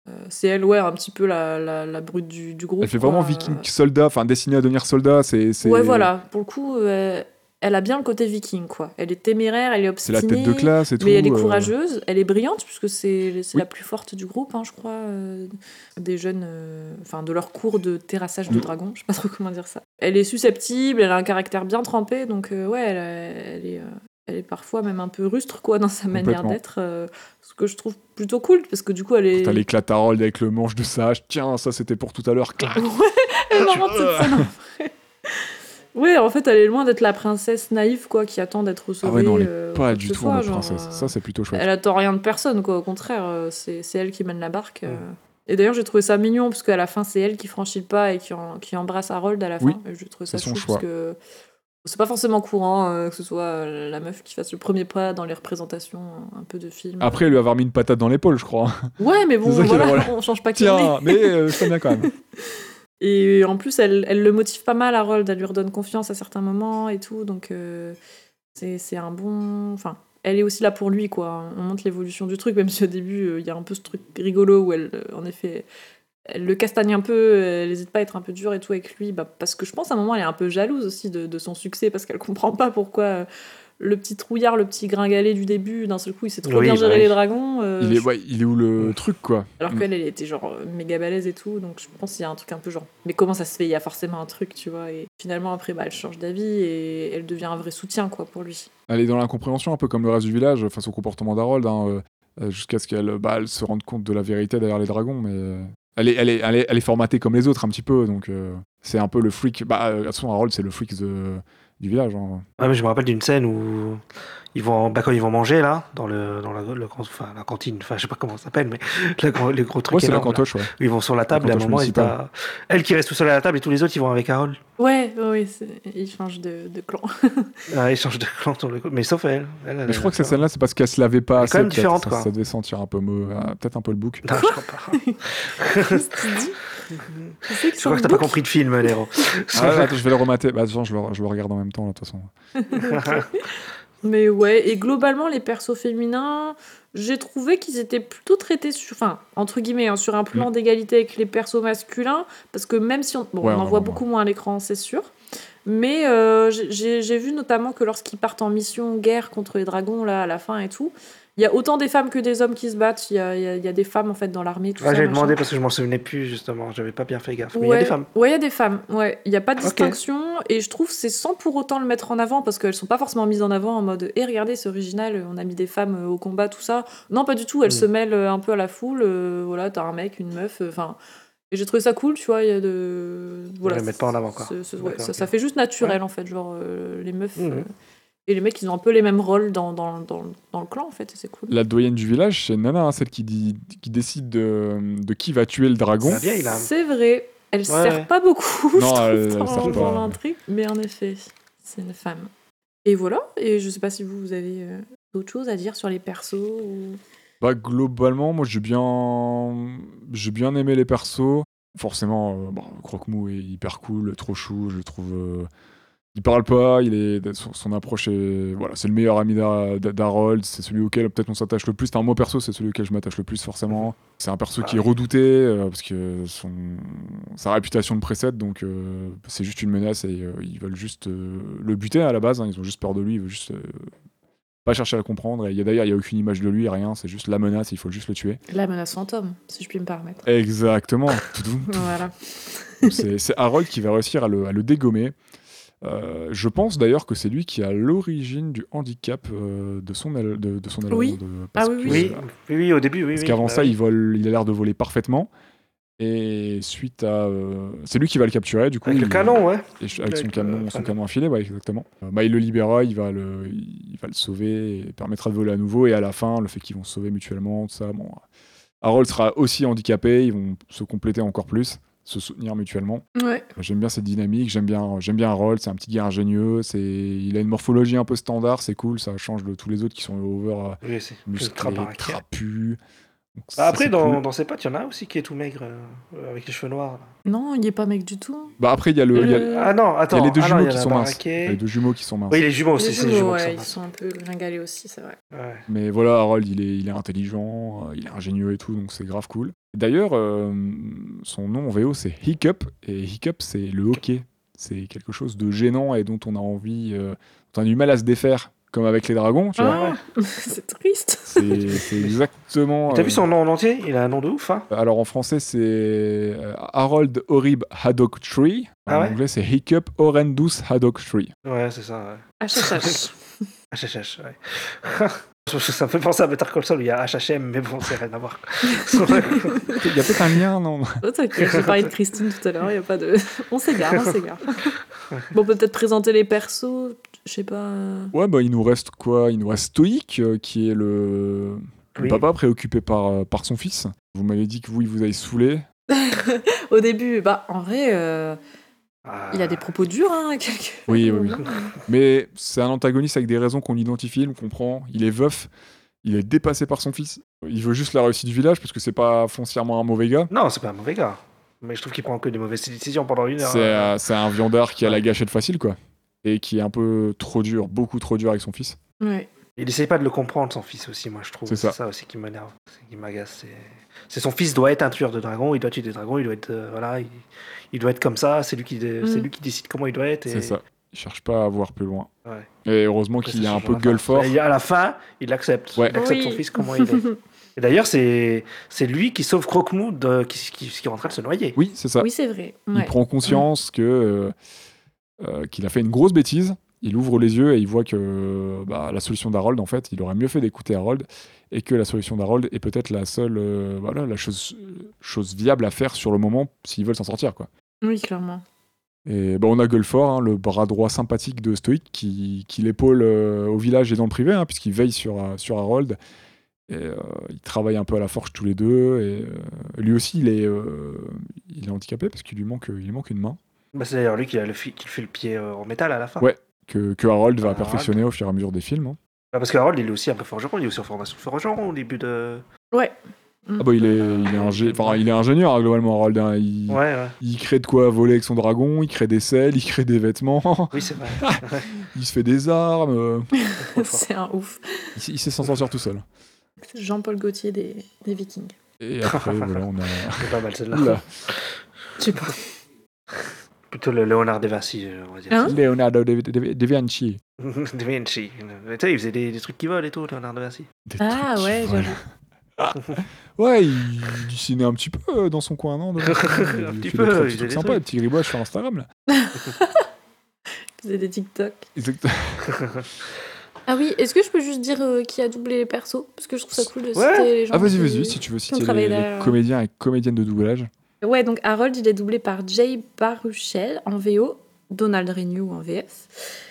Speaker 2: euh, c'est elle, ouais, un petit peu la, la, la brute du, du groupe.
Speaker 1: Elle fait vraiment
Speaker 2: quoi. euh.
Speaker 1: viking soldat, enfin destinée à devenir soldat, c'est c'est-
Speaker 2: Ouais, voilà, pour le coup, euh, elle a bien le côté viking, quoi. Elle est téméraire, elle est
Speaker 1: c'est
Speaker 2: obstinée.
Speaker 1: la tête de classe et tout.
Speaker 2: Mais elle est
Speaker 1: euh,
Speaker 2: courageuse, elle est brillante, puisque c'est c'est
Speaker 1: Oui.
Speaker 2: la plus forte du groupe, hein, je crois, euh, des jeunes, euh, enfin de leur cours de terrassage de
Speaker 1: Oui.
Speaker 2: dragon, je sais pas trop comment dire ça. Elle est susceptible, elle a un caractère bien trempé, donc euh, ouais, elle, elle est, euh, elle est parfois même un peu rustre, quoi, dans sa manière
Speaker 1: Complètement.
Speaker 2: d'être, euh, ce que je trouve plutôt cool, parce que du coup, elle est...
Speaker 1: T'as l'éclatarold avec le manche de sage. Tiens, ça c'était pour tout à l'heure. Clac.
Speaker 2: Ouais, elle est
Speaker 1: Ah,
Speaker 2: marrante, cette scène, en vrai. Ouais, en fait, elle est loin d'être la princesse naïve, quoi, qui attend d'être
Speaker 1: Ah
Speaker 2: sauvée.
Speaker 1: ouais, non, elle est
Speaker 2: euh,
Speaker 1: pas
Speaker 2: quoi que
Speaker 1: du
Speaker 2: ce
Speaker 1: tout
Speaker 2: soit,
Speaker 1: en mode
Speaker 2: genre,
Speaker 1: princesse.
Speaker 2: euh,
Speaker 1: Ça c'est plutôt chouette.
Speaker 2: Elle attend rien de personne, quoi. Au contraire, euh, c'est c'est elle qui mène la barque. euh. Et d'ailleurs, j'ai trouvé ça mignon, parce qu'à la fin, c'est elle qui franchit le pas et qui, en- qui embrasse Harold à la fin.
Speaker 1: Oui,
Speaker 2: Et J'ai trouvé ça
Speaker 1: c'est son
Speaker 2: chou,
Speaker 1: choix.
Speaker 2: parce que C'est pas forcément courant euh, que ce soit euh, la meuf qui fasse le premier pas dans les représentations euh, un peu de films.
Speaker 1: Après, lui avoir mis une patate dans l'épaule, je crois.
Speaker 2: Ouais, mais bon,
Speaker 1: C'est ça qui est
Speaker 2: voilà,
Speaker 1: drôle.
Speaker 2: on change pas qui on est.
Speaker 1: Tiens, mais euh, je t'aime bien quand même.
Speaker 2: Et en plus, elle, elle le motive pas mal, Harold. Elle lui redonne confiance à certains moments et tout. Donc, euh, c'est c'est un bon. Enfin, elle est aussi là pour lui, quoi. On montre l'évolution du truc, même si au début, euh, il y a un peu ce truc rigolo où elle, euh, en effet, elle le castagne un peu. Elle hésite pas à être un peu dure et tout avec lui. Bah, parce que je pense à un moment, elle est un peu jalouse aussi de, de son succès parce qu'elle comprend pas pourquoi. euh, le petit trouillard, le petit gringalet du début, d'un seul coup, il sait trop
Speaker 3: Oui,
Speaker 2: bien
Speaker 3: bah
Speaker 2: gérer
Speaker 3: oui.
Speaker 2: les dragons. euh,
Speaker 1: Il est, ouais, il est où le truc, quoi
Speaker 2: alors
Speaker 3: Mm.
Speaker 2: qu'elle, elle était genre euh, méga balèze et tout, donc je pense qu'il y a un truc un peu genre, mais comment ça se fait Il y a forcément un truc, tu vois. Et finalement, après, bah, elle change d'avis et elle devient un vrai soutien, quoi, pour lui.
Speaker 1: Elle est dans l'incompréhension, un peu comme le reste du village, euh, face au comportement d'Harold, hein, euh, euh, jusqu'à ce qu'elle euh, bah, elle se rende compte de la vérité derrière les dragons. Mais euh, elle, est, elle, est, elle, est, elle est formatée comme les autres, un petit peu, donc euh, c'est un peu le freak. Bah, euh, de toute façon, Harold, c'est le freak de- du village. hein.
Speaker 3: Ouais, mais je me rappelle d'une scène où ils vont, en- bah, quand ils vont manger là, dans le, dans la, le grand- enfin, la cantine, enfin je sais pas comment ça s'appelle, mais le gros, les gros trucs
Speaker 1: Ouais, c'est la
Speaker 3: énormes, là,
Speaker 1: cantoche, ouais.
Speaker 3: où ils vont sur la table et à un
Speaker 1: cantoche
Speaker 3: moment, ils
Speaker 1: municipale.
Speaker 3: t'a- elle qui reste tout seule à la table et tous les autres ils vont avec Harold,
Speaker 2: Ouais, ouais, ouais, c'est- il change de, de clan.
Speaker 3: Euh, ils changent de clan sur le coup, mais sauf elle. elle, elle
Speaker 1: Mais je crois
Speaker 3: elle-
Speaker 1: que cette scène-là, c'est parce qu'elle se lavait pas
Speaker 3: Elle est
Speaker 1: assez.
Speaker 3: quand même
Speaker 1: peut-être,
Speaker 3: différente,
Speaker 1: ça,
Speaker 3: quoi.
Speaker 1: ça devait sentir un peu, mou- euh, peut-être un peu le bouc.
Speaker 3: Non, je crois pas.
Speaker 2: Qu'est-ce que tu dis Tu sais que
Speaker 3: Je
Speaker 2: sur
Speaker 3: crois que
Speaker 2: le
Speaker 3: t'as pas
Speaker 2: book-
Speaker 3: compris de film, Léro.
Speaker 1: Ah ouais, attends, je vais le remater. Bah, attends, je le, je le regarde en même temps, là, de toute façon.
Speaker 2: Mais ouais, et globalement, les persos féminins, j'ai trouvé qu'ils étaient plutôt traités, sur, enfin, entre guillemets, hein, sur un plan d'égalité avec les persos masculins, parce que même si on, bon,
Speaker 1: Ouais,
Speaker 2: on
Speaker 1: on en
Speaker 2: en voit
Speaker 1: voit
Speaker 2: beaucoup moins à l'écran, c'est sûr, mais euh, j'ai- j'ai j'ai vu notamment que lorsqu'ils partent en mission guerre contre les dragons, là, à la fin et tout, il y a autant des femmes que des hommes qui se battent, il y a, il y a- il y a des femmes, en fait, dans l'armée, tout
Speaker 3: Ah,
Speaker 2: ça.
Speaker 3: J'avais
Speaker 2: machin.
Speaker 3: demandé parce que je m'en souvenais plus justement, j'avais pas bien fait gaffe. Mais il y a
Speaker 2: Ouais.
Speaker 3: des femmes.
Speaker 2: Ouais, il y a des femmes. Ouais, il n'y a pas de
Speaker 3: Ok.
Speaker 2: distinction. Et je trouve que c'est sans pour autant le mettre en avant parce qu'elles sont pas forcément mises en avant en mode et regardez, c'est original, on a mis des femmes euh, au combat, tout ça. Non, pas du tout. Elles
Speaker 3: Mm.
Speaker 2: se mêlent euh, un peu à la foule. euh, voilà, t'as un mec, une meuf. euh, Enfin. Et j'ai trouvé ça cool, tu vois. Il y a de. Voilà.
Speaker 3: les mettent pas en avant, quoi.
Speaker 2: ce- ce- ouais,
Speaker 3: D'accord,
Speaker 2: ça,
Speaker 3: ok.
Speaker 2: ça fait juste naturel, en fait. Genre, euh, les meufs.
Speaker 3: Mm.
Speaker 2: euh, et les mecs, ils ont un peu les mêmes rôles dans, dans, dans, dans le clan, en fait. Et c'est cool.
Speaker 1: La doyenne du village, c'est Nana, hein, celle qui, dit, qui décide de, de qui va tuer le dragon.
Speaker 3: La vieille, là.
Speaker 2: C'est vrai. Elle
Speaker 3: ouais.
Speaker 2: sert pas beaucoup, je
Speaker 1: Non,
Speaker 2: trouve,
Speaker 1: elle- elle
Speaker 2: dans,
Speaker 1: sert
Speaker 2: dans
Speaker 1: pas.
Speaker 2: l'intrigue. Mais en effet, c'est une femme. Et voilà. Et je sais pas si vous, vous avez euh, d'autres choses à dire sur les persos. ou-
Speaker 1: Bah, globalement, moi, j'ai bien... j'ai bien aimé les persos. Forcément, euh, bon, Croque-Mou est hyper cool, trop chou, je le trouve... euh, Il parle pas, il est son, son approche est voilà, c'est le meilleur ami d'Ha- d'Ha- d'Harold, c'est celui auquel peut-être on s'attache le plus. Enfin, moi perso, c'est celui auquel je m'attache le plus forcément. C'est un perso qui est redouté euh, parce que son sa réputation le précède, donc euh, c'est juste une menace et euh, ils veulent juste euh, le buter à la base. hein. ils ont juste peur de lui, ils veulent juste euh, pas chercher à le comprendre. Et il y a d'ailleurs il y a aucune image de lui, rien, c'est juste la menace, il faut juste le tuer.
Speaker 2: La menace fantôme, si je puis me permettre.
Speaker 1: Exactement.
Speaker 2: voilà.
Speaker 1: C'est c'est Harold qui va réussir à le, à le dégommer. Euh, je pense d'ailleurs que c'est lui qui a l'origine du handicap euh, de son al- de, de son allemand,
Speaker 2: Oui.
Speaker 1: de-
Speaker 2: Ah
Speaker 1: parce
Speaker 2: oui,
Speaker 1: que-
Speaker 3: Oui, oui, oui, au début, oui.
Speaker 1: parce
Speaker 3: oui.
Speaker 1: qu'avant
Speaker 3: Bah
Speaker 1: ça,
Speaker 3: oui.
Speaker 1: il vole, il a l'air de voler parfaitement. Et suite à, euh, c'est lui qui va le capturer du coup.
Speaker 3: Avec le
Speaker 1: il-
Speaker 3: canon, ouais.
Speaker 1: et ch- avec son
Speaker 3: Avec,
Speaker 1: canon,
Speaker 3: euh,
Speaker 1: son
Speaker 3: enfin,
Speaker 1: canon enfilé, ouais, exactement. Euh, bah, il le libérera, il va le, il va le sauver, et permettra de voler à nouveau. Et à la fin, le fait qu'ils vont se sauver mutuellement, tout ça, bon. euh, Harold sera aussi handicapé, ils vont se compléter encore plus, se soutenir mutuellement.
Speaker 2: Ouais.
Speaker 1: J'aime bien cette dynamique, j'aime bien, j'aime bien Harold, c'est un petit gars ingénieux, c'est, il a une morphologie un peu standard, c'est cool, ça change de tous les autres qui sont over, euh,
Speaker 3: Oui, c'est ultra
Speaker 1: musclés,
Speaker 3: baraqué.
Speaker 1: trapus. Donc
Speaker 3: Bah,
Speaker 1: ça,
Speaker 3: Après,
Speaker 1: c'est
Speaker 3: dans,
Speaker 1: cool.
Speaker 3: dans ses potes, il y en a aussi qui est tout maigre, euh, avec les cheveux noirs. là.
Speaker 2: Non, il est pas mec du tout.
Speaker 1: Bah, après, il y a le, il y a- il y a
Speaker 2: Le-
Speaker 3: Ah non, attends.
Speaker 1: les deux
Speaker 3: ah non,
Speaker 1: jumeaux
Speaker 3: il y en
Speaker 1: qui
Speaker 3: a
Speaker 1: sont minces. Il y
Speaker 3: baraqué.
Speaker 1: a les deux jumeaux qui sont minces.
Speaker 3: Oui, les jumeaux
Speaker 2: Les
Speaker 3: aussi, c'est les
Speaker 2: jumeaux,
Speaker 3: jumeaux
Speaker 2: ouais,
Speaker 3: qui sont
Speaker 2: ils
Speaker 3: minces.
Speaker 2: sont un peu gringalés aussi, c'est vrai.
Speaker 3: Ouais.
Speaker 1: Mais voilà, Harold, il est, il est intelligent, euh, il est ingénieux et tout, donc c'est grave cool. D'ailleurs, euh, son nom en VO, c'est Hiccup, et Hiccup, c'est le hockey. C'est quelque chose de gênant et dont on a envie, euh, dont on a du mal à se défaire, comme avec les dragons, tu vois.
Speaker 2: Ah, c'est triste.
Speaker 1: C'est c'est exactement...
Speaker 3: T'as
Speaker 1: euh,
Speaker 3: vu son nom en entier Il a un nom de ouf, hein
Speaker 1: Alors en français, c'est euh, Harold Horrib Haddock Tree. En
Speaker 3: Ah ouais
Speaker 1: anglais, c'est Hiccup Horrendous Haddock Tree.
Speaker 3: Ouais, c'est ça, ouais.
Speaker 2: HHH.
Speaker 3: HHH, ouais. Je- je- Ça me fait penser à Better Call Saul, où il y a HHM, mais bon, c'est rien à voir.
Speaker 1: Il y a peut-être un lien, non
Speaker 2: Oh, t'inquiète, j'ai parlé de Christine tout à l'heure, y a pas de. On s'égare, on s'égare. bon, peut-être présenter les persos, je sais pas. euh,
Speaker 1: Ouais, bah, il nous reste quoi Il nous reste Stoïque, euh, qui est le, le
Speaker 3: Oui.
Speaker 1: papa préoccupé par, euh, par son fils. Vous m'avez dit que vous, il vous avez saoulé.
Speaker 2: Au début, bah, en vrai, euh,
Speaker 3: Ah,
Speaker 2: Il a des propos durs, hein, à quelques...
Speaker 1: Oui, oui, oui.
Speaker 2: moments.
Speaker 1: Mais c'est un antagoniste avec des raisons qu'on identifie, on comprend. Il est veuf, il est dépassé par son fils. Il veut juste la réussite du village parce que c'est pas foncièrement un mauvais gars.
Speaker 3: Non, c'est pas un mauvais gars. Mais je trouve qu'il prend que des mauvaises décisions pendant une heure.
Speaker 1: C'est euh, c'est un viandard qui a la gâchette facile, quoi. Et qui est un peu trop dur, beaucoup trop dur avec son fils.
Speaker 2: Ouais.
Speaker 3: Il essaye pas de le comprendre, son fils aussi, moi je trouve.
Speaker 1: C'est
Speaker 3: C'est
Speaker 1: ça.
Speaker 3: ça. aussi qui m'énerve, c'est- qui m'agace. c'est- C'est son fils doit être un tueur de dragons, il doit tuer des dragons, il doit être euh, voilà, il, il doit être comme ça. C'est lui qui dé-
Speaker 2: Mm.
Speaker 3: c'est lui qui décide comment il doit être. et-
Speaker 1: C'est ça. Il cherche pas à voir plus loin.
Speaker 3: Ouais.
Speaker 1: Et heureusement
Speaker 3: après,
Speaker 1: qu'il
Speaker 3: ça
Speaker 1: a un
Speaker 3: change
Speaker 1: peu de
Speaker 3: rien.
Speaker 1: gueule fort.
Speaker 3: Et à la fin, il accepte.
Speaker 1: Ouais.
Speaker 3: Il accepte
Speaker 2: Oui.
Speaker 3: son fils comment il est. Et d'ailleurs, c'est c'est lui qui sauve Croque-Mou de- qui, qui, qui est en train de se noyer.
Speaker 1: Oui, c'est ça.
Speaker 2: Oui, c'est vrai.
Speaker 1: Bah, Il
Speaker 2: Ouais.
Speaker 1: prend conscience que euh, euh, qu'il a fait une grosse bêtise. Il ouvre les yeux et il voit que bah, la solution d'Harold, en fait, il aurait mieux fait d'écouter Harold et que la solution d'Harold est peut-être la seule, euh, voilà, la chose, chose viable à faire sur le moment s'ils veulent s'en sortir, quoi.
Speaker 2: Oui, clairement.
Speaker 1: Et bah, on a Gullford, hein, le bras droit sympathique de Stoic, qui, qui l'épaule euh, au village et dans le privé, hein, puisqu'il veille sur, euh, sur Harold. Et euh, ils travaillent un peu à la forge tous les deux. Et euh, lui aussi, il est, euh, il est handicapé parce qu'il lui manque, il lui manque une main.
Speaker 3: Bah, c'est d'ailleurs lui qui, a le fi- qui fait le pied euh, en métal à la fin.
Speaker 1: Ouais. que, que Harold va
Speaker 3: Harold.
Speaker 1: perfectionner au fur et à mesure des films. hein.
Speaker 3: Bah, parce que Harold, il est aussi un peu forgeron, il est aussi en formation forgeron au début de.
Speaker 1: Ah bah, il est, il est, ingé- enfin, il est ingénieur hein, globalement Harold. hein. Il,
Speaker 3: Ouais, ouais.
Speaker 1: il crée de quoi voler avec son dragon, il crée des selles, il crée des vêtements,
Speaker 3: Oui, c'est vrai.
Speaker 1: il se fait des armes, euh,
Speaker 3: Trop fort.
Speaker 2: c'est un ouf.
Speaker 1: il, il sait s'en sortir tout seul.
Speaker 2: C'est Jean-Paul Gaultier des, des Vikings.
Speaker 1: Et après, voilà, on a...
Speaker 3: C'est pas mal celle-là.
Speaker 1: Oula,
Speaker 2: Je sais pas.
Speaker 3: Plutôt le Léonard de Vinci, euh, on va dire.
Speaker 2: Hein
Speaker 1: Leonardo da da- da- da Vinci.
Speaker 3: de Vinci. Mais Tu sais, il faisait des, des trucs qui volent et tout, Léonard de Vinci.
Speaker 1: Des trucs
Speaker 2: Ah
Speaker 1: qui
Speaker 2: ouais,
Speaker 1: volent. Ouais, il il dessinait un petit peu euh, dans son coin, non de- Il fait
Speaker 3: petit
Speaker 1: des
Speaker 3: peu,
Speaker 1: trois
Speaker 3: il
Speaker 1: petits
Speaker 3: faisait
Speaker 1: trucs
Speaker 3: des
Speaker 1: sympas,
Speaker 3: trucs.
Speaker 1: des petits gribois sur Instagram, là.
Speaker 2: Faisait des TikTok.
Speaker 1: Exact-
Speaker 2: Ah oui, est-ce que je peux juste dire euh, qui a doublé les persos Parce que je trouve ça cool de
Speaker 3: Ouais.
Speaker 2: citer les gens.
Speaker 1: Ah, vas-y,
Speaker 2: qui-
Speaker 1: vas-y, si tu veux citer les,
Speaker 2: travaille
Speaker 1: les
Speaker 2: derrière.
Speaker 1: comédiens et comédiennes de doublage.
Speaker 2: Ouais, donc Harold, il est doublé par Jay Baruchel en VO, Donald Renew en VF,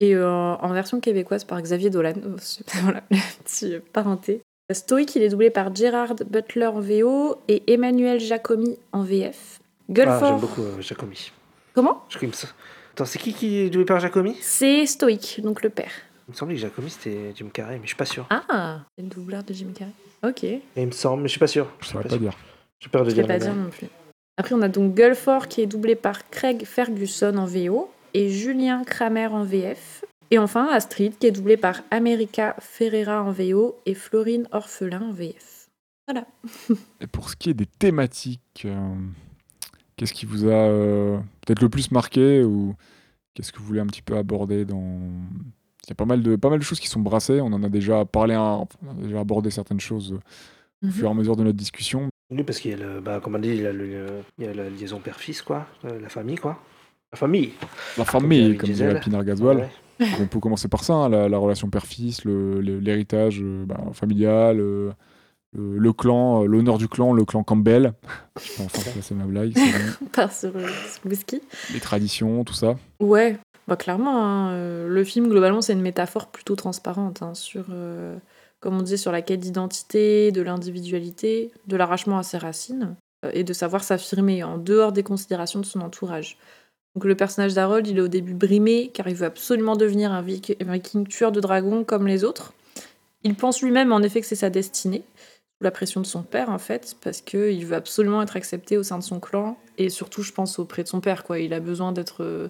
Speaker 2: et euh, en version québécoise par Xavier Dolan. Oh, c'est- voilà, le petit euh, parenté. Stoic, il est doublé par Gerard Butler en VO et Emmanuel Jacomi en VF.
Speaker 3: Ah,
Speaker 2: Gullford.
Speaker 3: J'aime beaucoup euh, Jacomi.
Speaker 2: Comment
Speaker 3: Je comme ça. Attends, c'est qui qui est doué par Jacomi
Speaker 2: C'est Stoic, donc le père.
Speaker 3: Il me semblait que Jacomi c'était Jim Carrey, mais je suis pas sûr.
Speaker 2: Ah C'est le doubleur de Jim Carrey. Ok,
Speaker 3: Et il me semble, mais je suis pas sûr.
Speaker 1: Je
Speaker 3: suis
Speaker 1: saurais
Speaker 3: pas
Speaker 1: pas
Speaker 3: sûr.
Speaker 1: dire.
Speaker 3: J'ai peur de
Speaker 2: je ne
Speaker 3: dire.
Speaker 2: pas
Speaker 3: le
Speaker 2: dire
Speaker 3: nom.
Speaker 2: non plus. Après, on a donc Gullford qui est doublé par Craig Ferguson en VO et Julien Kramer en VF. Et enfin, Astrid qui est doublée par America Ferreira en VO et Florine Orphelin en VF.
Speaker 1: Et pour ce qui est des thématiques, euh, qu'est-ce qui vous a euh, peut-être le plus marqué ou qu'est-ce que vous voulez un petit peu aborder dans Il y a pas mal de pas mal de choses qui sont brassées. On en a déjà parlé, hein, on a déjà abordé certaines choses euh, au
Speaker 2: Mhm.
Speaker 1: fur et à mesure de notre discussion.
Speaker 3: Oui, parce qu'il y a le, bah, comme on dit, il y a, le- il y a la liaison père-fils, quoi. Euh, La famille, quoi. La famille.
Speaker 1: La
Speaker 3: il y a
Speaker 1: famille,
Speaker 3: eu
Speaker 1: comme
Speaker 3: Gisèle.
Speaker 1: dirait Pinard Gasoil.
Speaker 3: Ouais.
Speaker 1: On peut commencer par ça, hein, la, la relation père-fils, le- le- l'héritage euh, bah, familial, euh, le, le clan, euh, l'honneur du clan, le clan Campbell. Je peux enfin placer ma blague. c'est bon.
Speaker 2: Par sur euh, sur Whisky.
Speaker 1: Les traditions, tout ça.
Speaker 2: Ouais, bah clairement, hein, euh, le film globalement c'est une métaphore plutôt transparente hein, sur, euh, comme on disait, sur la quête d'identité, de l'individualité, de l'arrachement à ses racines euh, et de savoir s'affirmer en dehors des considérations de son entourage. Donc le personnage d'Harold, il est au début brimé car il veut absolument devenir un vik- un viking tueur de dragons comme les autres. Il pense lui-même en effet que c'est sa destinée, sous la pression de son père en fait, parce que il veut absolument être accepté au sein de son clan et surtout je pense auprès de son père quoi. Il a besoin d'être euh,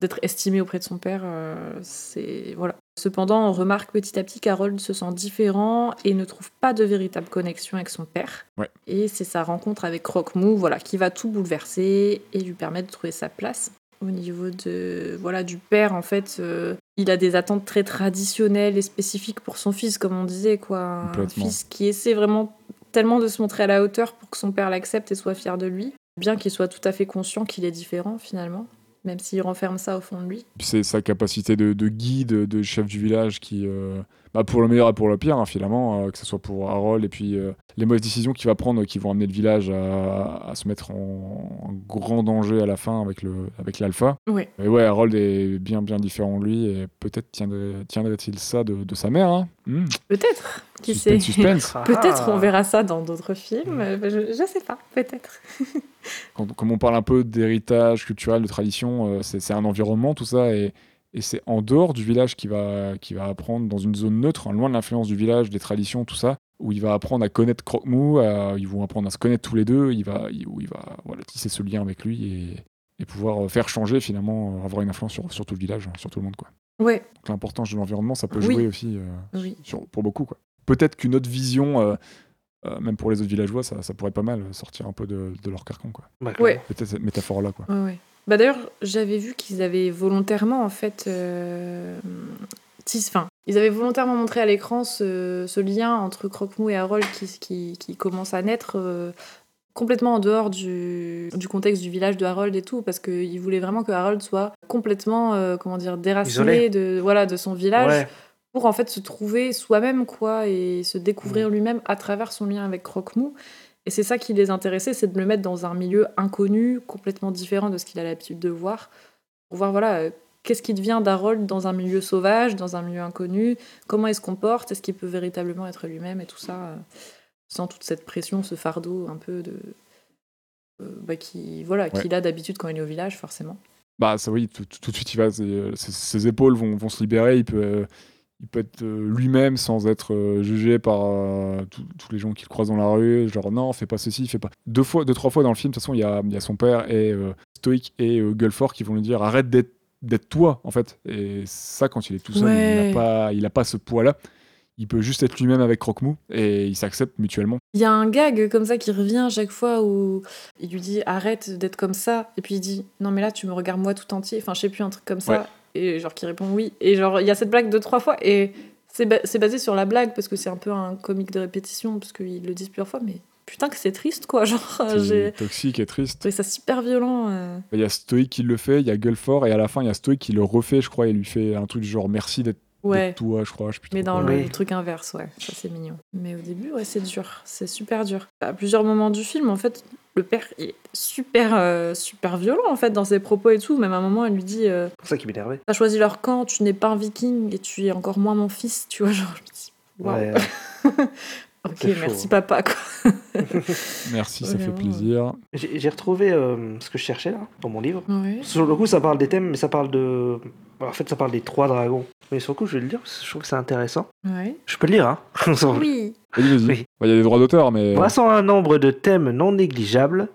Speaker 2: d'être estimé auprès de son père, euh, c'est voilà. Cependant, on remarque petit à petit qu'Harold se sent différent et ne trouve pas de véritable connexion avec son père.
Speaker 1: Ouais.
Speaker 2: Et c'est sa rencontre avec Croque-Mou, voilà, qui va tout bouleverser et lui permettre de trouver sa place. Au niveau de voilà du père, en fait, euh, il a des attentes très traditionnelles et spécifiques pour son fils, comme on disait quoi. Un
Speaker 1: Complètement.
Speaker 2: fils qui essaie vraiment tellement de se montrer à la hauteur pour que son père l'accepte et soit fier de lui, bien qu'il soit tout à fait conscient qu'il est différent finalement même s'il renferme ça au fond de lui.
Speaker 1: Puis c'est sa capacité de, de guide, de chef du village qui, euh, bah, pour le meilleur et pour le pire, hein, finalement, euh, que ce soit pour Harold et puis euh, les mauvaises décisions qu'il va prendre, euh, qui vont amener le village à, à se mettre en, en grand danger à la fin avec le avec l'alpha.
Speaker 2: Ouais.
Speaker 1: Et ouais, Harold est bien bien différent de lui et peut-être tiendrait- tiendrait-il ça de, de sa mère. Hein Hmm,
Speaker 2: Peut-être, qui sait.
Speaker 1: suspense, suspense.
Speaker 3: Ah,
Speaker 2: Peut-être
Speaker 3: ah.
Speaker 2: on verra ça dans d'autres films, euh, je, je sais pas, peut-être.
Speaker 1: quand- comme on parle un peu d'héritage culturel, de tradition, euh, c'est c'est un environnement, tout ça, et, et c'est en dehors du village qu'il va, qu'il va apprendre, dans une zone neutre, hein, loin de l'influence du village, des traditions, tout ça, où il va apprendre à connaître Croque-Mou, à- ils vont apprendre à se connaître tous les deux, il va, il- où il va voilà, tisser ce lien avec lui et, et pouvoir euh, faire changer, finalement, euh, avoir une influence sur, sur tout le village, hein, sur tout le monde. Quoi.
Speaker 2: Ouais,
Speaker 1: Donc l'importance de l'environnement, ça peut
Speaker 2: Oui.
Speaker 1: jouer aussi euh,
Speaker 2: oui.
Speaker 1: sur- pour beaucoup. quoi. Peut-être qu'une autre vision, euh, euh, même pour les autres villageois, ça, ça pourrait pas mal euh, sortir un peu de, de leur carcan. Quoi.
Speaker 3: Bah,
Speaker 2: Ouais.
Speaker 1: Peut-être cette métaphore-là. quoi.
Speaker 2: Ouais, ouais. Bah d'ailleurs, j'avais vu qu'ils avaient volontairement en fait euh, tis- enfin, ils avaient volontairement montré à l'écran ce, ce lien entre Croque-Mou et Harold qui, qui, qui commence à naître euh, complètement en dehors du, du contexte du village de Harold et tout parce qu'ils voulaient vraiment que Harold soit complètement euh, comment dire déraciné
Speaker 3: Isolé.
Speaker 2: de voilà de son village
Speaker 3: Ouais.
Speaker 2: pour en fait se trouver soi-même quoi et se découvrir lui-même à travers son lien avec Croque-Mou. Et c'est ça qui les intéressait, c'est de le mettre dans un milieu inconnu, complètement différent de ce qu'il a l'habitude de voir, pour voir voilà euh, qu'est-ce qui devient d'Harold dans un milieu sauvage, dans un milieu inconnu, comment il se comporte, est-ce qu'il peut véritablement être lui-même et tout ça, euh, sans toute cette pression, ce fardeau un peu de euh, bah, qui voilà
Speaker 1: Ouais.
Speaker 2: qu'il a d'habitude quand il est au village forcément.
Speaker 1: Bah, ça, oui, tout, tout- tout de suite, il va, c'est, euh, ses, ses épaules vont, vont se libérer. Il peut, euh, il peut être euh, lui-même sans être euh, jugé par euh, tous tous les gens qu'il croise dans la rue. Genre, non, fais pas ceci, fais pas. Deux, fois, deux trois fois dans le film, de toute façon, il y a, il y a son père et euh, Stoic et euh, Guilford qui vont lui dire arrête d'être d'être toi, en fait. Et ça, quand il est tout seul, il
Speaker 2: Ouais.
Speaker 1: n'a pas, il a pas ce poids-là. Il peut juste être lui-même avec Croque-Mou et ils s'acceptent mutuellement.
Speaker 2: Il y a un gag comme ça qui revient à chaque fois où il lui dit arrête d'être comme ça et puis il dit non mais là tu me regardes moi tout entier enfin je sais plus un truc comme ça
Speaker 1: Ouais.
Speaker 2: et genre qui répond oui et genre il y a cette blague de trois fois et c'est ba- c'est basé sur la blague parce que c'est un peu un comique de répétition parce qu'ils le disent plusieurs fois mais putain que c'est triste quoi genre
Speaker 1: C'est
Speaker 2: Ah, j'ai
Speaker 1: toxique et triste.
Speaker 2: trouvé ça super violent euh.
Speaker 1: Bah, Il y a Stoic qui le fait, il y a Guilford et à la fin, il y a Stoic qui le refait, je crois, et lui fait un truc du genre merci d'être
Speaker 2: ouais
Speaker 1: de toi, je crois. Je sais plus
Speaker 2: Mais
Speaker 1: trop
Speaker 2: dans
Speaker 1: quoi.
Speaker 2: le truc inverse, ouais, ça c'est mignon. Mais au début, ouais, c'est dur, c'est super dur. À plusieurs moments du film, en fait, le père est super, euh, super violent en fait dans ses propos et tout. Même à un moment, elle lui dit euh,
Speaker 3: C'est pour ça qu'il m'énervait.
Speaker 2: T'as choisi leur camp, tu n'es pas un viking et tu es encore moins mon fils, tu vois. Genre, je me dis Waouh.
Speaker 3: Ouais.
Speaker 2: ok,
Speaker 3: c'est chaud,
Speaker 2: merci
Speaker 3: hein.
Speaker 2: papa, quoi.
Speaker 1: Merci, ça fait
Speaker 2: Vraiment,
Speaker 1: plaisir.
Speaker 3: J'ai j'ai retrouvé euh, ce que je cherchais là, dans mon livre.
Speaker 2: Ouais.
Speaker 3: Sur le coup, ça parle des thèmes, mais ça parle de. En fait, ça parle des trois dragons. Mais sur le coup, je vais le lire parce que je trouve que c'est intéressant.
Speaker 2: Ouais.
Speaker 3: Je peux le lire, hein
Speaker 2: Oui.
Speaker 1: Vas-y, vas-y.
Speaker 3: Oui.
Speaker 1: Bah, Il y a des droits d'auteur, mais.
Speaker 3: Brassant un nombre de thèmes non négligeables,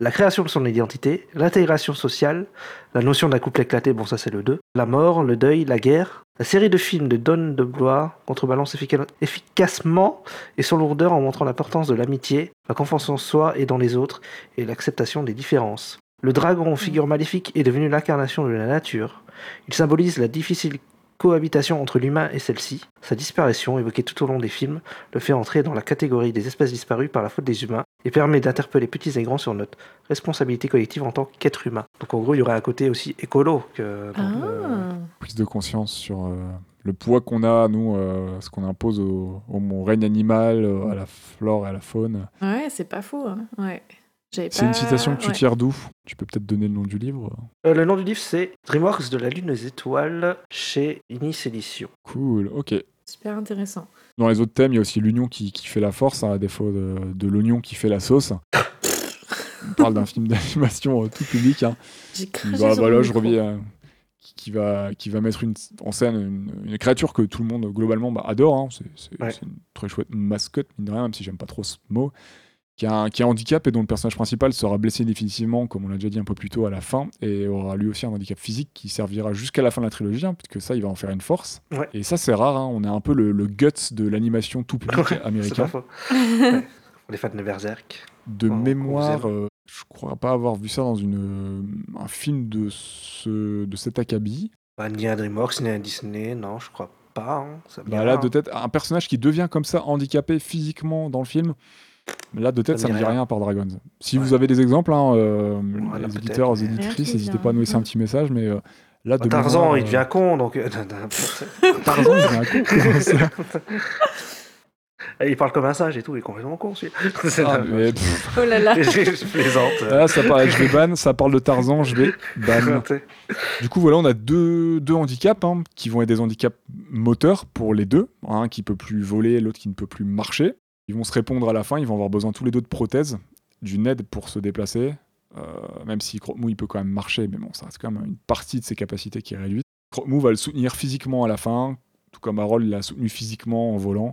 Speaker 3: la création de son identité, l'intégration sociale, la notion d'un couple éclaté, bon ça c'est le 2, la mort, le deuil, la guerre, la série de films de Donne de Blois contrebalance effica- efficacement et sans lourdeur en montrant l'importance de l'amitié, la confiance en soi et dans les autres, et l'acceptation des différences. Le dragon, figure maléfique, est devenu l'incarnation de la nature. Il symbolise la difficile cohabitation entre l'humain et celle-ci. Sa disparition, évoquée tout au long des films, le fait entrer dans la catégorie des espèces disparues par la faute des humains et permet d'interpeller petits et grands sur notre responsabilité collective en tant qu'être humain. Donc en gros, il y aurait un côté aussi écolo que.
Speaker 2: Ah.
Speaker 3: dans le-
Speaker 1: Prise de conscience sur euh, le poids qu'on a, nous, euh, ce qu'on impose au, au- au règne animal, euh, à la flore et à la faune.
Speaker 2: Ouais, c'est pas faux. hein. Ouais. J'avais
Speaker 1: C'est une
Speaker 2: pas-
Speaker 1: citation que tu
Speaker 2: ouais.
Speaker 1: tires d'où Tu peux peut-être donner le nom du livre.
Speaker 3: Euh, le nom du livre, c'est Dreamworks de la Lune aux étoiles chez Inis Édition.
Speaker 1: Cool, ok.
Speaker 2: Super intéressant.
Speaker 1: Dans les autres thèmes, il y a aussi l'union qui, qui fait la force, hein, à défaut de, de l'oignon qui fait la sauce. On parle d'un film d'animation euh, tout public. hein.
Speaker 2: J'ai
Speaker 1: qui
Speaker 2: craché.
Speaker 1: va,
Speaker 2: sur
Speaker 1: bah
Speaker 2: mon
Speaker 1: là, je
Speaker 2: micro.
Speaker 1: reviens, euh, qui, qui va, qui va mettre une, en scène une, une créature que tout le monde globalement bah, adore. hein. C'est, c'est-
Speaker 3: Ouais.
Speaker 1: c'est une très chouette mascotte, mine de rien, même si j'aime pas trop ce mot. Qui a, un, qui a un handicap et dont le personnage principal sera blessé définitivement, comme on l'a déjà dit un peu plus tôt à la fin, et aura lui aussi un handicap physique qui servira jusqu'à la fin de la trilogie, hein, puisque ça, il va en faire une force.
Speaker 3: Ouais.
Speaker 1: Et ça, c'est rare, hein. on a un peu le, le guts de l'animation tout public
Speaker 3: C'est pas
Speaker 1: américain.
Speaker 3: faux. Ouais. Pour les fans de Berserk.
Speaker 1: De
Speaker 3: Qu'on- qu'on
Speaker 1: mémoire,
Speaker 3: faisait.
Speaker 1: euh, je crois pas avoir vu ça dans une, euh, un film de, ce, de cet acabit.
Speaker 3: Bah, ni à Dreamworks, ni à Disney, non, je crois pas. hein. Ça me
Speaker 1: Bah
Speaker 3: dit
Speaker 1: là,
Speaker 3: rien.
Speaker 1: de tête, un personnage qui devient comme ça handicapé physiquement dans le film, là, de tête, ça
Speaker 3: Ça me
Speaker 1: ne
Speaker 3: dit
Speaker 1: dit
Speaker 3: rien.
Speaker 1: rien par Dragons. Si
Speaker 3: Ouais.
Speaker 1: vous avez des exemples, hein, euh,
Speaker 3: Voilà,
Speaker 1: les
Speaker 3: peut-être,
Speaker 1: éditeurs, les
Speaker 3: mais-
Speaker 2: Rien qui
Speaker 1: éditrices,
Speaker 2: me
Speaker 1: n'hésitez
Speaker 2: vient.
Speaker 1: pas à nous laisser un petit message, mais euh, là,
Speaker 3: Bah,
Speaker 1: de
Speaker 3: Tarzan,
Speaker 1: mémoire,
Speaker 3: il
Speaker 1: euh,
Speaker 3: devient con, donc.
Speaker 1: Tarzan, il devient un con, comment ça
Speaker 3: Eh, il parle comme un singe et tout, il est complètement con, celui
Speaker 1: Ah, mais, pff,
Speaker 2: Oh là là.
Speaker 3: je plaisante.
Speaker 1: là, ça parle, je vais ban, ça parle de Tarzan, je vais ban. Du coup, voilà, on a deux, deux handicaps hein, qui vont être des handicaps moteurs pour les deux. Un qui peut plus voler, l'autre qui ne peut plus marcher. Ils vont se répondre à la fin, ils vont avoir besoin tous les deux de prothèses, d'une aide pour se déplacer, Euh, même si Crotmou il peut quand même marcher, mais bon, ça reste quand même une partie de ses capacités qui est réduite. Crotmou va le soutenir physiquement à la fin, tout comme Harold l'a soutenu physiquement en volant.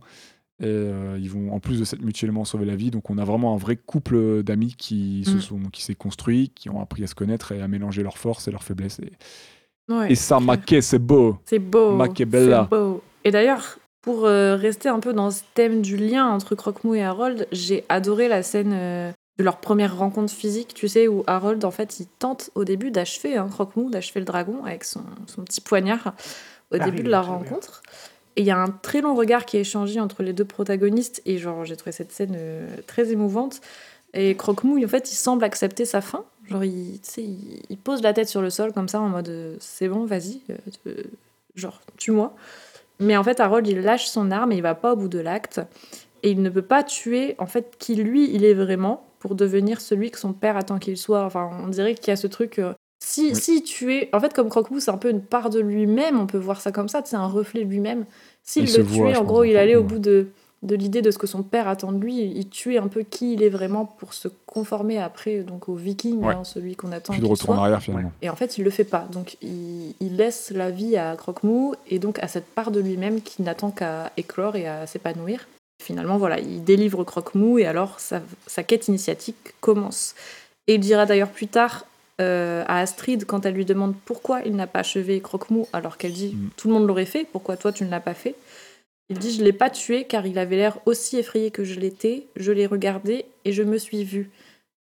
Speaker 1: Et euh, ils vont en plus de s'être mutuellement sauver la vie. Donc on a vraiment un vrai couple d'amis qui se
Speaker 2: Mm.
Speaker 1: sont, qui s'est construit, qui ont appris à se connaître et à mélanger leurs forces et leurs faiblesses. Et,
Speaker 2: Ouais.
Speaker 1: et ça, Maquet, c'est beau.
Speaker 2: C'est beau.
Speaker 1: Machiavella.
Speaker 2: c'est beau. Et d'ailleurs, pour euh, rester un peu dans ce thème du lien entre Croque-Mou et Harold, j'ai adoré la scène euh, de leur première rencontre physique, tu sais, où Harold, en fait, il tente au début d'achever hein, Croque-Mou, d'achever le dragon avec son, son petit poignard au
Speaker 3: Ah
Speaker 2: début
Speaker 3: oui,
Speaker 2: de la
Speaker 3: très bien.
Speaker 2: rencontre. Et il y a un très long regard qui est échangé entre les deux protagonistes, et genre, j'ai trouvé cette scène euh, très émouvante. Et Croque-Mou, en fait, il semble accepter sa fin. Genre, il, tu sais, il il pose la tête sur le sol comme ça, en mode euh, c'est bon, vas-y, euh, te- genre tue-moi. Mais en fait, Harold, il lâche son arme et il va pas au bout de l'acte. Et il ne peut pas tuer, en fait, qui lui, il est vraiment pour devenir celui que son père attend qu'il soit. Enfin, on dirait qu'il y a ce truc. euh, si,
Speaker 1: Oui.
Speaker 2: si tu es. En fait, comme Croque-Mou, c'est un peu une part de lui-même, on peut voir ça comme ça, c'est un reflet de lui-même. S'il
Speaker 1: Il se
Speaker 2: le
Speaker 1: voit,
Speaker 2: tuait,
Speaker 1: je
Speaker 2: en
Speaker 1: pense,
Speaker 2: gros,
Speaker 1: dans
Speaker 2: il allait au
Speaker 1: Croque-Mou,
Speaker 2: bout de, de l'idée de ce que son père attend de lui. Il tuait un peu qui il est vraiment pour se conformer après donc au viking,
Speaker 1: Ouais.
Speaker 2: hein, celui qu'on attend.
Speaker 1: Plus de
Speaker 2: qu'il
Speaker 1: retour en
Speaker 2: soit.
Speaker 1: arrière finalement.
Speaker 2: Et en fait, il le fait pas. Donc, il, il laisse la vie à Croque-Mou et donc à cette part de lui-même qui n'attend qu'à éclore et à s'épanouir. Finalement, voilà, il délivre Croque-Mou et alors sa, sa quête initiatique commence. Et il dira d'ailleurs plus tard euh, à Astrid, quand elle lui demande pourquoi il n'a pas achevé Croque-Mou, alors qu'elle dit
Speaker 1: Mm.
Speaker 2: tout le monde l'aurait fait, pourquoi toi tu ne l'as pas fait Il dit Je l'ai pas tué car il avait l'air aussi effrayé que je l'étais, je l'ai regardé et je me suis vue.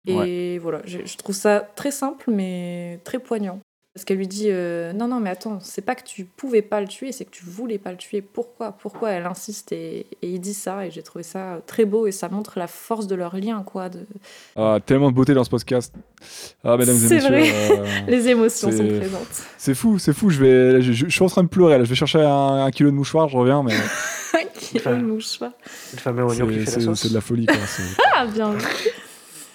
Speaker 2: Et voilà, je, je trouve ça très simple, mais très poignant. Parce qu'elle lui dit euh, Non, non, mais attends, c'est pas que tu pouvais pas le tuer, c'est que tu voulais pas le tuer. Pourquoi Pourquoi Elle insiste et, et il dit ça. Et j'ai trouvé ça très beau et ça montre la force de leur lien, quoi. De...
Speaker 1: Ah, tellement de beauté dans ce podcast. Ah, mesdames et
Speaker 2: C'est
Speaker 1: messieurs.
Speaker 2: vrai.
Speaker 1: euh,
Speaker 2: Les émotions
Speaker 1: C'est-
Speaker 2: sont présentes.
Speaker 1: c'est fou, c'est fou. Je, vais, je, je- je suis en train de pleurer là. Je vais chercher un, un kilo de mouchoir, je reviens, mais
Speaker 2: Qui est
Speaker 3: Enfin,
Speaker 2: le mouchoir.
Speaker 3: Le fameux oignon qui
Speaker 1: c'est-
Speaker 3: fait la
Speaker 1: c'est
Speaker 3: sauce.
Speaker 1: c'est de la folie. quoi. C'est-
Speaker 2: Ah, bien vu.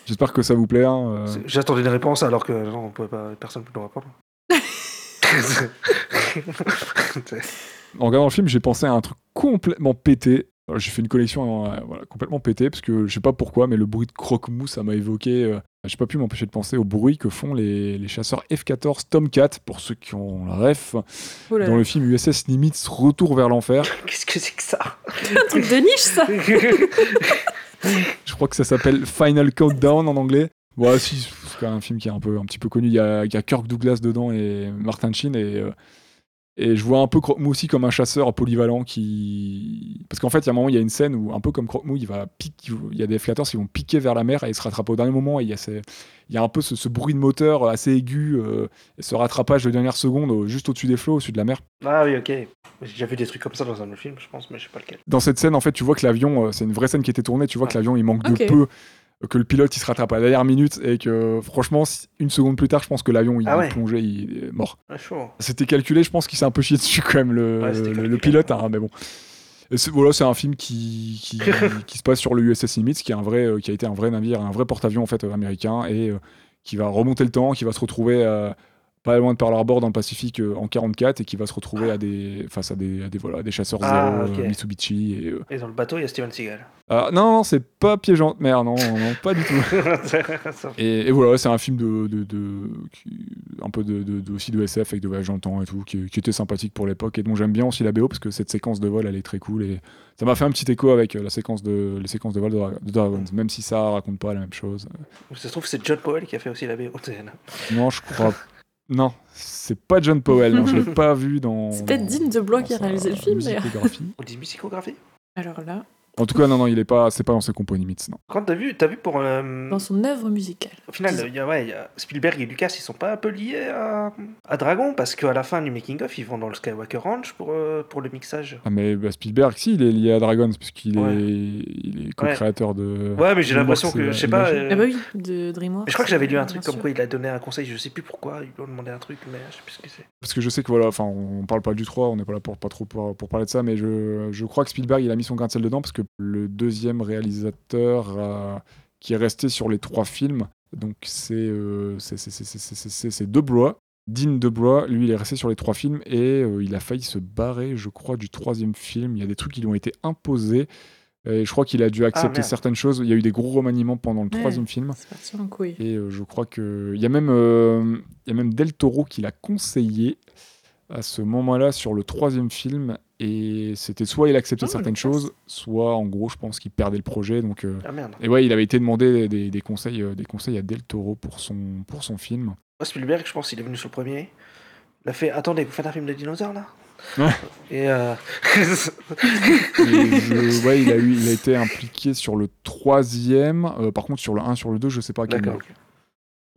Speaker 1: J'espère que ça vous plaît. hein, euh.
Speaker 3: C'est- J'attendais une réponse alors que non, on pouvait pas, personne ne peut nous répondre.
Speaker 1: En regardant le film, j'ai pensé à un truc complètement pété. Alors, J'ai fait une collection euh, voilà, complètement pétée parce que je sais pas pourquoi, mais le bruit de croque-mou, ça m'a évoqué. euh, j'ai pas pu m'empêcher de penser au bruit que font les, les chasseurs F-14 Tomcat, pour ceux qui ont la ref,
Speaker 2: Oh là là.
Speaker 1: dans le film USS Nimitz Retour vers l'enfer.
Speaker 3: Qu'est-ce que c'est que ça
Speaker 2: Un truc de niche, ça.
Speaker 1: Je crois que ça s'appelle Final Countdown en anglais. Ouais, si, c'est quand même un film qui est un, peu, un petit peu connu. Il y, a, il y a Kirk Douglas dedans et Martin Sheen. Et, euh, et je vois un peu Croque-Mou aussi comme un chasseur polyvalent qui. Parce qu'en fait, il y a un moment, il y a une scène où, un peu comme Croque-Mou, il, va piquer- il y a des F-14 qui vont piquer vers la mer et ils se rattrapent au dernier moment. Et il y a, ces- il y a un peu ce, ce bruit de moteur assez aigu euh, et ce rattrapage de dernière seconde euh, juste au-dessus des flots, au-dessus de la mer.
Speaker 3: Ah oui, ok. J'ai déjà vu des trucs comme ça dans un autre film, je pense, mais je sais pas lequel.
Speaker 1: dans cette scène, en fait, tu vois que l'avion, euh, c'est une vraie scène qui était tournée, tu vois que l'avion, il manque
Speaker 2: Ok.
Speaker 1: de peu, euh, que le pilote, il se rattrape à la dernière minute, et que franchement, si- une seconde plus tard, je pense que l'avion, il
Speaker 3: Ah
Speaker 1: est
Speaker 3: ouais.
Speaker 1: plongé, il est mort.
Speaker 3: Ah, chaud.
Speaker 1: C'était calculé, je pense qu'il s'est un peu chié dessus quand même, le,
Speaker 3: Ouais, c'était
Speaker 1: le-
Speaker 3: calculé.
Speaker 1: le pilote, hein, mais bon. Et c'est- voilà, c'est un film qui, qui, qui se passe sur le USS Nimitz, qui, est un vrai, euh, qui a été un vrai navire, un vrai porte-avions en fait, euh, américain, et euh, qui va remonter le temps, qui va se retrouver euh, pas loin de Pearl Harbor dans le Pacifique euh, en 44, et qui va se retrouver à des, face à des, à des, voilà, des chasseurs
Speaker 3: Ah,
Speaker 1: zéro, euh,
Speaker 3: ok.
Speaker 1: Mitsubishi, et euh,
Speaker 3: Et dans le bateau, il y a Steven Seagal.
Speaker 1: ah, non, non, c'est pas piégeante, merde, non, non, non, pas du tout.
Speaker 3: Ça-
Speaker 1: Et, et voilà, c'est un film de, de- de- qui- un peu de, de- de- aussi de SF avec de voyage dans le temps et tout, qui, qui était sympathique pour l'époque et dont j'aime bien aussi la BO parce que cette séquence de vol, elle est très cool et ça m'a fait un petit écho avec euh, la séquence de, les séquences de vol de, Dra- de Dragons, même si ça raconte pas la même chose.
Speaker 3: ça se trouve, c'est John Powell qui a fait aussi la BO.
Speaker 1: Non, je crois. Non, c'est pas John Powell, non, je l'ai pas vu dans.
Speaker 2: C'est peut-être
Speaker 1: dans-
Speaker 2: Dean DeBlois
Speaker 1: dans
Speaker 2: qui a
Speaker 1: sa
Speaker 2: réalisé le film, d'ailleurs.
Speaker 1: musicographie.
Speaker 3: On dit musicographie
Speaker 2: Alors là,
Speaker 1: En tout cas, non, non, il est pas, c'est pas dans ses compos limites, non.
Speaker 3: Quand t'as vu, t'as vu pour. euh,
Speaker 2: dans son œuvre musicale.
Speaker 3: Au final, il y a- ouais, il y a Spielberg et Lucas, ils sont pas un peu liés à, à Dragon parce qu'à la fin du making of, ils vont dans le Skywalker Ranch pour, euh, pour le mixage.
Speaker 1: Ah mais bah, Spielberg, si, il est lié à Dragons, puisqu'il
Speaker 3: Ouais.
Speaker 1: est, il est co-créateur de...
Speaker 3: Ouais, mais
Speaker 1: Dreamworks,
Speaker 3: j'ai l'impression
Speaker 1: euh,
Speaker 3: que je sais pas.
Speaker 1: imagine.
Speaker 3: euh,
Speaker 2: Ah bah oui, de DreamWorks. euh,
Speaker 3: mais je crois que j'avais lu un truc
Speaker 2: bien
Speaker 3: comme quoi il a donné un conseil, je sais plus pourquoi, ils lui ont demandé un truc, mais je sais plus ce que c'est.
Speaker 1: Parce que je sais que, voilà, enfin, on parle pas du 3, on n'est pas là pour, pas trop pour, pour parler de ça, mais je, je crois que Spielberg, il a mis son grain de sel dedans, parce que le deuxième réalisateur euh, qui est resté sur les trois films, donc c'est euh, c'est- c'est- c'est- c'est- c'est- c'est- c'est Debrois. Dean Debrois, lui, il est resté sur les trois films et euh, il a failli se barrer, je crois, du troisième film. Il y a des trucs qui lui ont été imposés. Et je crois qu'il a dû accepter
Speaker 3: merde.
Speaker 1: certaines choses. Il y a eu des gros remaniements pendant le
Speaker 2: Ouais.
Speaker 1: troisième film.
Speaker 2: C'est parti en couille.
Speaker 1: Et euh, je crois que il y a même euh, il y a même Del Toro qui l'a conseillé à ce moment-là sur le troisième film. Et c'était soit il acceptait
Speaker 2: Ah,
Speaker 1: certaines
Speaker 2: la classe.
Speaker 1: choses, soit en gros, je pense qu'il perdait le projet. Donc euh,
Speaker 3: Ah merde.
Speaker 1: et ouais, il avait été demandé des, des conseils euh, des conseils à Del Toro pour son pour son film.
Speaker 3: Moi, Ah, Spielberg, je pense, il est venu sur le premier. Il a fait Attendez, vous faites un film de dinosaures là
Speaker 1: Ouais.
Speaker 3: Et. euh,
Speaker 1: Et je- ouais, il a eu il a été impliqué sur le troisième. Euh, par contre, sur le 1, sur le 2, je sais pas à quel
Speaker 3: D'accord.
Speaker 1: moment.
Speaker 3: ok.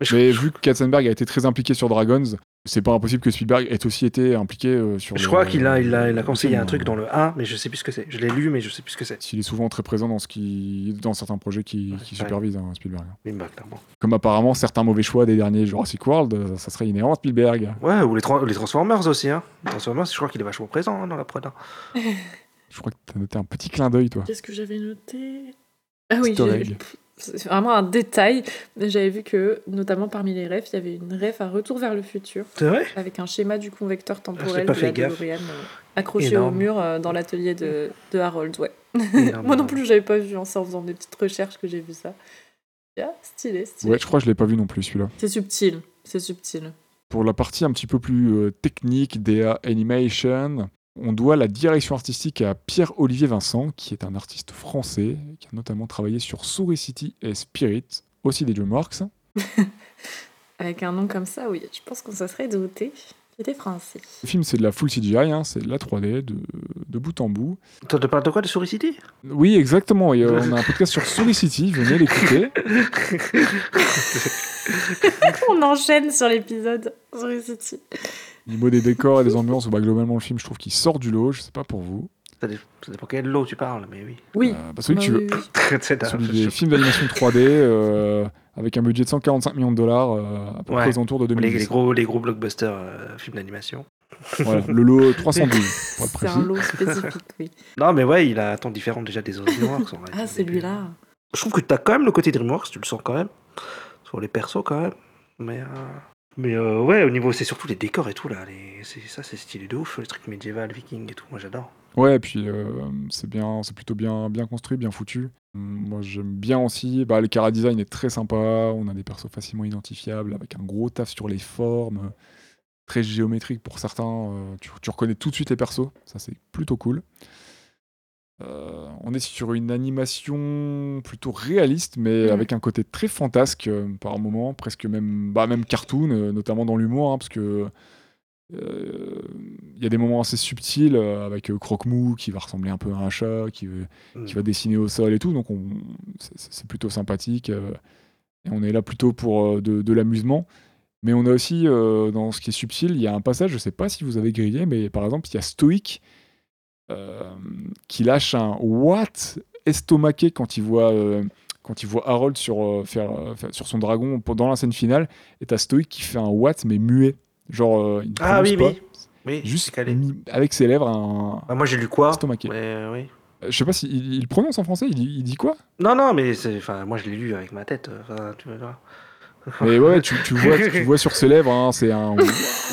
Speaker 3: Mais je-
Speaker 1: Mais
Speaker 3: je-
Speaker 1: vu que Katzenberg a été très impliqué sur Dragons, c'est pas impossible que Spielberg ait aussi été impliqué euh, sur.
Speaker 3: Je
Speaker 1: le-
Speaker 3: crois qu'il a, il a, il a
Speaker 1: le
Speaker 3: conseillé
Speaker 1: film,
Speaker 3: un truc
Speaker 1: hein.
Speaker 3: dans le 1, mais je sais plus ce que c'est. Je l'ai lu, mais je sais plus ce que c'est.
Speaker 1: Il est souvent très présent dans, ce qui, dans certains projets qui,
Speaker 3: Ouais,
Speaker 1: qui
Speaker 3: ouais.
Speaker 1: supervise hein, Spielberg.
Speaker 3: Oui, bah, clairement.
Speaker 1: Comme apparemment certains mauvais choix des derniers Jurassic World, euh, ça serait inhérent à Spielberg.
Speaker 3: Ouais, ou les, tra- les Transformers aussi. Hein. Les Transformers, je crois qu'il est vachement présent hein, dans la prod. hein.
Speaker 1: Je crois que t'as noté un petit clin d'œil, toi.
Speaker 2: Qu'est-ce que j'avais noté Ah oui,
Speaker 1: Easter
Speaker 2: j'ai-
Speaker 1: egg.
Speaker 2: pff, c'est vraiment un détail. mais J'avais vu que, notamment parmi les refs, il y avait une ref à Retour vers le futur,
Speaker 3: C'est vrai
Speaker 2: avec un schéma du convecteur temporel
Speaker 3: Ah, pas
Speaker 2: de
Speaker 3: fait
Speaker 2: la
Speaker 3: gaffe.
Speaker 2: DeLorean euh, accroché au
Speaker 3: Énorme.
Speaker 2: mur euh, dans l'atelier de, de Harold. Ouais.
Speaker 3: Énorme.
Speaker 2: Moi non plus, j'avais pas vu, hein, c'est en faisant des petites recherches que j'ai vu ça. Ah, stylé, stylé.
Speaker 1: Ouais, je crois que je l'ai pas vu non plus, celui-là.
Speaker 2: C'est subtil, c'est subtil.
Speaker 1: Pour la partie un petit peu plus euh, technique des euh, animation, on doit la direction artistique à Pierre-Olivier Vincent, qui est un artiste français, qui a notamment travaillé sur Souris City et Spirit, aussi des DreamWorks.
Speaker 2: Avec un nom comme ça, oui, je pense qu'on se serait douté. Il est français.
Speaker 1: Le film, c'est de la full CGI, hein, c'est de la 3D, de, de bout en bout.
Speaker 3: Attends, Tu parles de quoi De Souris City
Speaker 1: Oui, exactement. Et, euh, on a un podcast sur Souris City, venez l'écouter.
Speaker 2: On enchaîne sur l'épisode sur les City.
Speaker 1: Au niveau des décors et des ambiances, bah, globalement, le film, je trouve qu'il sort du lot. Je sais pas pour vous.
Speaker 3: ça, dé- ça dépend quel lot tu parles, mais oui.
Speaker 2: Oui.
Speaker 1: Euh, bah, celui que
Speaker 2: Bah
Speaker 1: tu veux.
Speaker 2: oui, oui.
Speaker 3: C'est dingue,
Speaker 1: Celui
Speaker 3: je-
Speaker 1: des films d'animation 3D euh, avec un budget de 145 millions de dollars euh, à peu
Speaker 3: Ouais.
Speaker 1: près aux alentours de
Speaker 3: les,
Speaker 1: 2010.
Speaker 3: les gros, les gros blockbusters euh, films d'animation.
Speaker 1: Voilà, le lot 312, pour être
Speaker 2: C'est
Speaker 1: précis.
Speaker 2: un lot spécifique, oui.
Speaker 3: Non, mais ouais, il a un ton différent déjà des autres DreamWorks. en vrai. euh,
Speaker 2: Ah, celui-là.
Speaker 3: Je trouve que t'as quand même le côté DreamWorks, tu le sens quand même. Sur les persos, quand même. Mais, euh, mais euh, ouais, au niveau, c'est surtout les décors et tout, là. Les... c'est- Ça, c'est stylé de ouf, le truc médiéval, viking et tout. Moi, j'adore.
Speaker 1: Ouais, et puis euh, c'est bien, c'est plutôt bien, bien construit, bien foutu. Hum, Moi, j'aime bien aussi. Bah, le chara design est très sympa. On a des persos facilement identifiables avec un gros taf sur les formes, euh, très géométrique pour certains. euh, tu, tu reconnais tout de suite les persos. Ça, c'est plutôt cool. Euh, on est sur une animation plutôt réaliste, mais
Speaker 2: Mhm.
Speaker 1: avec un côté très fantasque euh, par moments, presque même, bah, même cartoon, euh, notamment dans l'humour, hein, parce que euh, il y a des moments assez subtils euh, avec euh, Croque-Mou qui va ressembler un peu à un chat, qui, veut-
Speaker 3: Mm.
Speaker 1: qui va dessiner au sol et tout. Donc on- c'est- c'est c'est plutôt sympathique. euh, et on est là plutôt pour euh, de, de l'amusement. Mais on a aussi, euh, dans ce qui est subtil, il y a un passage, je sais pas si vous avez grillé, mais par exemple, il y a Stoic euh, qui lâche un What estomaqué quand il voit. euh, quand il voit Harold sur, euh, faire, euh, faire- sur son dragon pendant la scène finale, et t'as Stoic qui fait un what mais muet. Genre, euh, il ne
Speaker 3: Ah oui,
Speaker 1: prononce
Speaker 3: oui. Oui,
Speaker 1: pas, juste
Speaker 3: c'est calé.
Speaker 1: mi- avec ses lèvres un
Speaker 3: Ah, moi, j'ai lu quoi
Speaker 1: estomaqué.
Speaker 3: mais, euh, oui.
Speaker 1: Euh, Je sais pas s'il il prononce en français, il, dit- il dit quoi
Speaker 3: Non, non, mais c'est... Enfin, moi, je l'ai lu avec ma tête. euh, Enfin, tu vois.
Speaker 1: Mais ouais, tu, tu vois, tu vois sur ses lèvres, hein, c'est un.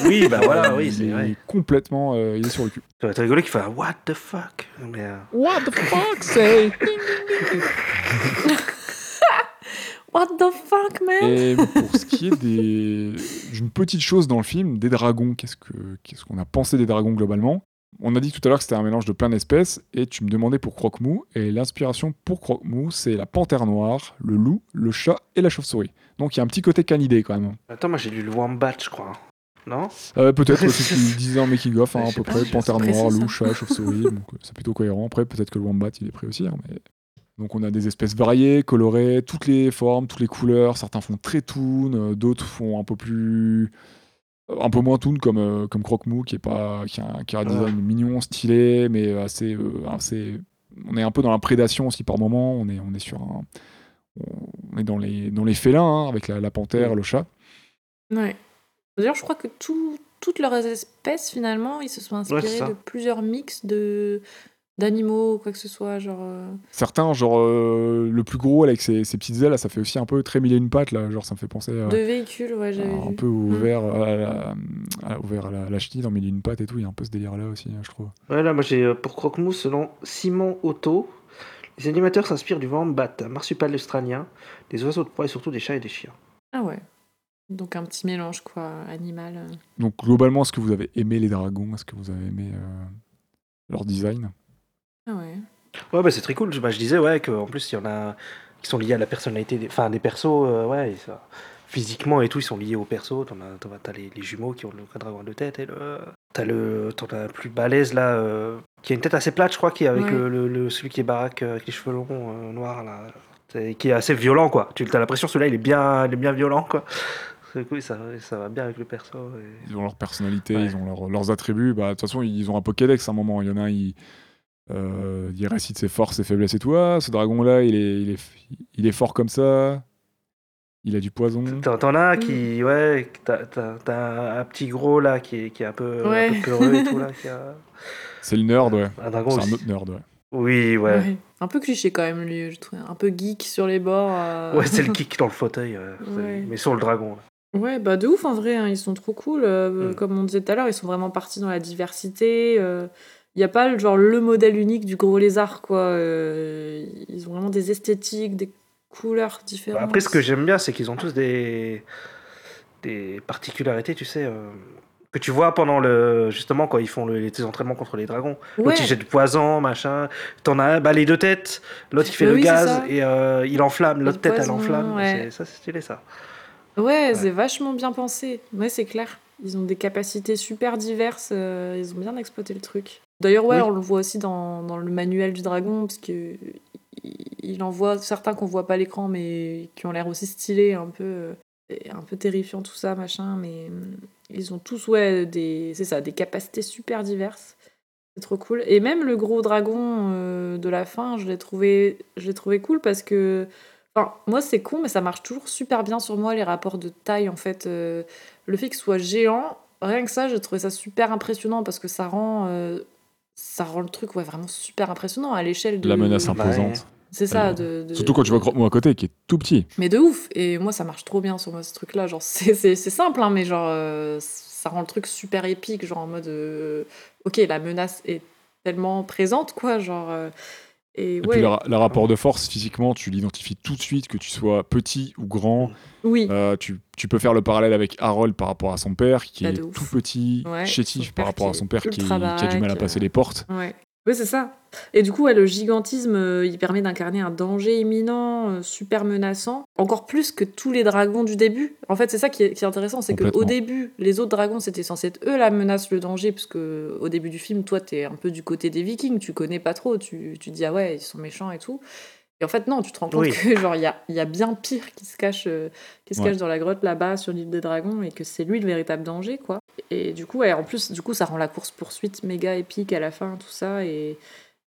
Speaker 3: Oui, bah voilà, oui,
Speaker 1: il
Speaker 3: c'est
Speaker 1: est
Speaker 3: vrai.
Speaker 1: Complètement, euh, il est sur le cul.
Speaker 3: Ça va être rigolo qu'il fait un What the fuck mais, euh,
Speaker 1: What the fuck, say
Speaker 2: What the fuck, man
Speaker 1: Et pour ce qui est des- d'une petite chose dans le film, des dragons, qu'est-ce que qu'est-ce qu'on a pensé des dragons globalement On a dit tout à l'heure que c'était un mélange de plein d'espèces, et tu me demandais pour Croque-Mou, et l'inspiration pour Croque-Mou, c'est la panthère noire, le loup, le chat et la chauve-souris. Donc il y a un petit côté canidé quand même.
Speaker 3: Attends, moi, j'ai lu le Wombat, je crois. hein. Non
Speaker 1: Euh, peut-être aussi ce qu'ils disaient en making of hein,
Speaker 3: Ouais,
Speaker 1: à
Speaker 3: je sais
Speaker 1: peu
Speaker 3: pas,
Speaker 1: près
Speaker 3: je-
Speaker 1: panthère
Speaker 2: c'est
Speaker 1: noire,
Speaker 2: précis,
Speaker 1: loup,
Speaker 2: ça.
Speaker 1: chat, chauve-souris, donc euh, c'est plutôt cohérent. Après peut-être que le wombat il est pris aussi, hein, mais donc on a des espèces variées, colorées, toutes les formes, toutes les couleurs. Certains font très toon, euh, d'autres font un peu plus, euh, un peu moins toon comme euh, comme Croque-Mou qui est pas, qui a, un- qui a un
Speaker 3: Ouais.
Speaker 1: design mignon, stylé, mais euh, assez, euh, assez- On est un peu dans la prédation aussi par moment. On est on est sur un, on est dans les dans les félins hein, avec la, la panthère,
Speaker 3: Mm.
Speaker 1: le chat.
Speaker 2: Ouais. D'ailleurs, je crois que tout- toutes leurs espèces, finalement, ils se sont
Speaker 3: Ouais, c'est
Speaker 2: inspirés
Speaker 3: ça.
Speaker 2: de plusieurs mix de d'animaux ou quoi que ce soit. Genre, euh,
Speaker 1: Certains, genre euh, le plus gros avec ses, ses petites ailes, là, ça fait aussi un peu très mille et une pattes, là, genre ça me fait penser à-
Speaker 2: de véhicules, ouais,
Speaker 1: à
Speaker 2: j'avais
Speaker 1: un
Speaker 2: vu. Mmh.
Speaker 1: peu ouvert à la, à la- ouvert à la, la chenille dans mille et une pattes et tout, il y a un peu ce délire là aussi, hein, je trouve.
Speaker 3: Ouais, là, moi, j'ai euh, pour Croque-Mou, selon Simon Otto, Les animateurs s'inspirent du wombat, un marsupial australien, des oiseaux de proie et surtout des chats et des chiens.
Speaker 2: Ah ouais. Donc un petit mélange, quoi, animal. euh.
Speaker 1: Donc globalement, est-ce que vous avez aimé les dragons Est-ce que vous avez aimé euh, leur design
Speaker 2: Ah ouais.
Speaker 3: Ouais, bah c'est très cool. Je- Bah, je disais, ouais, qu'en plus, il y en a qui sont liés à la personnalité des, enfin, des persos, euh, ouais, et ça- physiquement et tout, ils sont liés aux persos. T'en as, t'en as- t'as les, les jumeaux qui ont le dragon de tête et le. T'as le, t'en as un plus balèze là, euh, qui a une tête assez plate, je crois, qui est avec
Speaker 2: Ouais.
Speaker 3: le, le- le- celui qui est baraque, euh, avec les cheveux longs, euh, noirs là. C'est- qui est assez violent, quoi. Tu as l'impression, celui-là, il est bien, il est bien violent, quoi. Du coup, ça, ça va bien avec le perso. et-
Speaker 1: Ils ont leur personnalité,
Speaker 3: Ouais.
Speaker 1: ils ont leur- leurs attributs. Bah, De toute façon, ils ont un Pokédex à un moment. Il y en a un, il, euh, il récite ses forces, ses faiblesses et tout. Ah, ce dragon-là, il est, il, est, il est fort comme ça. Il a du poison.
Speaker 3: T'en, t'en as
Speaker 2: Mm.
Speaker 3: qui, ouais, t'as, t'as- t'as un petit gros là qui est, qui est un peu, un
Speaker 2: Ouais.
Speaker 3: peu peureux et tout là. Qui a...
Speaker 1: C'est le nerd, ouais.
Speaker 3: Un dragon
Speaker 1: C'est
Speaker 3: aussi.
Speaker 1: un autre nerd, ouais.
Speaker 3: Oui, ouais.
Speaker 2: Ouais. Un peu cliché quand même, lui, je trouve. Un peu geek sur les bords. euh.
Speaker 3: Ouais, c'est le kick dans le fauteuil, ouais. C'est-
Speaker 2: Ouais.
Speaker 3: mais sur le dragon. là.
Speaker 2: Ouais, bah de ouf en vrai, hein, ils sont trop cool. euh,
Speaker 3: Mm.
Speaker 2: Comme on disait tout à l'heure, ils sont vraiment partis dans la diversité. Il n'y a pas le- genre le modèle unique du gros lézard, quoi. euh, ils ont vraiment des esthétiques, des couleurs différentes.
Speaker 3: Bah, après, ce que j'aime bien, c'est qu'ils ont tous des... des particularités, tu sais, euh, que tu vois pendant le. Justement, quand ils font le- les entraînements contre les dragons.
Speaker 2: ouais.
Speaker 3: L'autre, il jette du poison, machin. T'en as un, bah, les deux têtes. L'autre, il fait
Speaker 2: Bah
Speaker 3: le
Speaker 2: oui, c'est
Speaker 3: gaz
Speaker 2: ça.
Speaker 3: et euh, il enflamme. L'autre
Speaker 2: le
Speaker 3: tête, elle
Speaker 2: poison,
Speaker 3: enflamme.
Speaker 2: ouais.
Speaker 3: C'est- Ça, c'est stylé, ça.
Speaker 2: ouais, c'est vachement bien pensé. Ouais, c'est clair. Ils ont des capacités super diverses. euh, ils ont bien exploité le truc. D'ailleurs, ouais,
Speaker 3: Oui.
Speaker 2: on le voit aussi dans, dans le manuel du dragon, parce que euh, il- il en voit certains qu'on voit pas à l'écran, mais qui ont l'air aussi stylés, un peu. euh, et un peu terrifiant tout ça machin mais hum, ils ont tous ouais des c'est ça des capacités super diverses c'est trop cool et même le gros dragon euh, de la fin je l'ai trouvé je l'ai trouvé cool parce que enfin moi c'est con mais ça marche toujours super bien sur moi les rapports de taille en fait Euh, le fait qu'il soit géant rien que ça j'ai trouvé ça super impressionnant parce que ça rend euh, ça rend le truc ouais vraiment super impressionnant à l'échelle de
Speaker 1: La menace
Speaker 3: Bah,
Speaker 1: imposante.
Speaker 2: c'est ça
Speaker 1: Ouais.
Speaker 2: de, de-
Speaker 1: Surtout quand tu vois Croque-Mou à côté, qui est tout petit.
Speaker 2: mais de ouf Et moi, ça marche trop bien sur moi, ce truc-là. Genre, c'est c'est- c'est simple, hein, mais genre, euh, ça rend le truc super épique. Genre, en mode, euh, ok, la menace est tellement présente, quoi. Genre, euh, et
Speaker 1: Et
Speaker 2: ouais.
Speaker 1: puis, le, ra- le rapport de force, physiquement, tu l'identifies tout de suite, que tu sois petit ou grand.
Speaker 2: Oui.
Speaker 1: Euh, tu, tu peux faire le parallèle avec Harold par rapport à son père, qui
Speaker 2: Bah,
Speaker 1: est
Speaker 2: de ouf.
Speaker 1: tout petit,
Speaker 2: Ouais,
Speaker 1: chétif
Speaker 2: son
Speaker 1: par
Speaker 2: père
Speaker 1: rapport
Speaker 2: qui
Speaker 1: à son
Speaker 2: est
Speaker 1: père, qui,
Speaker 2: ultra
Speaker 1: qui a du mal à
Speaker 2: baraque,
Speaker 1: passer
Speaker 2: euh.
Speaker 1: les portes.
Speaker 2: Ouais. Oui, c'est ça. Et du coup, ouais, le gigantisme, euh, il permet d'incarner un danger imminent, euh, super menaçant, encore plus que tous les dragons du début. En fait, c'est ça qui est, qui est intéressant, c'est qu'au
Speaker 1: Complètement.
Speaker 2: début, les autres dragons, c'était censé être eux la menace, le danger, parce que au début du film, toi, t'es un peu du côté des vikings, tu connais pas trop, tu, tu dis, ah ouais, ils sont méchants et tout. Et en fait, non, tu te rends compte
Speaker 3: Oui.
Speaker 2: que genre il y a, il y a bien pire qui se cache, euh, qui se
Speaker 1: Ouais.
Speaker 2: cache dans la grotte là-bas sur l'île des dragons et que c'est lui le véritable danger, quoi. Et du coup, ouais, en plus, du coup, ça rend la course poursuite méga épique à la fin, tout ça. Et,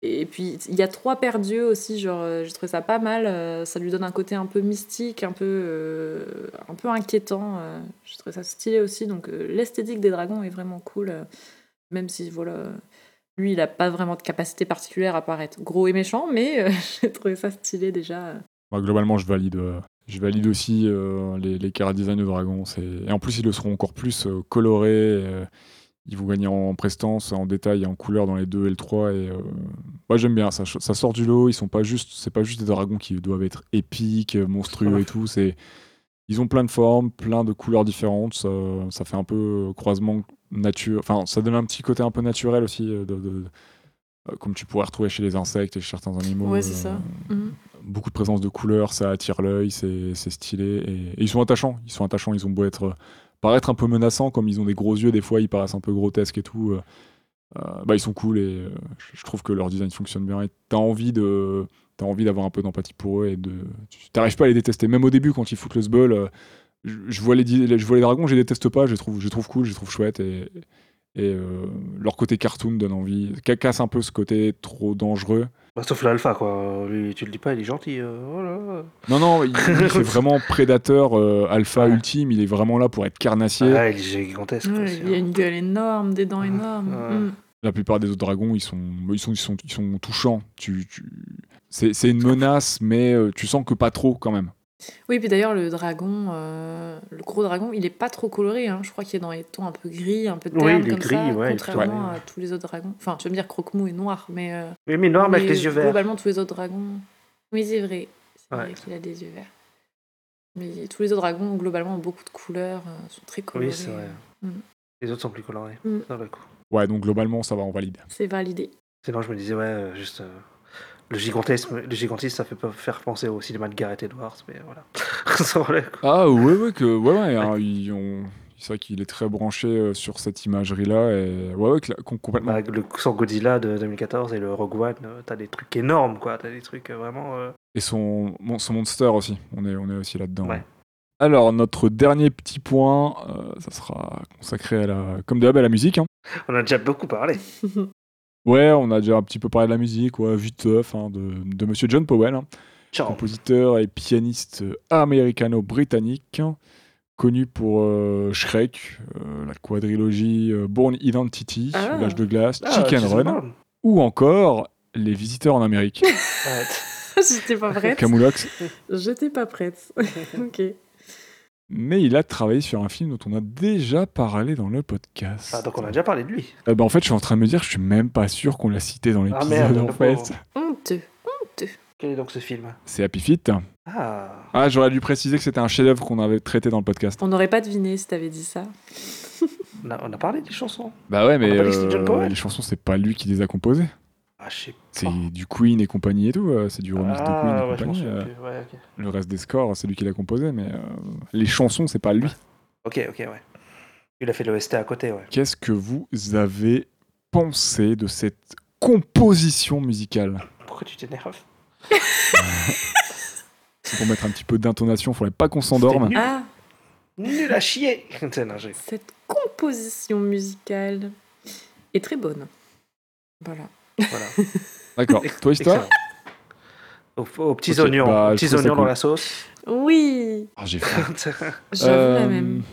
Speaker 2: et puis, il y a trois paires d'yeux aussi, genre, euh, j'ai trouvé ça pas mal. euh, ça lui donne un côté un peu mystique, un peu, euh, un peu inquiétant. euh, j'ai trouvé ça stylé aussi. Donc, euh, l'esthétique des dragons est vraiment cool, euh, même si, voilà, euh, lui, il a pas vraiment de capacité particulière à paraître gros et méchant, mais euh, j'ai trouvé ça stylé déjà. euh.
Speaker 1: Moi, globalement, je valide. euh, je valide aussi euh, les, les cara design de Dragon. c'est- Et en plus, ils le seront encore plus euh, colorés. euh, ils vont gagner en prestance, en détail, et en couleur dans les 2 et le 3. Et, euh, moi, j'aime bien. Ça, ça sort du lot. Ils sont pas juste. C'est pas juste des dragons qui doivent être épiques, euh, monstrueux et tout. C'est ils ont plein de formes, plein de couleurs différentes. Ça, ça fait un peu euh, croisement nature. Enfin, ça donne un petit côté un peu naturel aussi, euh, de- de- euh, comme tu pourrais retrouver chez les insectes et chez certains animaux.
Speaker 2: Ouais, c'est
Speaker 1: euh,
Speaker 2: ça. Mhm.
Speaker 1: beaucoup de présence de couleurs, ça attire l'œil, c'est c'est stylé. Et, et ils sont attachants, ils sont attachants, ils ont beau être, euh, paraître un peu menaçants, comme ils ont des gros yeux, des fois ils paraissent un peu grotesques et tout. euh, euh, bah, ils sont cool et euh, je- je trouve que leur design fonctionne bien. Et t'as envie de. T'as envie d'avoir un peu d'empathie pour eux et de. tu- T'arrives pas à les détester. Même au début, quand ils foutent le sbul, euh, je, je vois les, di- les- je vois les dragons, je les déteste pas, je les trouve, je les trouve cool, je les trouve chouettes. Et, et, euh, leur côté cartoon donne envie. Ca- Casse un peu ce côté trop dangereux.
Speaker 3: Bah, sauf l'alpha, quoi. Lui, tu le dis pas, il est gentil. euh, oh là là.
Speaker 1: Non, non, il, lui, c'est vraiment prédateur euh, alpha
Speaker 3: Ouais.
Speaker 1: ultime. Il est vraiment là pour être carnassier.
Speaker 3: Ah, il est gigantesque.
Speaker 2: Ouais,
Speaker 3: aussi,
Speaker 2: il y a
Speaker 3: hein.
Speaker 2: une gueule énorme, des dents
Speaker 3: Ouais.
Speaker 2: énormes.
Speaker 3: Ouais.
Speaker 2: Mhm.
Speaker 1: La plupart des autres dragons, ils sont, ils sont, ils sont, ils sont touchants. Tu, tu- C'est, c'est une menace, mais euh, tu sens que pas trop quand même.
Speaker 2: Oui, puis d'ailleurs, le dragon, euh, le le gros dragon, il est pas trop coloré. hein. Je crois qu'il est dans les tons un peu gris, un peu
Speaker 3: Oui,
Speaker 2: terne
Speaker 3: il est
Speaker 2: comme
Speaker 3: gris,
Speaker 2: ça,
Speaker 3: ouais,
Speaker 2: contrairement
Speaker 3: ouais.
Speaker 2: à tous les autres dragons. Enfin, je veux me dire croque-mou est noir, mais, euh,
Speaker 3: Oui, mais noir, mais avec
Speaker 2: mais
Speaker 3: les yeux verts.
Speaker 2: globalement tous les autres dragons. Oui, c'est vrai. C'est
Speaker 3: Ouais.
Speaker 2: vrai qu'il a des yeux verts. Mais tous les autres dragons globalement ont beaucoup de couleurs, euh, sont très colorés.
Speaker 3: Oui, c'est vrai.
Speaker 2: Mm.
Speaker 3: Les autres sont plus colorés. Ah,
Speaker 2: Mm.
Speaker 3: Dans le coup.
Speaker 1: Ouais, donc globalement, ça va, on valide.
Speaker 2: C'est validé.
Speaker 3: Sinon, je me disais, ouais, euh, juste. euh, Le gigantisme, le gigantisme, ça fait pas faire penser au cinéma de Gareth Edwards, mais voilà. Sur le coup.
Speaker 1: Ah ouais, ouais, que, ouais, ouais, hein, ils ont- c'est vrai qu'il est très branché euh, sur cette imagerie-là. Et... Ouais, ouais, cla- com- complètement.
Speaker 3: Bah, le sans Godzilla de 2014 et le Rogue One, euh, t'as des trucs énormes, quoi. T'as des trucs euh, vraiment. euh,
Speaker 1: Et son, mon- son monster aussi, on est, on est aussi là-dedans.
Speaker 3: Ouais.
Speaker 1: Alors, notre dernier petit point, euh, ça sera consacré à la, comme d'hab à la musique. hein.
Speaker 3: On en a déjà beaucoup parlé.
Speaker 1: Ouais, on a déjà un petit peu parlé de la musique, ouais, vite off, hein, de, de monsieur John Powell, hein,
Speaker 3: Ciao.
Speaker 1: compositeur et pianiste euh, américano-britannique, hein, connu pour euh, Shrek, euh, la quadrilogie euh, Born Identity,
Speaker 2: Ah.
Speaker 1: L'âge de glace,
Speaker 3: Ah,
Speaker 1: Chicken
Speaker 3: Jason
Speaker 1: Run,
Speaker 3: Bourne.
Speaker 1: ou encore Les visiteurs en Amérique,
Speaker 3: Arrête.
Speaker 2: J'étais pas prête.
Speaker 1: Camoulox.
Speaker 2: J'étais pas prête. ok.
Speaker 1: Mais il a travaillé sur un film dont on a déjà parlé dans le podcast.
Speaker 3: Ah, donc on a déjà parlé de lui.
Speaker 1: Euh, bah, en fait, je suis en train de me dire, je suis même pas sûr qu'on l'a cité dans l'épisode.
Speaker 3: Ah, merde,
Speaker 1: en
Speaker 3: le
Speaker 1: fait,
Speaker 3: pauvre.
Speaker 2: Honteux.
Speaker 3: Quel est donc ce film
Speaker 1: c'est Happy Feet.
Speaker 3: Ah,
Speaker 1: Ah, j'aurais dû préciser que c'était un chef-d'œuvre qu'on avait traité dans le podcast.
Speaker 2: On n'aurait pas deviné si t'avais dit ça.
Speaker 3: on a, on a parlé des chansons
Speaker 1: Bah ouais, mais
Speaker 3: On a Ah, pas listé John Powell
Speaker 1: les chansons, c'est pas lui qui les a composées.
Speaker 3: Ah, je sais
Speaker 1: C'est
Speaker 3: pas.
Speaker 1: du Queen et compagnie et tout. euh, C'est du remix de Queen et
Speaker 3: Ah, ouais, je m'en
Speaker 1: compagnie.
Speaker 3: souviens
Speaker 1: euh,
Speaker 3: plus. Ouais, ok.
Speaker 1: le reste des scores, c'est lui qui l'a composé, mais euh, les chansons, c'est pas lui.
Speaker 3: Ok, ok, ouais. Il a fait l'OST à côté, ouais.
Speaker 1: Qu'est-ce que vous avez pensé de cette composition musicale
Speaker 3: Pourquoi tu t'énerves
Speaker 1: C'est pour mettre un petit peu d'intonation, faudrait pas qu'on s'endorme.
Speaker 3: C'était
Speaker 2: Ah,
Speaker 3: Nul, nul à chier Tiens, non, j'ai-
Speaker 2: cette composition musicale est très bonne. Voilà.
Speaker 3: Voilà.
Speaker 1: D'accord.
Speaker 3: Ex-
Speaker 1: Toi, Ista
Speaker 3: excellent. Aux, aux petits
Speaker 1: Ok,
Speaker 3: oignons,
Speaker 1: bah,
Speaker 3: aux
Speaker 1: je
Speaker 3: petits
Speaker 1: trouve ça
Speaker 3: oignons dans
Speaker 1: cool.
Speaker 3: la sauce.
Speaker 2: Oui,
Speaker 1: Ah, j'ai
Speaker 3: je
Speaker 1: faim.
Speaker 2: j'avoue
Speaker 1: Euh,
Speaker 2: la même.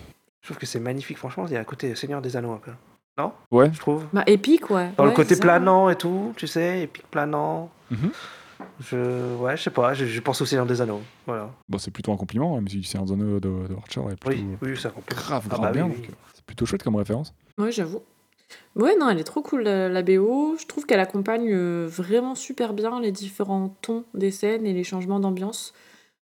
Speaker 3: trouve que c'est magnifique, franchement. Il y a un côté Seigneur des Anneaux un peu,
Speaker 1: Ouais.
Speaker 3: je trouve.
Speaker 2: Bah, épique, ouais.
Speaker 3: Dans le
Speaker 2: Ouais,
Speaker 3: côté
Speaker 2: ça.
Speaker 3: planant et tout, tu sais, épique planant.
Speaker 1: Mhm.
Speaker 3: Je, ouais, je sais pas, je, je pense au Seigneur des Anneaux. Voilà.
Speaker 1: Bon, bah, c'est plutôt un compliment, hein, la musique du Seigneur des Anneaux euh, de, de Archer est plutôt
Speaker 3: Oui, oui, ça complète.
Speaker 1: grave, grave
Speaker 3: Ah bah
Speaker 1: bien.
Speaker 3: oui,
Speaker 1: donc,
Speaker 3: oui.
Speaker 1: euh, C'est plutôt chouette comme référence.
Speaker 2: Ouais, j'avoue. Ouais, non, elle est trop cool, la, la BO. Je trouve qu'elle accompagne euh, vraiment super bien les différents tons des scènes et les changements d'ambiance,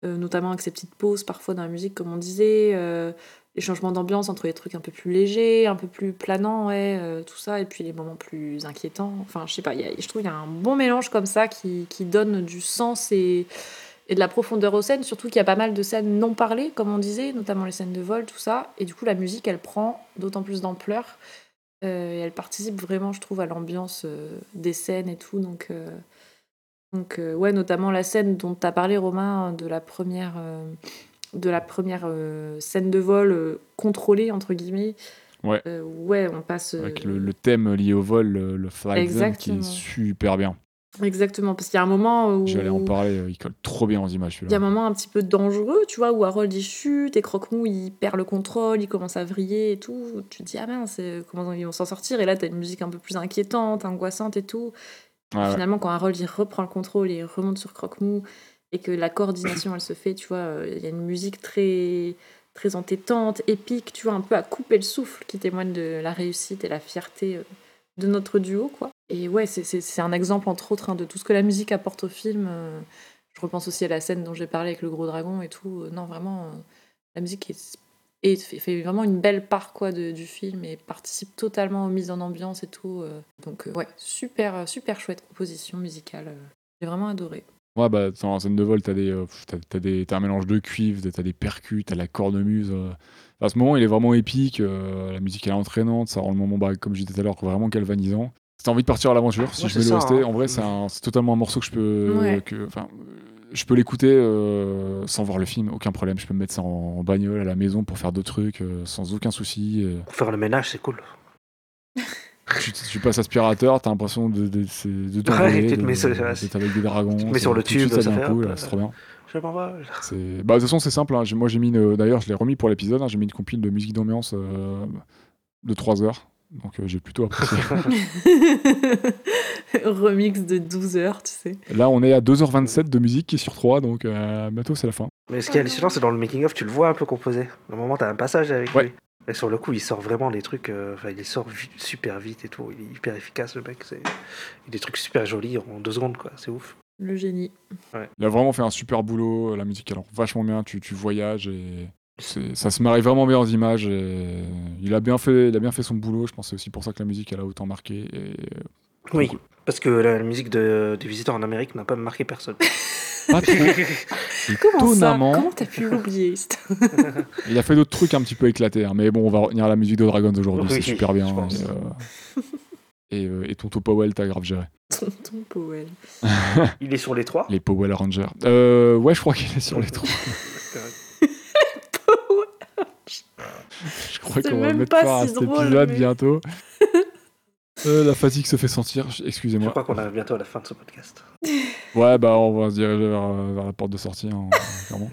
Speaker 2: euh, notamment avec ces petites pauses parfois dans la musique, comme on disait, euh, les changements d'ambiance entre les trucs un peu plus légers, un peu plus planants, ouais, euh, tout ça, et puis les moments plus inquiétants. Enfin, je sais pas, il y a- je trouve qu'il y a un bon mélange comme ça qui, qui donne du sens et, et de la profondeur aux scènes, surtout qu'il y a pas mal de scènes non parlées, comme on disait, notamment les scènes de vol, tout ça. Et du coup, la musique, elle prend d'autant plus d'ampleur. Euh, et elle participe vraiment, je trouve, à l'ambiance euh, des scènes et tout. Donc, euh, donc euh, ouais, notamment la scène dont tu as parlé, Romain, de la première, euh, de la première euh, scène de vol euh, contrôlée, entre guillemets.
Speaker 1: Ouais.
Speaker 2: Euh, ouais, on passe. euh,
Speaker 1: Avec le, le thème lié au vol, le, le flag zone, qui est
Speaker 2: Exactement.
Speaker 1: super bien.
Speaker 2: Exactement, parce qu'il y a un moment où.
Speaker 1: J'allais en parler, euh, il colle trop bien aux images
Speaker 2: Il y a un
Speaker 1: celui-là.
Speaker 2: moment un petit peu dangereux, tu vois, où Harold il chute et Croque-Mou il perd le contrôle, il commence à vriller et tout. Tu te dis, ah mince, euh, comment ils vont s'en sortir Et là, t'as une musique un peu plus inquiétante, angoissante et tout.
Speaker 1: Ouais, ouais.
Speaker 2: Finalement, quand Harold il reprend le contrôle et il remonte sur Croque-Mou et que la coordination elle se fait, tu vois, euh, il y a une musique très très entêtante, épique, tu vois, un peu à couper le souffle qui témoigne de la réussite et la fierté euh, de notre duo, quoi. Et ouais, c'est- c'est c'est un exemple entre autres hein, de tout ce que la musique apporte au film. Euh, Je repense aussi à la scène dont j'ai parlé avec le gros dragon et tout. Euh, Non, vraiment, euh, la musique est, est- fait, fait vraiment une belle part quoi de- du film et participe totalement aux mises en ambiance et tout. euh. Donc euh, ouais, super super chouette composition musicale. euh. J'ai vraiment adoré.
Speaker 1: Ouais, bah, dans la scène de vol, t'as des, euh, pff, t'as- t'as des, t'as un mélange de cuivre, t'as des percus, t'as la cornemuse. euh. Enfin, à ce moment, il est vraiment épique. euh, la musique, elle est entraînante. Ça rend le moment, bah, comme je disais tout à l'heure, vraiment galvanisant. Si t'as envie de partir à l'aventure, si
Speaker 3: Ouais,
Speaker 1: je mets
Speaker 3: c'est
Speaker 1: le
Speaker 3: ça,
Speaker 1: OST,
Speaker 3: hein.
Speaker 1: en vrai, c'est un- c'est totalement un morceau que je peux.
Speaker 2: Ouais.
Speaker 1: que- enfin, je peux l'écouter euh, sans voir le film, aucun problème. Je peux me mettre ça en, en bagnole à la maison pour faire d'autres trucs euh, sans aucun souci. euh.
Speaker 3: Pour faire le ménage, c'est cool.
Speaker 1: tu, tu passes aspirateur, t'as l'impression de, de, c'est- de t'envoler,
Speaker 3: tu te
Speaker 1: de-
Speaker 3: mets sur-
Speaker 1: d'être avec des dragons.
Speaker 3: mets
Speaker 1: c'est-
Speaker 3: sur le
Speaker 1: tout de suite,
Speaker 3: tube,
Speaker 1: ça
Speaker 3: ça
Speaker 1: devient
Speaker 3: fait
Speaker 1: cool,
Speaker 3: hop, euh.
Speaker 1: c'est trop bien.
Speaker 3: Je m'en vais.
Speaker 1: C'est- Bah, de toute façon, c'est simple. hein. J'ai- Moi, j'ai mis une... D'ailleurs, je l'ai remis pour l'épisode. hein. J'ai mis une compile de musique d'ambiance euh, de 3 heures. donc euh, j'ai plutôt apprécié.
Speaker 2: Remix de 12 heures, tu sais.
Speaker 1: Là, on est à 2h27 de musique qui est sur 3, donc euh, bientôt c'est la fin.
Speaker 3: Mais
Speaker 2: Ah,
Speaker 3: ce qui est hallucinant, c'est dans le making-of, tu le vois un peu composé. Au moment, t'as un passage avec
Speaker 1: Ouais.
Speaker 3: lui. Et sur le coup, il sort vraiment des trucs. euh, Enfin, il sort vi- super vite et tout. Il est hyper efficace, le mec. C'est il y a des trucs super jolis en deux secondes, quoi. C'est ouf.
Speaker 2: Le génie.
Speaker 1: Il a vraiment fait un super boulot, euh, la musique alors vachement bien, tu, tu voyages et c'est- ça se marie vraiment bien aux images. et il, a bien fait, il a bien fait son boulot, je pense que c'est aussi pour ça que la musique elle a autant marqué. Et... euh,
Speaker 3: Oui. Parce que la musique de, des visiteurs en Amérique n'a pas marqué personne.
Speaker 1: Pas trop.
Speaker 2: Comment ça
Speaker 1: Étonnamment.
Speaker 2: Comment t'as pu l'oublier
Speaker 1: Il a fait d'autres trucs un petit peu éclatés, hein, mais bon, on va revenir à la musique de Dragons aujourd'hui, c'est
Speaker 3: Oui,
Speaker 1: super bien.
Speaker 3: je pense.
Speaker 1: Et, euh, et, euh, et Tonto Powell, t'as grave géré.
Speaker 2: Tonton Powell.
Speaker 3: il est sur les trois.
Speaker 1: Les Powell Rangers. Euh, ouais, je crois qu'il est sur les trois.
Speaker 3: Euh,
Speaker 1: Je crois
Speaker 2: C'est
Speaker 1: qu'on va
Speaker 2: même
Speaker 1: le mettre
Speaker 2: pas
Speaker 1: part à
Speaker 2: si
Speaker 1: cet
Speaker 2: drôle,
Speaker 1: épisode
Speaker 2: mais-
Speaker 1: bientôt. Euh, la fatigue se fait sentir,
Speaker 3: Je
Speaker 1: excusez-moi.
Speaker 3: crois qu'on arrive bientôt à la fin de ce podcast.
Speaker 1: Ouais, bah on va se diriger vers, euh, vers la porte de sortie, hein, clairement.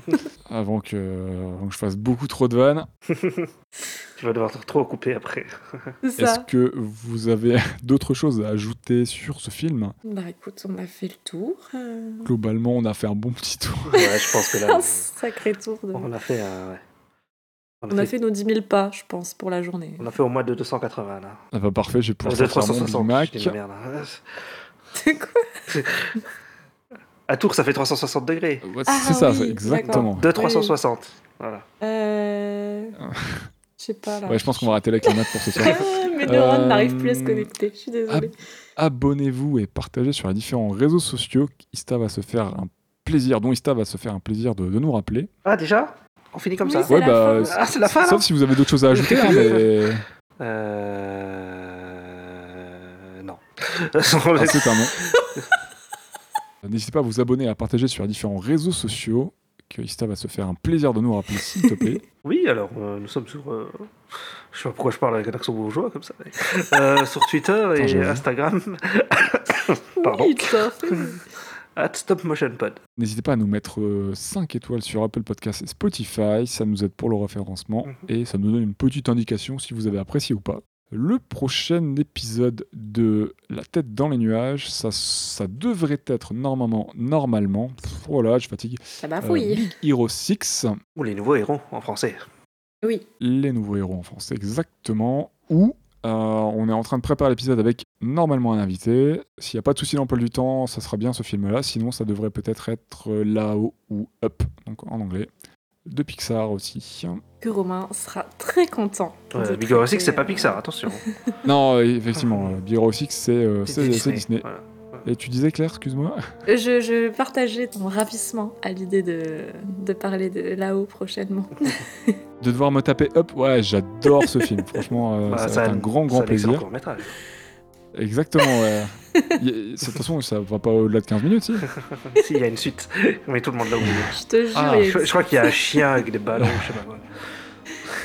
Speaker 1: Avant que, avant que je fasse beaucoup trop de vannes.
Speaker 3: Tu vas devoir te trop couper après.
Speaker 2: C'est
Speaker 1: Est-ce
Speaker 2: ça.
Speaker 1: que vous avez d'autres choses à ajouter sur ce film
Speaker 2: Bah écoute, on a fait le tour. euh,
Speaker 1: Globalement, on a fait un bon petit tour.
Speaker 3: Ouais, je pense que
Speaker 1: Euh,
Speaker 3: là,
Speaker 2: Un sacré tour. de-
Speaker 3: on a fait un. ouais. On,
Speaker 2: On a fait nos 10 000 pas, je pense, pour la journée.
Speaker 3: on a fait au moins de 280 là.
Speaker 1: Ah bah parfait, j'ai pouvoir
Speaker 3: De
Speaker 1: sortir mon
Speaker 3: 360.
Speaker 1: Big Mac.
Speaker 3: je dis, merde, hein.
Speaker 2: C'est quoi
Speaker 3: À Tours, ça fait 360 degrés.
Speaker 1: Ouais, c'est
Speaker 2: Ah
Speaker 1: ça,
Speaker 2: oui,
Speaker 1: c'est exactement.
Speaker 3: De 360. Voilà.
Speaker 2: Euh. Je sais pas là.
Speaker 1: Ouais, je pense qu'on va rater la climate pour ce soir.
Speaker 2: Ah, mes neurones
Speaker 1: Euh,
Speaker 2: n'arrivent plus à se connecter,
Speaker 3: ah,
Speaker 2: je suis désolée.
Speaker 1: abonnez-vous et partagez sur les différents réseaux sociaux. Ista va se faire un plaisir, dont Ista va se faire un plaisir de, de nous rappeler.
Speaker 3: Ah, déjà On finit comme
Speaker 2: Oui,
Speaker 3: ça
Speaker 2: c'est la fin.
Speaker 1: c'est-
Speaker 3: Ah, c'est la fin, là
Speaker 1: Sauf si vous avez d'autres choses à ajouter, hein, mais
Speaker 3: Euh. Non.
Speaker 1: Ah, c'est un nom. N'hésitez pas à vous abonner et à partager sur les différents réseaux sociaux. Que Ista va se faire un plaisir de nous rappeler, s'il te plaît.
Speaker 3: oui, alors, euh, nous sommes sur. euh, Je sais pas pourquoi je parle avec un accent bourgeois comme ça. mais, euh, sur Twitter
Speaker 1: Attends,
Speaker 3: et
Speaker 1: j'avoue.
Speaker 3: Instagram, pardon.
Speaker 2: Oui, tout à fait.
Speaker 3: at StopMotionPod.
Speaker 1: N'hésitez pas à nous mettre 5 étoiles sur Apple Podcasts et Spotify, ça nous aide pour le référencement
Speaker 3: Mhm.
Speaker 1: et ça nous donne une petite indication si vous avez apprécié ou pas. Le prochain épisode de La tête dans les nuages, ça, ça devrait être normalement, normalement, pff, oh là, là, je fatigue,
Speaker 2: Ça va
Speaker 1: Euh,
Speaker 2: fouiller.
Speaker 1: Hero 6,
Speaker 3: Ou les nouveaux héros en français.
Speaker 2: Oui,
Speaker 1: les nouveaux héros en français exactement, où euh, on est en train de préparer l'épisode avec normalement un invité. S'il n'y a pas de souci d'emploi du temps, ça sera bien ce film-là. Sinon, ça devrait peut-être être euh, là-haut ou up, donc en anglais. De Pixar aussi.
Speaker 2: que Romain sera très content.
Speaker 3: Euh,
Speaker 2: de
Speaker 3: Big Hero
Speaker 2: traiter,
Speaker 3: 6, c'est pas
Speaker 2: euh,
Speaker 3: Pixar, attention.
Speaker 1: non, euh, effectivement, euh, Big Hero 6, c'est euh, c'est- c'est Disney.
Speaker 3: Voilà.
Speaker 1: Et tu disais, Claire, excuse-moi
Speaker 2: euh, Je, je partageais ton ravissement à l'idée de, de parler de là-haut prochainement.
Speaker 1: De devoir me taper up Ouais, j'adore ce film. Franchement, euh,
Speaker 3: Bah,
Speaker 1: ça,
Speaker 3: ça
Speaker 1: va être
Speaker 3: a-
Speaker 1: un grand, grand
Speaker 3: c'est un excellent
Speaker 1: plaisir.
Speaker 3: court-métrage.
Speaker 1: Exactement, ouais. Y- y- De toute façon, ça va pas au-delà de 15 minutes, si
Speaker 3: si, il y a une suite. Mais tout le monde l'a oublié.
Speaker 2: Je te jure,
Speaker 1: Ah,
Speaker 2: il y a
Speaker 3: Je, je crois qu'il y a un chien avec des ballons, je sais pas quoi.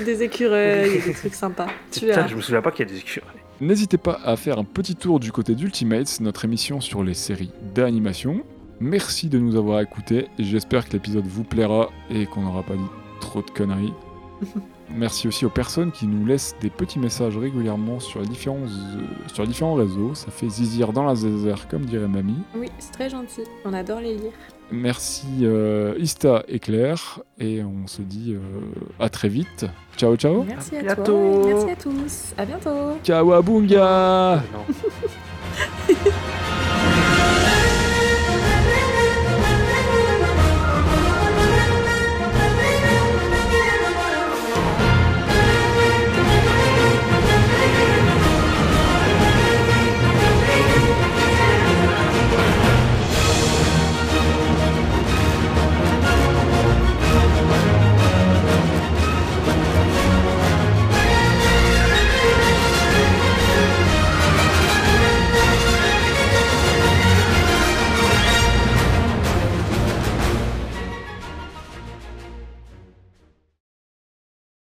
Speaker 2: des écureuils, il y a des trucs sympas. Tu
Speaker 3: Putain,
Speaker 2: verras.
Speaker 3: je me souviens pas qu'il y a des écureuils.
Speaker 1: N'hésitez pas à faire un petit tour du côté d'Ultimates, notre émission sur les séries d'animation. Merci de nous avoir écoutés. J'espère que l'épisode vous plaira et qu'on n'aura pas dit trop de conneries. Merci aussi aux personnes qui nous laissent des petits messages régulièrement sur les différents, euh, sur les différents réseaux. Ça fait zizir dans la zézère, comme dirait mamie.
Speaker 2: Oui, c'est très gentil. On adore les lire.
Speaker 1: Merci euh, Ista et Claire. Et on se dit euh, à très vite. Ciao, ciao.
Speaker 2: Merci
Speaker 3: À
Speaker 2: à, toi.
Speaker 3: bientôt.
Speaker 2: et Merci à tous. À bientôt.
Speaker 1: Kawabunga
Speaker 3: Non.